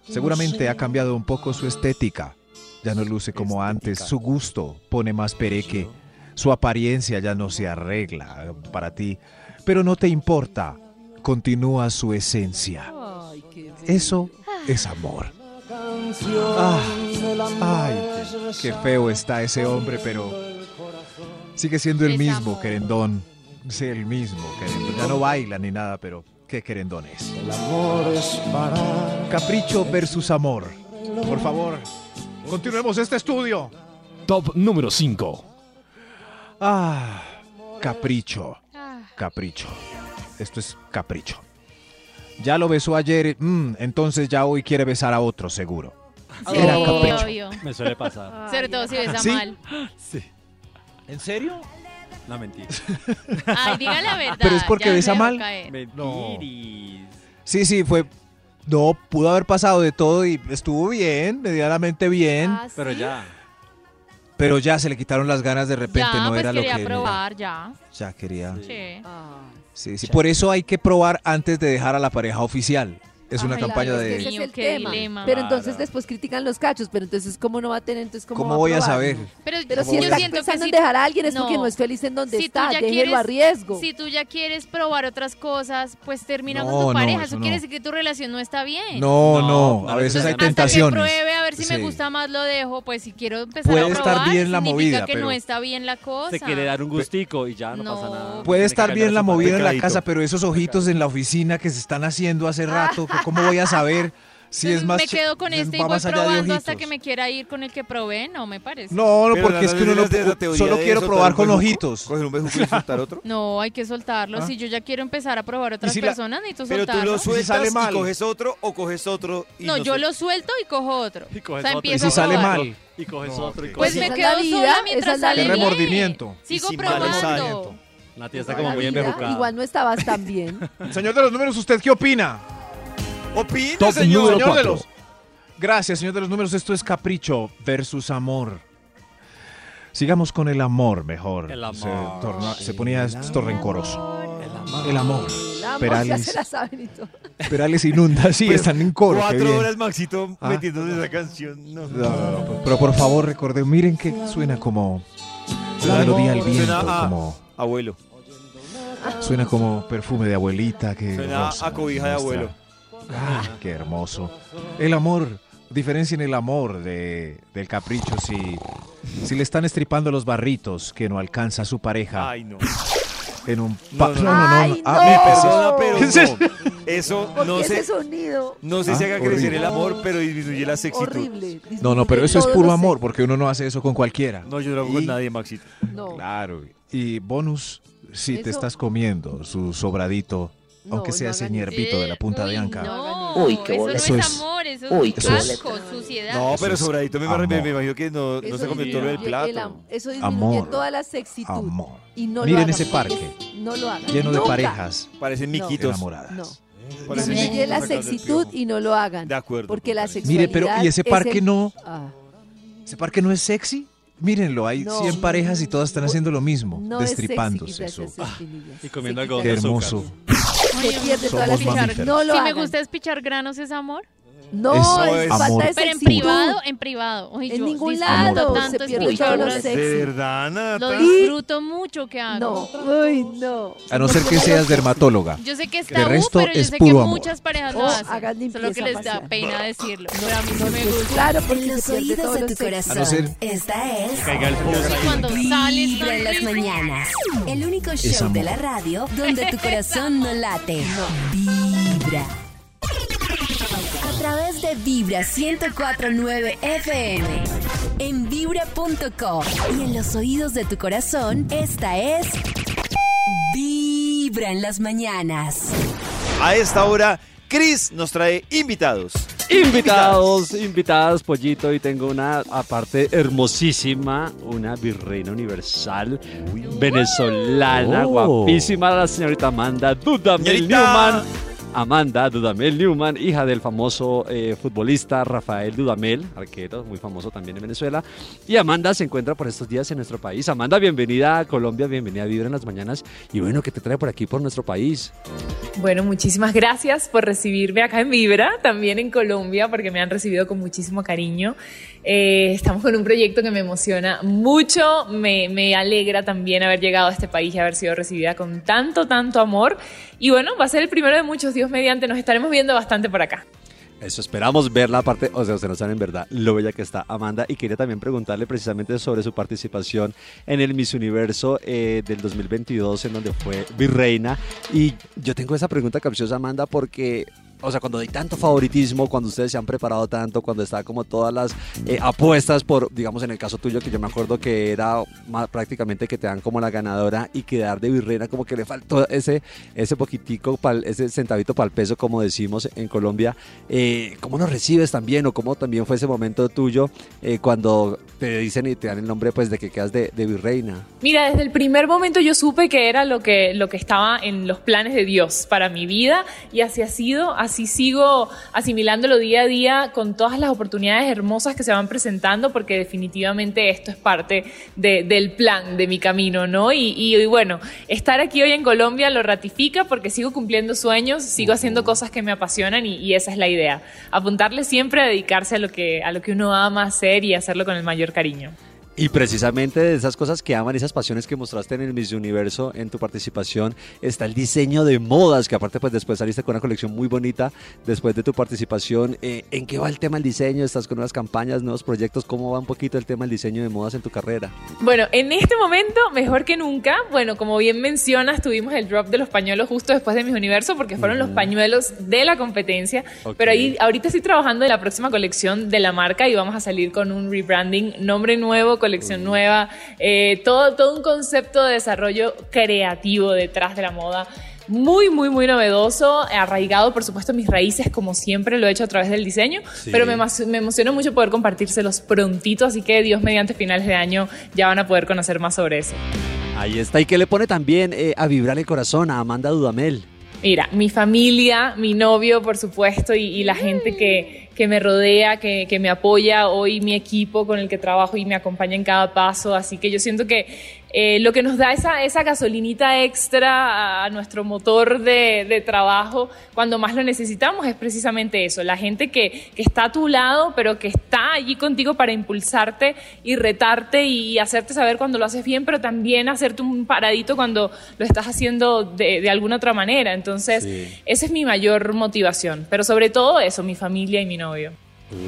[SPEAKER 4] seguramente ha cambiado un poco su estética. Ya no luce como antes, su gusto pone más pereque, su apariencia ya no se arregla eh, para ti, pero no te importa, continúa su esencia. Eso es amor. Ah, ay, qué feo está ese hombre, pero sigue siendo el mismo querendón. Es el mismo querendón. Ya no baila ni nada, pero qué querendón es. Capricho versus amor.
[SPEAKER 1] Por favor, continuemos este estudio.
[SPEAKER 21] Top número 5.
[SPEAKER 4] Ah, capricho.
[SPEAKER 1] Ah.
[SPEAKER 4] Capricho. Esto es capricho. Ya lo besó ayer, mm, entonces ya hoy quiere besar a otro, seguro.
[SPEAKER 3] Sí,
[SPEAKER 4] Era capricho.
[SPEAKER 3] obvio.
[SPEAKER 5] Me suele pasar.
[SPEAKER 3] Sobre todo si besa
[SPEAKER 4] ¿Sí?
[SPEAKER 3] mal.
[SPEAKER 5] Sí.
[SPEAKER 1] ¿En serio?
[SPEAKER 5] No, mentira.
[SPEAKER 3] Ay, diga la verdad.
[SPEAKER 4] Pero es porque
[SPEAKER 3] ya
[SPEAKER 4] besa
[SPEAKER 3] me dejó
[SPEAKER 4] mal.
[SPEAKER 3] caer.
[SPEAKER 5] Mentiris.
[SPEAKER 4] Sí, sí, fue. No, pudo haber pasado de todo y estuvo bien, medianamente bien.
[SPEAKER 3] Ah.
[SPEAKER 5] Pero
[SPEAKER 6] Ah,
[SPEAKER 5] ya.
[SPEAKER 4] Pero ya se le quitaron las ganas de repente,
[SPEAKER 3] Ya,
[SPEAKER 4] no
[SPEAKER 3] pues
[SPEAKER 4] era lo que.
[SPEAKER 3] quería
[SPEAKER 4] él era.
[SPEAKER 3] probar, ya.
[SPEAKER 4] Ya quería.
[SPEAKER 3] Sí.
[SPEAKER 4] Sí, sí. Por eso hay que probar antes de dejar a la pareja oficial. Es una
[SPEAKER 6] Ay,
[SPEAKER 4] campaña
[SPEAKER 6] claro, es que
[SPEAKER 4] de.
[SPEAKER 6] ese es el
[SPEAKER 3] Qué
[SPEAKER 6] tema.
[SPEAKER 3] dilema.
[SPEAKER 6] Pero entonces
[SPEAKER 3] Claro.
[SPEAKER 6] después critican los cachos, pero entonces cómo no va a tener, entonces cómo,
[SPEAKER 4] ¿Cómo
[SPEAKER 6] va
[SPEAKER 4] voy a
[SPEAKER 6] probar?
[SPEAKER 4] saber?
[SPEAKER 3] Pero
[SPEAKER 6] Pero
[SPEAKER 4] ¿Cómo
[SPEAKER 6] si
[SPEAKER 4] voy a
[SPEAKER 6] está
[SPEAKER 4] saber?
[SPEAKER 6] pensando en dejar a alguien es porque
[SPEAKER 3] No.
[SPEAKER 6] no es feliz en donde
[SPEAKER 3] Si tú
[SPEAKER 6] está,
[SPEAKER 3] ya
[SPEAKER 6] déjelo
[SPEAKER 3] quieres-
[SPEAKER 6] a riesgo.
[SPEAKER 3] Si tú ya quieres probar otras cosas, pues termina
[SPEAKER 4] No,
[SPEAKER 3] con tu
[SPEAKER 4] no,
[SPEAKER 3] pareja.
[SPEAKER 4] eso
[SPEAKER 3] Eso
[SPEAKER 4] no.
[SPEAKER 3] quiere decir que tu relación no está bien.
[SPEAKER 4] No, no, a veces
[SPEAKER 3] Entonces,
[SPEAKER 4] hay
[SPEAKER 3] hasta que
[SPEAKER 4] tentaciones.
[SPEAKER 3] pruebe a ver si me
[SPEAKER 4] Sí.
[SPEAKER 3] gusta más lo dejo, pues si quiero empezar a
[SPEAKER 4] Puede
[SPEAKER 3] probar,
[SPEAKER 4] estar bien la
[SPEAKER 3] significa
[SPEAKER 4] movida,
[SPEAKER 3] que
[SPEAKER 4] pero-
[SPEAKER 3] no está bien la cosa.
[SPEAKER 5] Se quiere dar un gustico y ya no, pasa nada.
[SPEAKER 4] Puede estar bien la movida en la
[SPEAKER 5] Pecadito.
[SPEAKER 4] casa, pero esos ojitos en la oficina que se están haciendo hace rato, que ¿cómo voy a saber si es más
[SPEAKER 3] me
[SPEAKER 4] ch-
[SPEAKER 3] quedo con
[SPEAKER 4] va
[SPEAKER 3] este y voy
[SPEAKER 4] más allá de
[SPEAKER 3] probando hasta
[SPEAKER 4] ojitos?
[SPEAKER 3] que me quiera ir con el que probé, no me parece.
[SPEAKER 4] No, no,
[SPEAKER 9] Pero
[SPEAKER 4] porque es
[SPEAKER 9] no
[SPEAKER 4] que uno no
[SPEAKER 9] deberías de la
[SPEAKER 4] pu-
[SPEAKER 9] teoría
[SPEAKER 4] solo
[SPEAKER 9] de
[SPEAKER 4] quiero
[SPEAKER 9] soltar
[SPEAKER 4] probar
[SPEAKER 9] un
[SPEAKER 4] con
[SPEAKER 9] bejuco,
[SPEAKER 4] ojitos.
[SPEAKER 9] Coger un bejuco y soltar otro.
[SPEAKER 3] No, hay que soltarlo.
[SPEAKER 9] Ah.
[SPEAKER 3] Si yo ya quiero empezar a probar otras
[SPEAKER 9] si la-
[SPEAKER 3] personas, necesito
[SPEAKER 9] Pero tú
[SPEAKER 3] soltarlo.
[SPEAKER 9] lo sueltas y, coges otro o coges otro y no
[SPEAKER 3] No, yo
[SPEAKER 9] sueltas.
[SPEAKER 3] lo suelto y cojo otro. o sea,
[SPEAKER 9] otro.
[SPEAKER 3] empiezo
[SPEAKER 9] ¿Y si
[SPEAKER 3] a
[SPEAKER 9] sale
[SPEAKER 3] probar.
[SPEAKER 9] mal?
[SPEAKER 5] Y coges otro y
[SPEAKER 3] Pues
[SPEAKER 5] coges otro.
[SPEAKER 6] Esa
[SPEAKER 3] me
[SPEAKER 6] es
[SPEAKER 3] quedo
[SPEAKER 6] la vida,
[SPEAKER 3] sola
[SPEAKER 6] esa
[SPEAKER 3] mientras
[SPEAKER 6] es la
[SPEAKER 3] sale
[SPEAKER 4] Qué
[SPEAKER 3] bien.
[SPEAKER 4] remordimiento.
[SPEAKER 3] Sigo
[SPEAKER 5] sin
[SPEAKER 3] probando.
[SPEAKER 5] malestar. La tía está
[SPEAKER 6] Toda
[SPEAKER 5] como
[SPEAKER 6] la
[SPEAKER 5] muy
[SPEAKER 6] vida,
[SPEAKER 5] embejucada.
[SPEAKER 6] Igual no estabas tan bien.
[SPEAKER 1] Señor de los números, ¿usted qué opina?
[SPEAKER 9] Opina,
[SPEAKER 4] Top número
[SPEAKER 1] de
[SPEAKER 4] cuatro.
[SPEAKER 1] los.
[SPEAKER 4] Gracias, señor de los números. Esto es capricho versus amor. Sigamos con el amor mejor.
[SPEAKER 5] El amor.
[SPEAKER 4] Se, torna- se ponía esto rencoroso. El amor.
[SPEAKER 6] ya
[SPEAKER 4] Perales,
[SPEAKER 6] se la saben y todo.
[SPEAKER 4] Perales inunda, sí,
[SPEAKER 9] Pero
[SPEAKER 4] están en coro. Oh, qué
[SPEAKER 9] Cuatro
[SPEAKER 4] bien.
[SPEAKER 9] horas Maxito
[SPEAKER 4] Ah.
[SPEAKER 9] metiéndose esa canción. No.
[SPEAKER 4] No, no, no, pero por favor recorden, miren que suena como la melodía al viento,
[SPEAKER 9] Suena a-
[SPEAKER 4] como,
[SPEAKER 9] Abuelo.
[SPEAKER 4] suena como perfume de abuelita que
[SPEAKER 9] Suena
[SPEAKER 4] roza
[SPEAKER 9] a cobija de
[SPEAKER 4] nuestra-
[SPEAKER 9] abuelo.
[SPEAKER 4] Ah, qué hermoso. El amor, diferencien el amor de, del capricho si, si le están estripando los barritos que no alcanza su pareja.
[SPEAKER 9] Ay, no.
[SPEAKER 4] En un pa-
[SPEAKER 9] no, no.
[SPEAKER 6] Ay,
[SPEAKER 4] ah,
[SPEAKER 6] no.
[SPEAKER 4] mi
[SPEAKER 9] Perdona, pero
[SPEAKER 4] ¿Qué es eso?
[SPEAKER 9] no. Eso
[SPEAKER 6] Porque
[SPEAKER 9] no
[SPEAKER 6] ese
[SPEAKER 9] sé,
[SPEAKER 6] sonido
[SPEAKER 9] no sé
[SPEAKER 4] Ah,
[SPEAKER 9] si haga crecer
[SPEAKER 4] horrible.
[SPEAKER 9] el amor, pero disminuye la sexitud.
[SPEAKER 6] horrible.
[SPEAKER 4] No, no, pero eso es
[SPEAKER 6] Todos
[SPEAKER 4] puro
[SPEAKER 6] los
[SPEAKER 4] amor, porque uno no hace eso con cualquiera.
[SPEAKER 9] No, yo no lo hago con nadie, Maxito.
[SPEAKER 6] No.
[SPEAKER 4] Claro. Y bonus, si te
[SPEAKER 6] Eso-
[SPEAKER 4] estás comiendo su sobradito,
[SPEAKER 6] No,
[SPEAKER 4] aunque sea
[SPEAKER 6] no
[SPEAKER 4] ese
[SPEAKER 6] hagan eso.
[SPEAKER 4] ñerpito de la punta de anca.
[SPEAKER 3] No,
[SPEAKER 4] Uy, qué
[SPEAKER 3] eso
[SPEAKER 4] bola.
[SPEAKER 3] no
[SPEAKER 4] Eso
[SPEAKER 3] es,
[SPEAKER 4] es-
[SPEAKER 3] amor, eso es
[SPEAKER 4] uy, eso es-
[SPEAKER 3] asco, suciedad.
[SPEAKER 9] No, pero
[SPEAKER 4] Eso es
[SPEAKER 9] sobradito me,
[SPEAKER 4] amor.
[SPEAKER 9] me imagino que no, no
[SPEAKER 6] Eso
[SPEAKER 9] se comió todo lo del
[SPEAKER 6] disminuye el
[SPEAKER 9] plato.
[SPEAKER 6] am- Eso disminuye
[SPEAKER 4] Amor.
[SPEAKER 6] toda la sexitud.
[SPEAKER 4] Amor.
[SPEAKER 6] Y no lo
[SPEAKER 4] Miren
[SPEAKER 6] hagan.
[SPEAKER 4] ese parque,
[SPEAKER 6] No lo hagan.
[SPEAKER 4] lleno de
[SPEAKER 6] Nunca.
[SPEAKER 4] parejas
[SPEAKER 9] Parecen
[SPEAKER 6] No.
[SPEAKER 9] miquitos.
[SPEAKER 4] enamoradas.
[SPEAKER 6] No.
[SPEAKER 9] Parecen
[SPEAKER 6] Disminuye
[SPEAKER 9] miquitos
[SPEAKER 6] la
[SPEAKER 9] sacando el
[SPEAKER 6] sexitud y no lo hagan.
[SPEAKER 9] De acuerdo.
[SPEAKER 6] Porque la sexualidad
[SPEAKER 4] Mire, pero ¿y ese
[SPEAKER 6] es
[SPEAKER 4] parque
[SPEAKER 6] el-
[SPEAKER 4] no?
[SPEAKER 6] Ah,
[SPEAKER 4] ¿Ese parque no es sexy? Mírenlo, hay
[SPEAKER 6] No.
[SPEAKER 4] 100 parejas y todas están haciendo lo mismo,
[SPEAKER 6] no es sexy
[SPEAKER 4] destripándose
[SPEAKER 6] quitarse
[SPEAKER 4] su-
[SPEAKER 6] esas espinillas.
[SPEAKER 5] Y comiendo
[SPEAKER 6] Se
[SPEAKER 5] algodón
[SPEAKER 4] Qué
[SPEAKER 5] de azúcar.
[SPEAKER 4] hermoso.
[SPEAKER 6] Se pierde
[SPEAKER 4] Somos
[SPEAKER 6] toda la
[SPEAKER 4] mamíferos.
[SPEAKER 6] No lo
[SPEAKER 3] si me
[SPEAKER 6] hagan.
[SPEAKER 3] gusta es pichar granos, ¿es amor?
[SPEAKER 6] No,
[SPEAKER 4] Eso
[SPEAKER 6] es
[SPEAKER 4] es
[SPEAKER 6] falta
[SPEAKER 4] amor.
[SPEAKER 6] de
[SPEAKER 3] Pero en
[SPEAKER 6] sexy.
[SPEAKER 3] privado, en privado. Oye,
[SPEAKER 6] En
[SPEAKER 3] yo
[SPEAKER 6] ningún
[SPEAKER 3] disfruto
[SPEAKER 6] lado
[SPEAKER 3] tanto
[SPEAKER 6] se pierde todo lo
[SPEAKER 3] escucharlo.
[SPEAKER 6] sexy.
[SPEAKER 2] De verdad, Nata.
[SPEAKER 3] Lo disfruto mucho que hago.
[SPEAKER 6] No. Uy, no.
[SPEAKER 4] A no ser que seas dermatóloga.
[SPEAKER 3] Yo sé que es
[SPEAKER 4] De
[SPEAKER 3] tabú,
[SPEAKER 4] resto,
[SPEAKER 3] pero yo
[SPEAKER 4] es
[SPEAKER 3] sé que
[SPEAKER 4] puro amor.
[SPEAKER 3] muchas parejas lo
[SPEAKER 6] Oh,
[SPEAKER 3] hacen.
[SPEAKER 6] hagan
[SPEAKER 3] solo que
[SPEAKER 6] limpieza,
[SPEAKER 3] les da
[SPEAKER 6] parce.
[SPEAKER 3] pena decirlo. Pero a mí no, me
[SPEAKER 6] pues
[SPEAKER 3] gusta.
[SPEAKER 6] claro, porque
[SPEAKER 7] En los
[SPEAKER 6] se pierde
[SPEAKER 7] oídos
[SPEAKER 6] todo
[SPEAKER 7] de
[SPEAKER 6] lo
[SPEAKER 7] tu
[SPEAKER 6] sexy.
[SPEAKER 7] corazón.
[SPEAKER 4] A no ser-
[SPEAKER 7] Esta es.
[SPEAKER 5] Caiga el
[SPEAKER 7] Vibra
[SPEAKER 3] cuando sales
[SPEAKER 7] en las
[SPEAKER 3] tan rico.
[SPEAKER 7] mañanas. El único
[SPEAKER 4] Es
[SPEAKER 7] show de
[SPEAKER 4] amor.
[SPEAKER 7] la radio donde tu corazón no late. Vibra. A través de Vibra 1049 FM. En vibra.com. Y en los oídos de tu corazón, esta es. Vibra en las mañanas.
[SPEAKER 2] A esta hora, Chris nos trae invitados.
[SPEAKER 5] Invitados, invitadas, pollito, y tengo una aparte hermosísima, una virreina universal venezolana,
[SPEAKER 2] Oh.
[SPEAKER 5] guapísima, la señorita Amanda Dudamel
[SPEAKER 2] Señorita.
[SPEAKER 5] Newman. Amanda Dudamel Newman, hija del famoso eh, futbolista Rafael Dudamel, arquero muy famoso también en Venezuela. Y Amanda se encuentra por estos días en nuestro país. Amanda, bienvenida a Colombia, bienvenida a Vivir en las Mañanas. Y bueno, ¿qué te trae por aquí, por nuestro país?
[SPEAKER 22] Bueno, muchísimas gracias por recibirme acá en Vibra, también en Colombia, porque me han recibido con muchísimo cariño. Eh, estamos con un proyecto que me emociona mucho, me, me alegra también haber llegado a este país y haber sido recibida con tanto, tanto amor. Y bueno, va a ser el primero de muchos, Dios mediante, nos estaremos viendo bastante por acá.
[SPEAKER 5] Eso, esperamos ver la parte, o sea, ustedes no saben en verdad lo bella que está Amanda y quería también preguntarle precisamente sobre su participación en el Miss Universo eh, del 2022 en donde fue virreina y yo tengo esa pregunta capciosa Amanda porque... O sea, cuando hay tanto favoritismo, cuando ustedes se han preparado tanto, cuando está como todas las eh, apuestas por, digamos, en el caso tuyo, que yo me acuerdo que era ma- prácticamente que te dan como la ganadora y quedar de virreina, como que le faltó ese, ese poquitico, pal- ese centavito para el peso, como decimos en Colombia. Eh, ¿Cómo nos recibes también? ¿O cómo también fue ese momento tuyo eh, cuando te dicen y te dan el nombre pues de que quedas de, de virreina?
[SPEAKER 22] Mira, desde el primer momento yo supe que era lo que, lo que estaba en los planes de Dios para mi vida y así ha sido, así sigo asimilándolo día a día con todas las oportunidades hermosas que se van presentando porque definitivamente esto es parte de- del plan, de mi camino, ¿no? Y, y- y bueno, estar aquí hoy en Colombia lo ratifica porque sigo cumpliendo sueños, sigo haciendo cosas que me apasionan y, y esa es la idea, apuntarle siempre a dedicarse a lo, que, a lo que uno ama hacer y hacerlo con el mayor cariño.
[SPEAKER 5] Y precisamente de esas cosas que aman, esas pasiones que mostraste en el Miss Universo, en tu participación, está el diseño de modas, que aparte pues después saliste con una colección muy bonita después de tu participación. Eh, ¿En qué va el tema del diseño? ¿Estás con nuevas campañas, nuevos proyectos? ¿Cómo va un poquito el tema del diseño de modas en tu carrera?
[SPEAKER 22] Bueno, en este momento, mejor que nunca, bueno, como bien mencionas, tuvimos el drop de los pañuelos justo después de Mis Universo, porque fueron los pañuelos de la competencia,
[SPEAKER 23] Ok.
[SPEAKER 22] pero ahí ahorita estoy trabajando en la próxima colección de la marca y vamos a salir con un rebranding, nombre nuevo, colección nueva, eh, todo, todo un concepto de desarrollo creativo detrás de la moda. Muy, muy, muy novedoso, arraigado, por supuesto, en mis raíces, como siempre lo he hecho a través del diseño,
[SPEAKER 24] Sí.
[SPEAKER 22] pero me, mas- me emocionó mucho poder compartírselos prontito, así que Dios mediante finales de año ya van a poder conocer más sobre eso.
[SPEAKER 5] Ahí está. ¿Y qué le pone también eh, a vibrar el corazón a Amanda Dudamel?
[SPEAKER 22] Mira, mi familia, mi novio, por supuesto, y, y la gente que, que me rodea, que, que me apoya, hoy mi equipo con el que trabajo y me acompaña en cada paso. Así que yo siento que eh, lo que nos da esa, esa gasolinita extra a, a nuestro motor de, de trabajo cuando más lo necesitamos es precisamente eso, la gente que, que está a tu lado, pero que está allí contigo para impulsarte y retarte y hacerte saber cuando lo haces bien, pero también hacerte un paradito cuando lo estás haciendo de, de alguna otra manera. Entonces, esa es mi mayor motivación, pero sobre todo eso, mi familia y mi novio.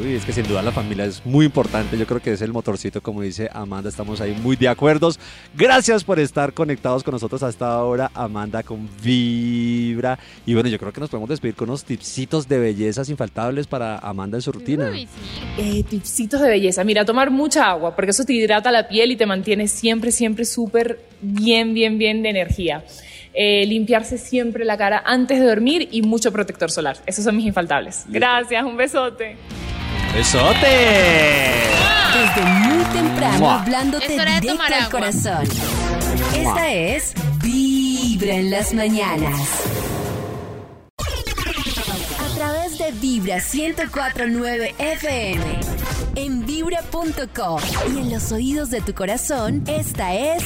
[SPEAKER 5] Uy, es que sin duda la familia es muy importante. Yo creo que es el motorcito, como dice Amanda. Estamos ahí muy de acuerdos. Gracias por estar conectados con nosotros hasta ahora, Amanda con Vibra. Y bueno, yo creo que nos podemos despedir con unos tipsitos de bellezas infaltables para Amanda en su rutina.
[SPEAKER 22] Eh, tipsitos de belleza. Mira, tomar mucha agua, porque eso te hidrata la piel y te mantiene siempre, siempre súper bien, bien, bien de energía. Eh, limpiarse siempre la cara antes de dormir y mucho protector solar. Esos son mis infaltables. Gracias, un besote.
[SPEAKER 5] ¡Besote!
[SPEAKER 7] Desde muy temprano,
[SPEAKER 5] Mua.
[SPEAKER 7] hablándote
[SPEAKER 3] Es hora de
[SPEAKER 7] directo
[SPEAKER 3] tomar
[SPEAKER 7] al
[SPEAKER 3] agua.
[SPEAKER 7] corazón. Esta es Vibra en las mañanas. A través de Vibra 1049 FM. En vibra.com. Y en los oídos de tu corazón, esta es.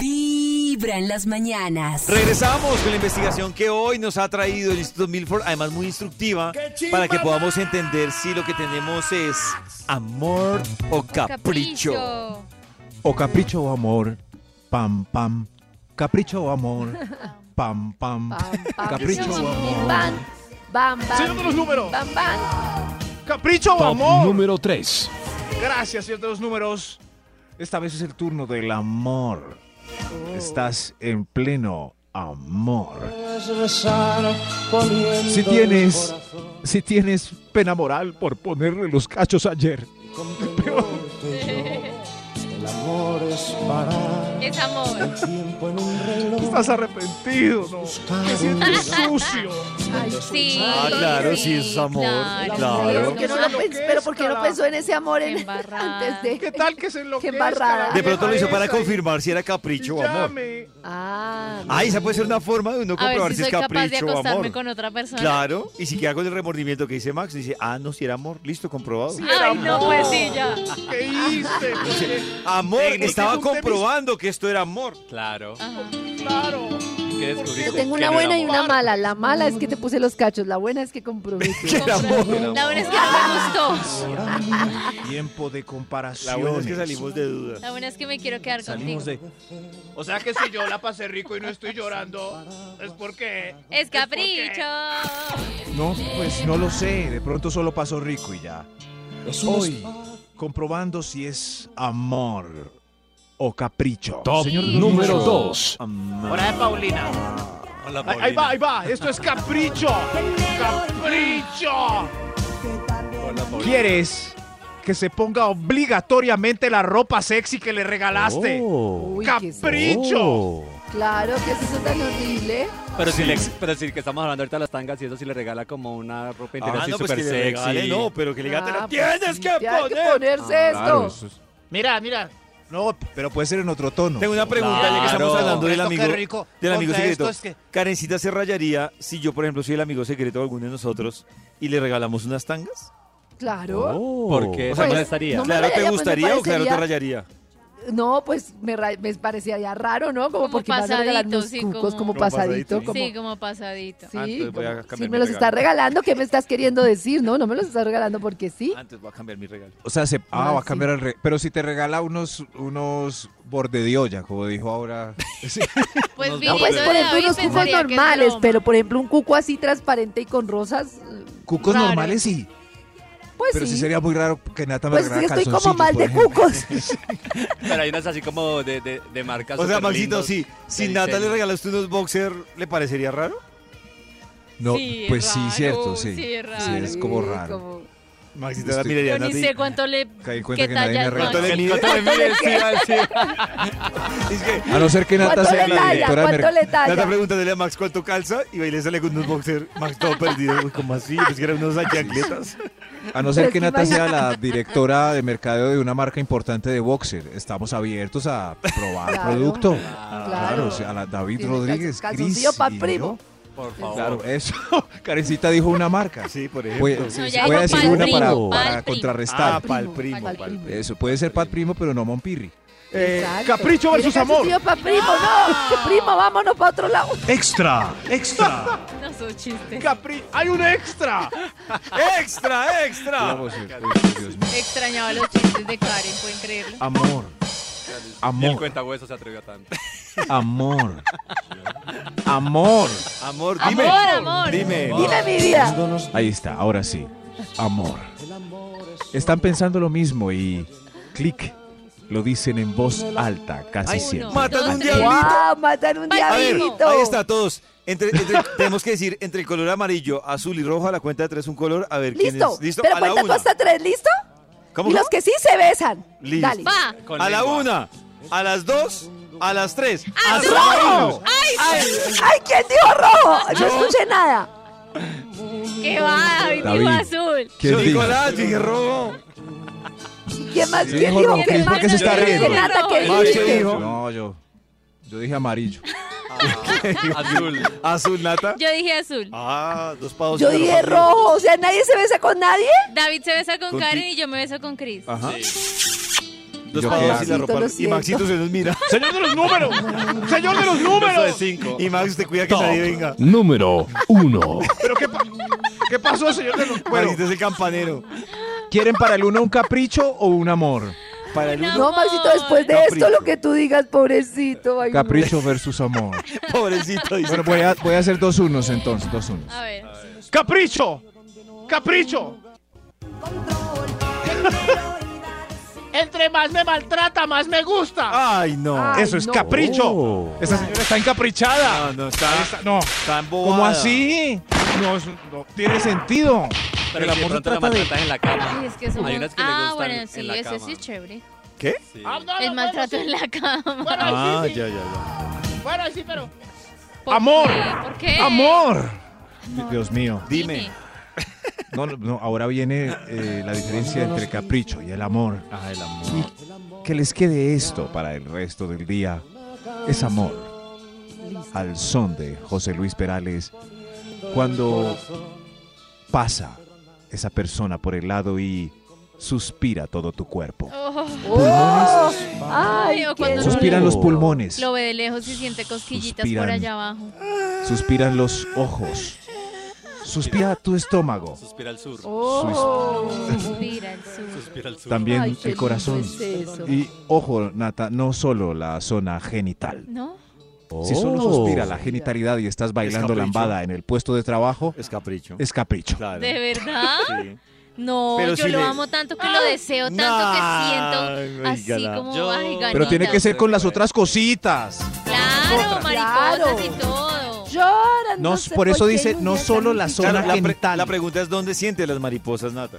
[SPEAKER 7] Vibra Vibra en las mañanas.
[SPEAKER 2] Regresamos con la investigación que hoy nos ha traído el Instituto Milford, además muy instructiva, para que podamos entender si lo que tenemos es amor o capricho.
[SPEAKER 4] O capricho o amor, pam, pam. Capricho o amor, pam, pam. Capricho o amor.
[SPEAKER 6] Bam, bam, bam.
[SPEAKER 11] Señor de los números.
[SPEAKER 6] Bam, bam.
[SPEAKER 1] Capricho o
[SPEAKER 21] Top
[SPEAKER 1] amor.
[SPEAKER 21] número 3.
[SPEAKER 1] Gracias, señor de los números. Esta vez es el turno del amor. Oh. Estás en pleno amor. Si tienes, si tienes pena moral por ponerle los cachos ayer.
[SPEAKER 3] Es amor.
[SPEAKER 1] Estás arrepentido, ¿no? Te sientes sucio.
[SPEAKER 3] Sí.
[SPEAKER 2] Ah, claro, sí, es amor, claro.
[SPEAKER 6] ¿Por qué no lo pens- pero ¿por qué no pensó en ese amor en- antes de
[SPEAKER 1] ¿Qué tal que se
[SPEAKER 6] que
[SPEAKER 1] enloquezca?
[SPEAKER 6] embarrada?
[SPEAKER 2] De pronto lo hizo para
[SPEAKER 1] Esa y-
[SPEAKER 2] confirmar si era capricho o amor.
[SPEAKER 1] Llame.
[SPEAKER 6] Ah,
[SPEAKER 2] Ah, esa puede ser una forma de uno
[SPEAKER 3] A
[SPEAKER 2] comprobar
[SPEAKER 3] ver
[SPEAKER 2] si
[SPEAKER 3] si
[SPEAKER 2] es
[SPEAKER 3] soy capaz de
[SPEAKER 2] capricho o
[SPEAKER 3] acostarme
[SPEAKER 2] amor.
[SPEAKER 3] con otra persona.
[SPEAKER 2] Claro, y si queda con el remordimiento que dice Max, dice, ah, no, si era amor, listo, comprobado.
[SPEAKER 3] Ay, no, pues sí, ya.
[SPEAKER 1] ¿Qué hice?
[SPEAKER 2] Amor,
[SPEAKER 1] Técnica.
[SPEAKER 2] estaba
[SPEAKER 1] Es un tema-
[SPEAKER 2] comprobando que esto era amor.
[SPEAKER 5] Claro.
[SPEAKER 1] Claro.
[SPEAKER 5] ¿Qué descubriste?
[SPEAKER 6] Yo tengo una buena y una mala. La mala es que
[SPEAKER 7] Mm.
[SPEAKER 6] te puse los cachos. La buena es que comprometí.
[SPEAKER 2] Era amor.
[SPEAKER 3] La buena es que no me gustó.
[SPEAKER 1] Tiempo de
[SPEAKER 2] La
[SPEAKER 5] Ah,
[SPEAKER 1] comparación.
[SPEAKER 2] buena es que salimos de dudas.
[SPEAKER 3] La buena es que me quiero quedar contigo.
[SPEAKER 1] Salimos de.
[SPEAKER 11] O sea que si yo la pasé rico y no estoy llorando, es porque.
[SPEAKER 3] Es capricho.
[SPEAKER 4] No, pues no lo sé. De pronto solo pasó rico y ya. Hoy, comprobando si es amor o capricho.
[SPEAKER 21] Top
[SPEAKER 4] Señor de los
[SPEAKER 21] número
[SPEAKER 4] números.
[SPEAKER 21] 2.
[SPEAKER 11] Hora de Paulina.
[SPEAKER 5] Hola,
[SPEAKER 1] Ahí, ahí va, ahí va. Esto es capricho. Capricho. ¿Quieres que se ponga obligatoriamente la ropa sexy que le regalaste?
[SPEAKER 21] Oh.
[SPEAKER 6] Uy, qué
[SPEAKER 1] Capricho.
[SPEAKER 6] Claro, que es eso tan horrible.
[SPEAKER 5] Pero, si le- pero si que estamos hablando ahorita de las tangas y eso sí le regala como una ropa interior
[SPEAKER 2] Ah,
[SPEAKER 5] así
[SPEAKER 2] no, pues
[SPEAKER 5] súper
[SPEAKER 2] que le
[SPEAKER 5] sexy.
[SPEAKER 2] regale, no, pero que le gate
[SPEAKER 6] Ah,
[SPEAKER 2] la
[SPEAKER 6] pues
[SPEAKER 2] tienes
[SPEAKER 6] sí,
[SPEAKER 2] que
[SPEAKER 6] ya hay que
[SPEAKER 2] poner.
[SPEAKER 6] ponerse esto.
[SPEAKER 4] Ah, Claro, eso es-
[SPEAKER 20] Mira, mira.
[SPEAKER 4] No, pero puede ser en otro tono.
[SPEAKER 2] Tengo una pregunta, ya que estamos
[SPEAKER 5] Claro.
[SPEAKER 2] hablando del
[SPEAKER 20] Esto qué
[SPEAKER 2] amigo,
[SPEAKER 20] rico.
[SPEAKER 2] del amigo
[SPEAKER 20] Contra esto
[SPEAKER 2] secreto.
[SPEAKER 20] es que-
[SPEAKER 2] Karencita se rayaría si yo, por ejemplo, soy el amigo secreto de alguno de nosotros y le regalamos unas tangas.
[SPEAKER 6] Claro.
[SPEAKER 5] Porque se
[SPEAKER 2] O sea,
[SPEAKER 6] Pues,
[SPEAKER 5] molestaría.
[SPEAKER 6] no me
[SPEAKER 2] claro, ¿te
[SPEAKER 6] rayaría, pues, me
[SPEAKER 2] gustaría o claro te
[SPEAKER 6] parecería-
[SPEAKER 2] rayaría?
[SPEAKER 6] No, pues me, ra- me parecía ya raro, ¿no? Como,
[SPEAKER 3] Como
[SPEAKER 6] porque me van a regalar
[SPEAKER 3] pasadito,
[SPEAKER 6] unos
[SPEAKER 3] sí,
[SPEAKER 6] cucos
[SPEAKER 3] como-
[SPEAKER 6] como,
[SPEAKER 2] Como pasadito,
[SPEAKER 6] pasadito.
[SPEAKER 2] sí.
[SPEAKER 6] Como,
[SPEAKER 3] Sí, como pasadito.
[SPEAKER 6] Sí,
[SPEAKER 2] Ah, entonces voy a
[SPEAKER 6] como-
[SPEAKER 2] cambiar
[SPEAKER 6] si
[SPEAKER 2] mi
[SPEAKER 6] me los
[SPEAKER 2] regalo.
[SPEAKER 6] estás regalando, ¿qué me estás queriendo decir? No, no me los estás regalando porque sí.
[SPEAKER 2] Antes voy a cambiar mi regalo.
[SPEAKER 4] O sea, se, ah,
[SPEAKER 6] Ah,
[SPEAKER 4] va a
[SPEAKER 6] sí.
[SPEAKER 4] cambiar el re- Pero si te regala unos, unos borde de olla, como dijo ahora. Sí.
[SPEAKER 3] Pues bien,
[SPEAKER 6] No, pues por ejemplo unos cucos normales, pero por ejemplo un cuco así transparente y con rosas, eh,
[SPEAKER 4] Cucos
[SPEAKER 3] Raro.
[SPEAKER 4] normales sí.
[SPEAKER 6] pues
[SPEAKER 4] Pero
[SPEAKER 6] sí.
[SPEAKER 4] sí. sería muy raro que Nata me
[SPEAKER 6] pues sí,
[SPEAKER 4] regalara
[SPEAKER 6] estoy como
[SPEAKER 4] calzoncillos,
[SPEAKER 6] mal
[SPEAKER 4] por
[SPEAKER 6] de
[SPEAKER 4] ejemplo.
[SPEAKER 6] cucos.
[SPEAKER 5] Pero hay unas así como de, de, de marcas.
[SPEAKER 2] O sea,
[SPEAKER 5] súper
[SPEAKER 2] Maxito,
[SPEAKER 5] lindos.
[SPEAKER 2] sí, si
[SPEAKER 5] de
[SPEAKER 2] Nata le
[SPEAKER 5] diseño.
[SPEAKER 2] regalaste unos boxer, ¿le parecería raro?
[SPEAKER 4] No,
[SPEAKER 3] Sí, es
[SPEAKER 4] pues sí,
[SPEAKER 3] raro,
[SPEAKER 4] cierto, sí.
[SPEAKER 3] sí,
[SPEAKER 4] Sí,
[SPEAKER 3] es
[SPEAKER 4] es
[SPEAKER 3] raro.
[SPEAKER 4] como
[SPEAKER 6] Sí,
[SPEAKER 4] raro. Pues,
[SPEAKER 6] como-
[SPEAKER 2] Maxito la
[SPEAKER 4] Estoy-
[SPEAKER 2] miraría a
[SPEAKER 3] Yo ni
[SPEAKER 2] Nata y-
[SPEAKER 3] sé cuánto le.
[SPEAKER 4] Caí en cuenta
[SPEAKER 3] ¿Qué
[SPEAKER 4] que nadie
[SPEAKER 3] talla
[SPEAKER 4] me
[SPEAKER 3] es
[SPEAKER 4] regaló.
[SPEAKER 2] ¿Cuánto le
[SPEAKER 5] El
[SPEAKER 2] mide?
[SPEAKER 5] coto de mide, sí, iba a decir.
[SPEAKER 2] Es que
[SPEAKER 4] A no ser que Nata
[SPEAKER 6] ¿Cuánto
[SPEAKER 4] sea
[SPEAKER 6] le
[SPEAKER 4] la
[SPEAKER 6] talla?
[SPEAKER 4] directora de
[SPEAKER 6] ¿Cuánto
[SPEAKER 4] mercado.
[SPEAKER 6] le
[SPEAKER 2] Nata
[SPEAKER 6] talla?
[SPEAKER 2] pregúntale a Max cuánto calza y Bailey sale con unos boxer. Max todo perdido, uy, ¿cómo así? Pues que eran unos chancletas.
[SPEAKER 4] A no
[SPEAKER 6] Pero
[SPEAKER 4] ser que
[SPEAKER 6] es que
[SPEAKER 4] Nata sea la directora de mercadeo de una marca importante de boxer. Estamos abiertos a probar
[SPEAKER 6] Claro.
[SPEAKER 4] producto.
[SPEAKER 6] Claro.
[SPEAKER 4] Claro, o sea, a la David
[SPEAKER 6] Tiene
[SPEAKER 4] Rodríguez.
[SPEAKER 6] calz-
[SPEAKER 4] Cris
[SPEAKER 6] calzoncillo pa'
[SPEAKER 4] y
[SPEAKER 6] primo.
[SPEAKER 5] Por
[SPEAKER 4] yo.
[SPEAKER 5] favor.
[SPEAKER 4] Claro, eso. Karencita dijo una marca.
[SPEAKER 2] Oh. Sí, por ejemplo.
[SPEAKER 4] Voy,
[SPEAKER 3] No, ya
[SPEAKER 4] voy
[SPEAKER 3] dijo
[SPEAKER 4] a decir
[SPEAKER 3] pal
[SPEAKER 4] una para,
[SPEAKER 3] primo,
[SPEAKER 4] para
[SPEAKER 3] pal primo.
[SPEAKER 2] Ah,
[SPEAKER 4] contrarrestar.
[SPEAKER 2] pa'l primo,
[SPEAKER 6] Pa'l
[SPEAKER 2] pa'l
[SPEAKER 6] primo.
[SPEAKER 2] primo.
[SPEAKER 4] Eso puede ser Pat Primo, pero no Monpirri.
[SPEAKER 1] Eh,
[SPEAKER 6] Exacto.
[SPEAKER 1] capricho
[SPEAKER 6] Tiene
[SPEAKER 1] versus amor.
[SPEAKER 6] calzoncillo pa' primo, no. Primo, vámonos para otro lado.
[SPEAKER 1] Extra, extra.
[SPEAKER 3] No, su chiste.
[SPEAKER 1] Capri, hay un extra.
[SPEAKER 2] ¡Extra, extra!
[SPEAKER 4] Digamos, eh, uy, Dios mío.
[SPEAKER 3] Extrañaba los chistes de Karen, pueden creerlo.
[SPEAKER 4] Amor,
[SPEAKER 5] Ni el
[SPEAKER 4] amor,
[SPEAKER 5] cuenta se atrevió a tanto.
[SPEAKER 4] amor, amor.
[SPEAKER 2] Amor,
[SPEAKER 3] Amor,
[SPEAKER 2] dime.
[SPEAKER 3] amor.
[SPEAKER 2] Dime.
[SPEAKER 6] Dime mi vida.
[SPEAKER 4] Ahí está, ahora sí. Amor. Están pensando lo mismo y clic. Lo dicen en voz alta, casi
[SPEAKER 3] Ay,
[SPEAKER 4] siempre.
[SPEAKER 3] uno.
[SPEAKER 2] Matan
[SPEAKER 3] Dos,
[SPEAKER 2] un
[SPEAKER 3] tres.
[SPEAKER 2] diablito.
[SPEAKER 6] ¡Wow! Matan un
[SPEAKER 3] A
[SPEAKER 2] A ver,
[SPEAKER 6] diablito.
[SPEAKER 2] ahí está, todos. Entre, entre- tenemos que decir, entre el color amarillo, azul y rojo, a la cuenta de tres, un color. A ver, ¿quién
[SPEAKER 6] Listo.
[SPEAKER 2] es? ¿Listo?
[SPEAKER 6] Pero
[SPEAKER 2] a la
[SPEAKER 6] cuenta
[SPEAKER 2] una.
[SPEAKER 6] hasta tres, ¿listo?
[SPEAKER 2] ¿Cómo,
[SPEAKER 6] Y
[SPEAKER 2] cómo?
[SPEAKER 6] los que sí se besan.
[SPEAKER 2] Listo.
[SPEAKER 6] Dale.
[SPEAKER 3] Va.
[SPEAKER 5] Con
[SPEAKER 2] A la
[SPEAKER 5] lengua.
[SPEAKER 2] una, a las dos, a las tres.
[SPEAKER 6] Ah.
[SPEAKER 3] ¡Azul!
[SPEAKER 2] ¡Azul!
[SPEAKER 6] ¡Ay, quién dijo rojo! No escuché nada.
[SPEAKER 3] ¿Qué va? David dijo
[SPEAKER 4] David.
[SPEAKER 3] azul.
[SPEAKER 2] Yo
[SPEAKER 4] ¿Quién dijo?
[SPEAKER 2] Nicolás, dije rojo.
[SPEAKER 6] ¿Quién más?
[SPEAKER 4] Sí,
[SPEAKER 6] ¿Quién
[SPEAKER 4] dijo
[SPEAKER 6] dijo
[SPEAKER 4] rojo,
[SPEAKER 6] qué?
[SPEAKER 4] es porque se
[SPEAKER 6] ¿Quién
[SPEAKER 4] está
[SPEAKER 6] dice
[SPEAKER 4] riendo.
[SPEAKER 6] nada? ¿Qué
[SPEAKER 2] Max
[SPEAKER 6] dice?
[SPEAKER 2] dijo.
[SPEAKER 4] No, yo. Yo dije amarillo.
[SPEAKER 5] Azul.
[SPEAKER 2] Azul, Nata.
[SPEAKER 3] Yo dije azul.
[SPEAKER 2] Ah, dos pavos.
[SPEAKER 6] Yo
[SPEAKER 2] pero
[SPEAKER 6] dije
[SPEAKER 2] rojo.
[SPEAKER 6] rojo, o sea, nadie se besa con nadie.
[SPEAKER 3] David se besa con
[SPEAKER 2] Con
[SPEAKER 3] Karen
[SPEAKER 2] ti.
[SPEAKER 3] y yo me beso con Chris.
[SPEAKER 2] Ajá.
[SPEAKER 5] Dos pavos y la ropa.
[SPEAKER 2] Y Maxito se nos mira.
[SPEAKER 11] ¡Señor de los números! ¡Señor de los
[SPEAKER 5] Eso de
[SPEAKER 11] números!
[SPEAKER 5] cinco.
[SPEAKER 2] Y Max, te cuida que
[SPEAKER 21] Top
[SPEAKER 2] nadie venga.
[SPEAKER 21] número uno.
[SPEAKER 11] ¿Pero qué, pa- qué pasó, señor de los números?
[SPEAKER 2] Maxito es el campanero.
[SPEAKER 4] ¿Quieren para el uno un capricho o un amor?
[SPEAKER 5] Para el
[SPEAKER 6] No, Maxito, después de
[SPEAKER 4] Capricho.
[SPEAKER 6] esto, lo que tú digas, pobrecito. ay, no.
[SPEAKER 4] Capricho versus amor.
[SPEAKER 5] Pobrecito. dice.
[SPEAKER 4] Bueno, voy a, voy a hacer dos unos entonces, dos unos.
[SPEAKER 3] A ver.
[SPEAKER 11] ¡Capricho! ¡Capricho!
[SPEAKER 20] Entre más me maltrata, más me gusta.
[SPEAKER 2] Ay, no.
[SPEAKER 11] Eso es capricho.
[SPEAKER 4] Oh.
[SPEAKER 11] Esa señora está encaprichada.
[SPEAKER 2] No, no, está,
[SPEAKER 11] Esta- no.
[SPEAKER 2] está embobada.
[SPEAKER 4] ¿Cómo así? No, eso no tiene sentido.
[SPEAKER 5] Pero
[SPEAKER 4] El
[SPEAKER 5] si de
[SPEAKER 4] amor se
[SPEAKER 5] pronto la
[SPEAKER 4] trata de-
[SPEAKER 5] maltratan en la cama.
[SPEAKER 3] Ay, es que somos...
[SPEAKER 5] Hay unas que le
[SPEAKER 3] ah,
[SPEAKER 5] gustan
[SPEAKER 3] bueno,
[SPEAKER 5] en
[SPEAKER 3] sí,
[SPEAKER 5] la
[SPEAKER 3] ese
[SPEAKER 5] cama.
[SPEAKER 3] sí es chévere.
[SPEAKER 2] ¿Qué?
[SPEAKER 5] Sí.
[SPEAKER 20] Ah, no, no,
[SPEAKER 3] El
[SPEAKER 20] bueno,
[SPEAKER 3] maltrato
[SPEAKER 20] sí.
[SPEAKER 3] en la cama.
[SPEAKER 20] Bueno, ahí
[SPEAKER 2] Ah,
[SPEAKER 20] sí, sí.
[SPEAKER 2] ya, ya, ya.
[SPEAKER 20] Bueno, ahí sí, pero.
[SPEAKER 3] ¿Por
[SPEAKER 4] Amor.
[SPEAKER 3] qué? ¿Por
[SPEAKER 2] Eh.
[SPEAKER 3] qué?
[SPEAKER 4] ¡Amor! Dios mío.
[SPEAKER 2] Dime.
[SPEAKER 4] No, no, no, ahora viene eh, la diferencia entre el capricho y el amor.
[SPEAKER 2] Ah, el amor.
[SPEAKER 4] Y que les quede esto para el resto del día. Es amor. Al son de José Luis Perales. Cuando pasa esa persona por el lado y suspira todo tu cuerpo.
[SPEAKER 3] Oh,
[SPEAKER 6] Oh, ay,
[SPEAKER 3] Ay, o
[SPEAKER 6] qué
[SPEAKER 3] cuando
[SPEAKER 6] lindo.
[SPEAKER 4] Suspiran
[SPEAKER 2] Oh.
[SPEAKER 4] los pulmones.
[SPEAKER 3] lo ve de lejos y siente cosquillitas por
[SPEAKER 4] Suspiran.
[SPEAKER 3] allá abajo.
[SPEAKER 4] Suspiran los ojos. Suspira tu estómago.
[SPEAKER 5] Suspira al sur.
[SPEAKER 6] Oh.
[SPEAKER 3] Suspira el sur.
[SPEAKER 5] Suspira al sur.
[SPEAKER 4] También
[SPEAKER 6] Ay, qué
[SPEAKER 4] el
[SPEAKER 6] lindo
[SPEAKER 4] corazón.
[SPEAKER 6] es eso.
[SPEAKER 4] Y ojo, Nata, no solo la zona genital.
[SPEAKER 3] ¿No?
[SPEAKER 4] Si solo suspira la genitalidad y estás bailando
[SPEAKER 2] Oh. capricho.
[SPEAKER 4] lambada en el puesto de trabajo,
[SPEAKER 2] Es capricho.
[SPEAKER 4] es capricho.
[SPEAKER 2] Claro.
[SPEAKER 3] ¿De verdad?
[SPEAKER 2] Sí.
[SPEAKER 3] No,
[SPEAKER 2] Pero
[SPEAKER 3] yo
[SPEAKER 2] si
[SPEAKER 3] lo
[SPEAKER 2] le- ¡Ah!
[SPEAKER 3] amo tanto que lo deseo, tanto
[SPEAKER 2] Nah,
[SPEAKER 3] que siento así
[SPEAKER 2] oígala.
[SPEAKER 3] como
[SPEAKER 5] Yo-
[SPEAKER 3] ay, ganita.
[SPEAKER 4] Pero tiene que ser con las otras cositas.
[SPEAKER 3] Claro, mariposas y
[SPEAKER 6] Claro.
[SPEAKER 3] todo.
[SPEAKER 6] Lloran.
[SPEAKER 4] No,
[SPEAKER 6] sé
[SPEAKER 4] por eso
[SPEAKER 6] qué
[SPEAKER 4] dice,
[SPEAKER 6] un
[SPEAKER 4] no
[SPEAKER 6] día
[SPEAKER 4] solo
[SPEAKER 6] tan
[SPEAKER 4] la
[SPEAKER 6] difícil.
[SPEAKER 4] zona
[SPEAKER 2] Claro, la, pre-
[SPEAKER 4] genital.
[SPEAKER 2] la pregunta es dónde siente las mariposas, Nata.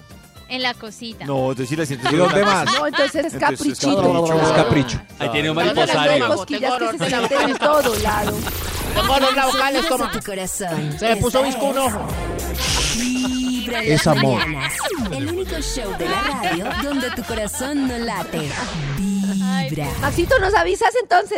[SPEAKER 3] En la cosita.
[SPEAKER 2] No, tú sí las sientes.
[SPEAKER 4] ¿Y dónde más?
[SPEAKER 6] No, entonces es
[SPEAKER 2] Entonces es
[SPEAKER 6] caprichito.
[SPEAKER 2] capricho.
[SPEAKER 4] Es capricho.
[SPEAKER 5] Ahí tiene un
[SPEAKER 20] No, no, no,
[SPEAKER 6] Hablando de
[SPEAKER 5] mariposario.
[SPEAKER 6] cosquillas que se
[SPEAKER 20] Tengo dolor.
[SPEAKER 6] sienten en todo lado.
[SPEAKER 20] Tengo dolor la boca, les
[SPEAKER 7] Sonidos
[SPEAKER 20] toma.
[SPEAKER 7] a tu corazón.
[SPEAKER 20] Se me puso
[SPEAKER 7] Esta
[SPEAKER 20] visco un ojo.
[SPEAKER 7] es Vibra en
[SPEAKER 4] Es
[SPEAKER 7] las
[SPEAKER 4] amor.
[SPEAKER 7] mañanas. El único show de la radio donde tu corazón no late. Vibra.
[SPEAKER 6] Maxito, ¿nos avisas entonces?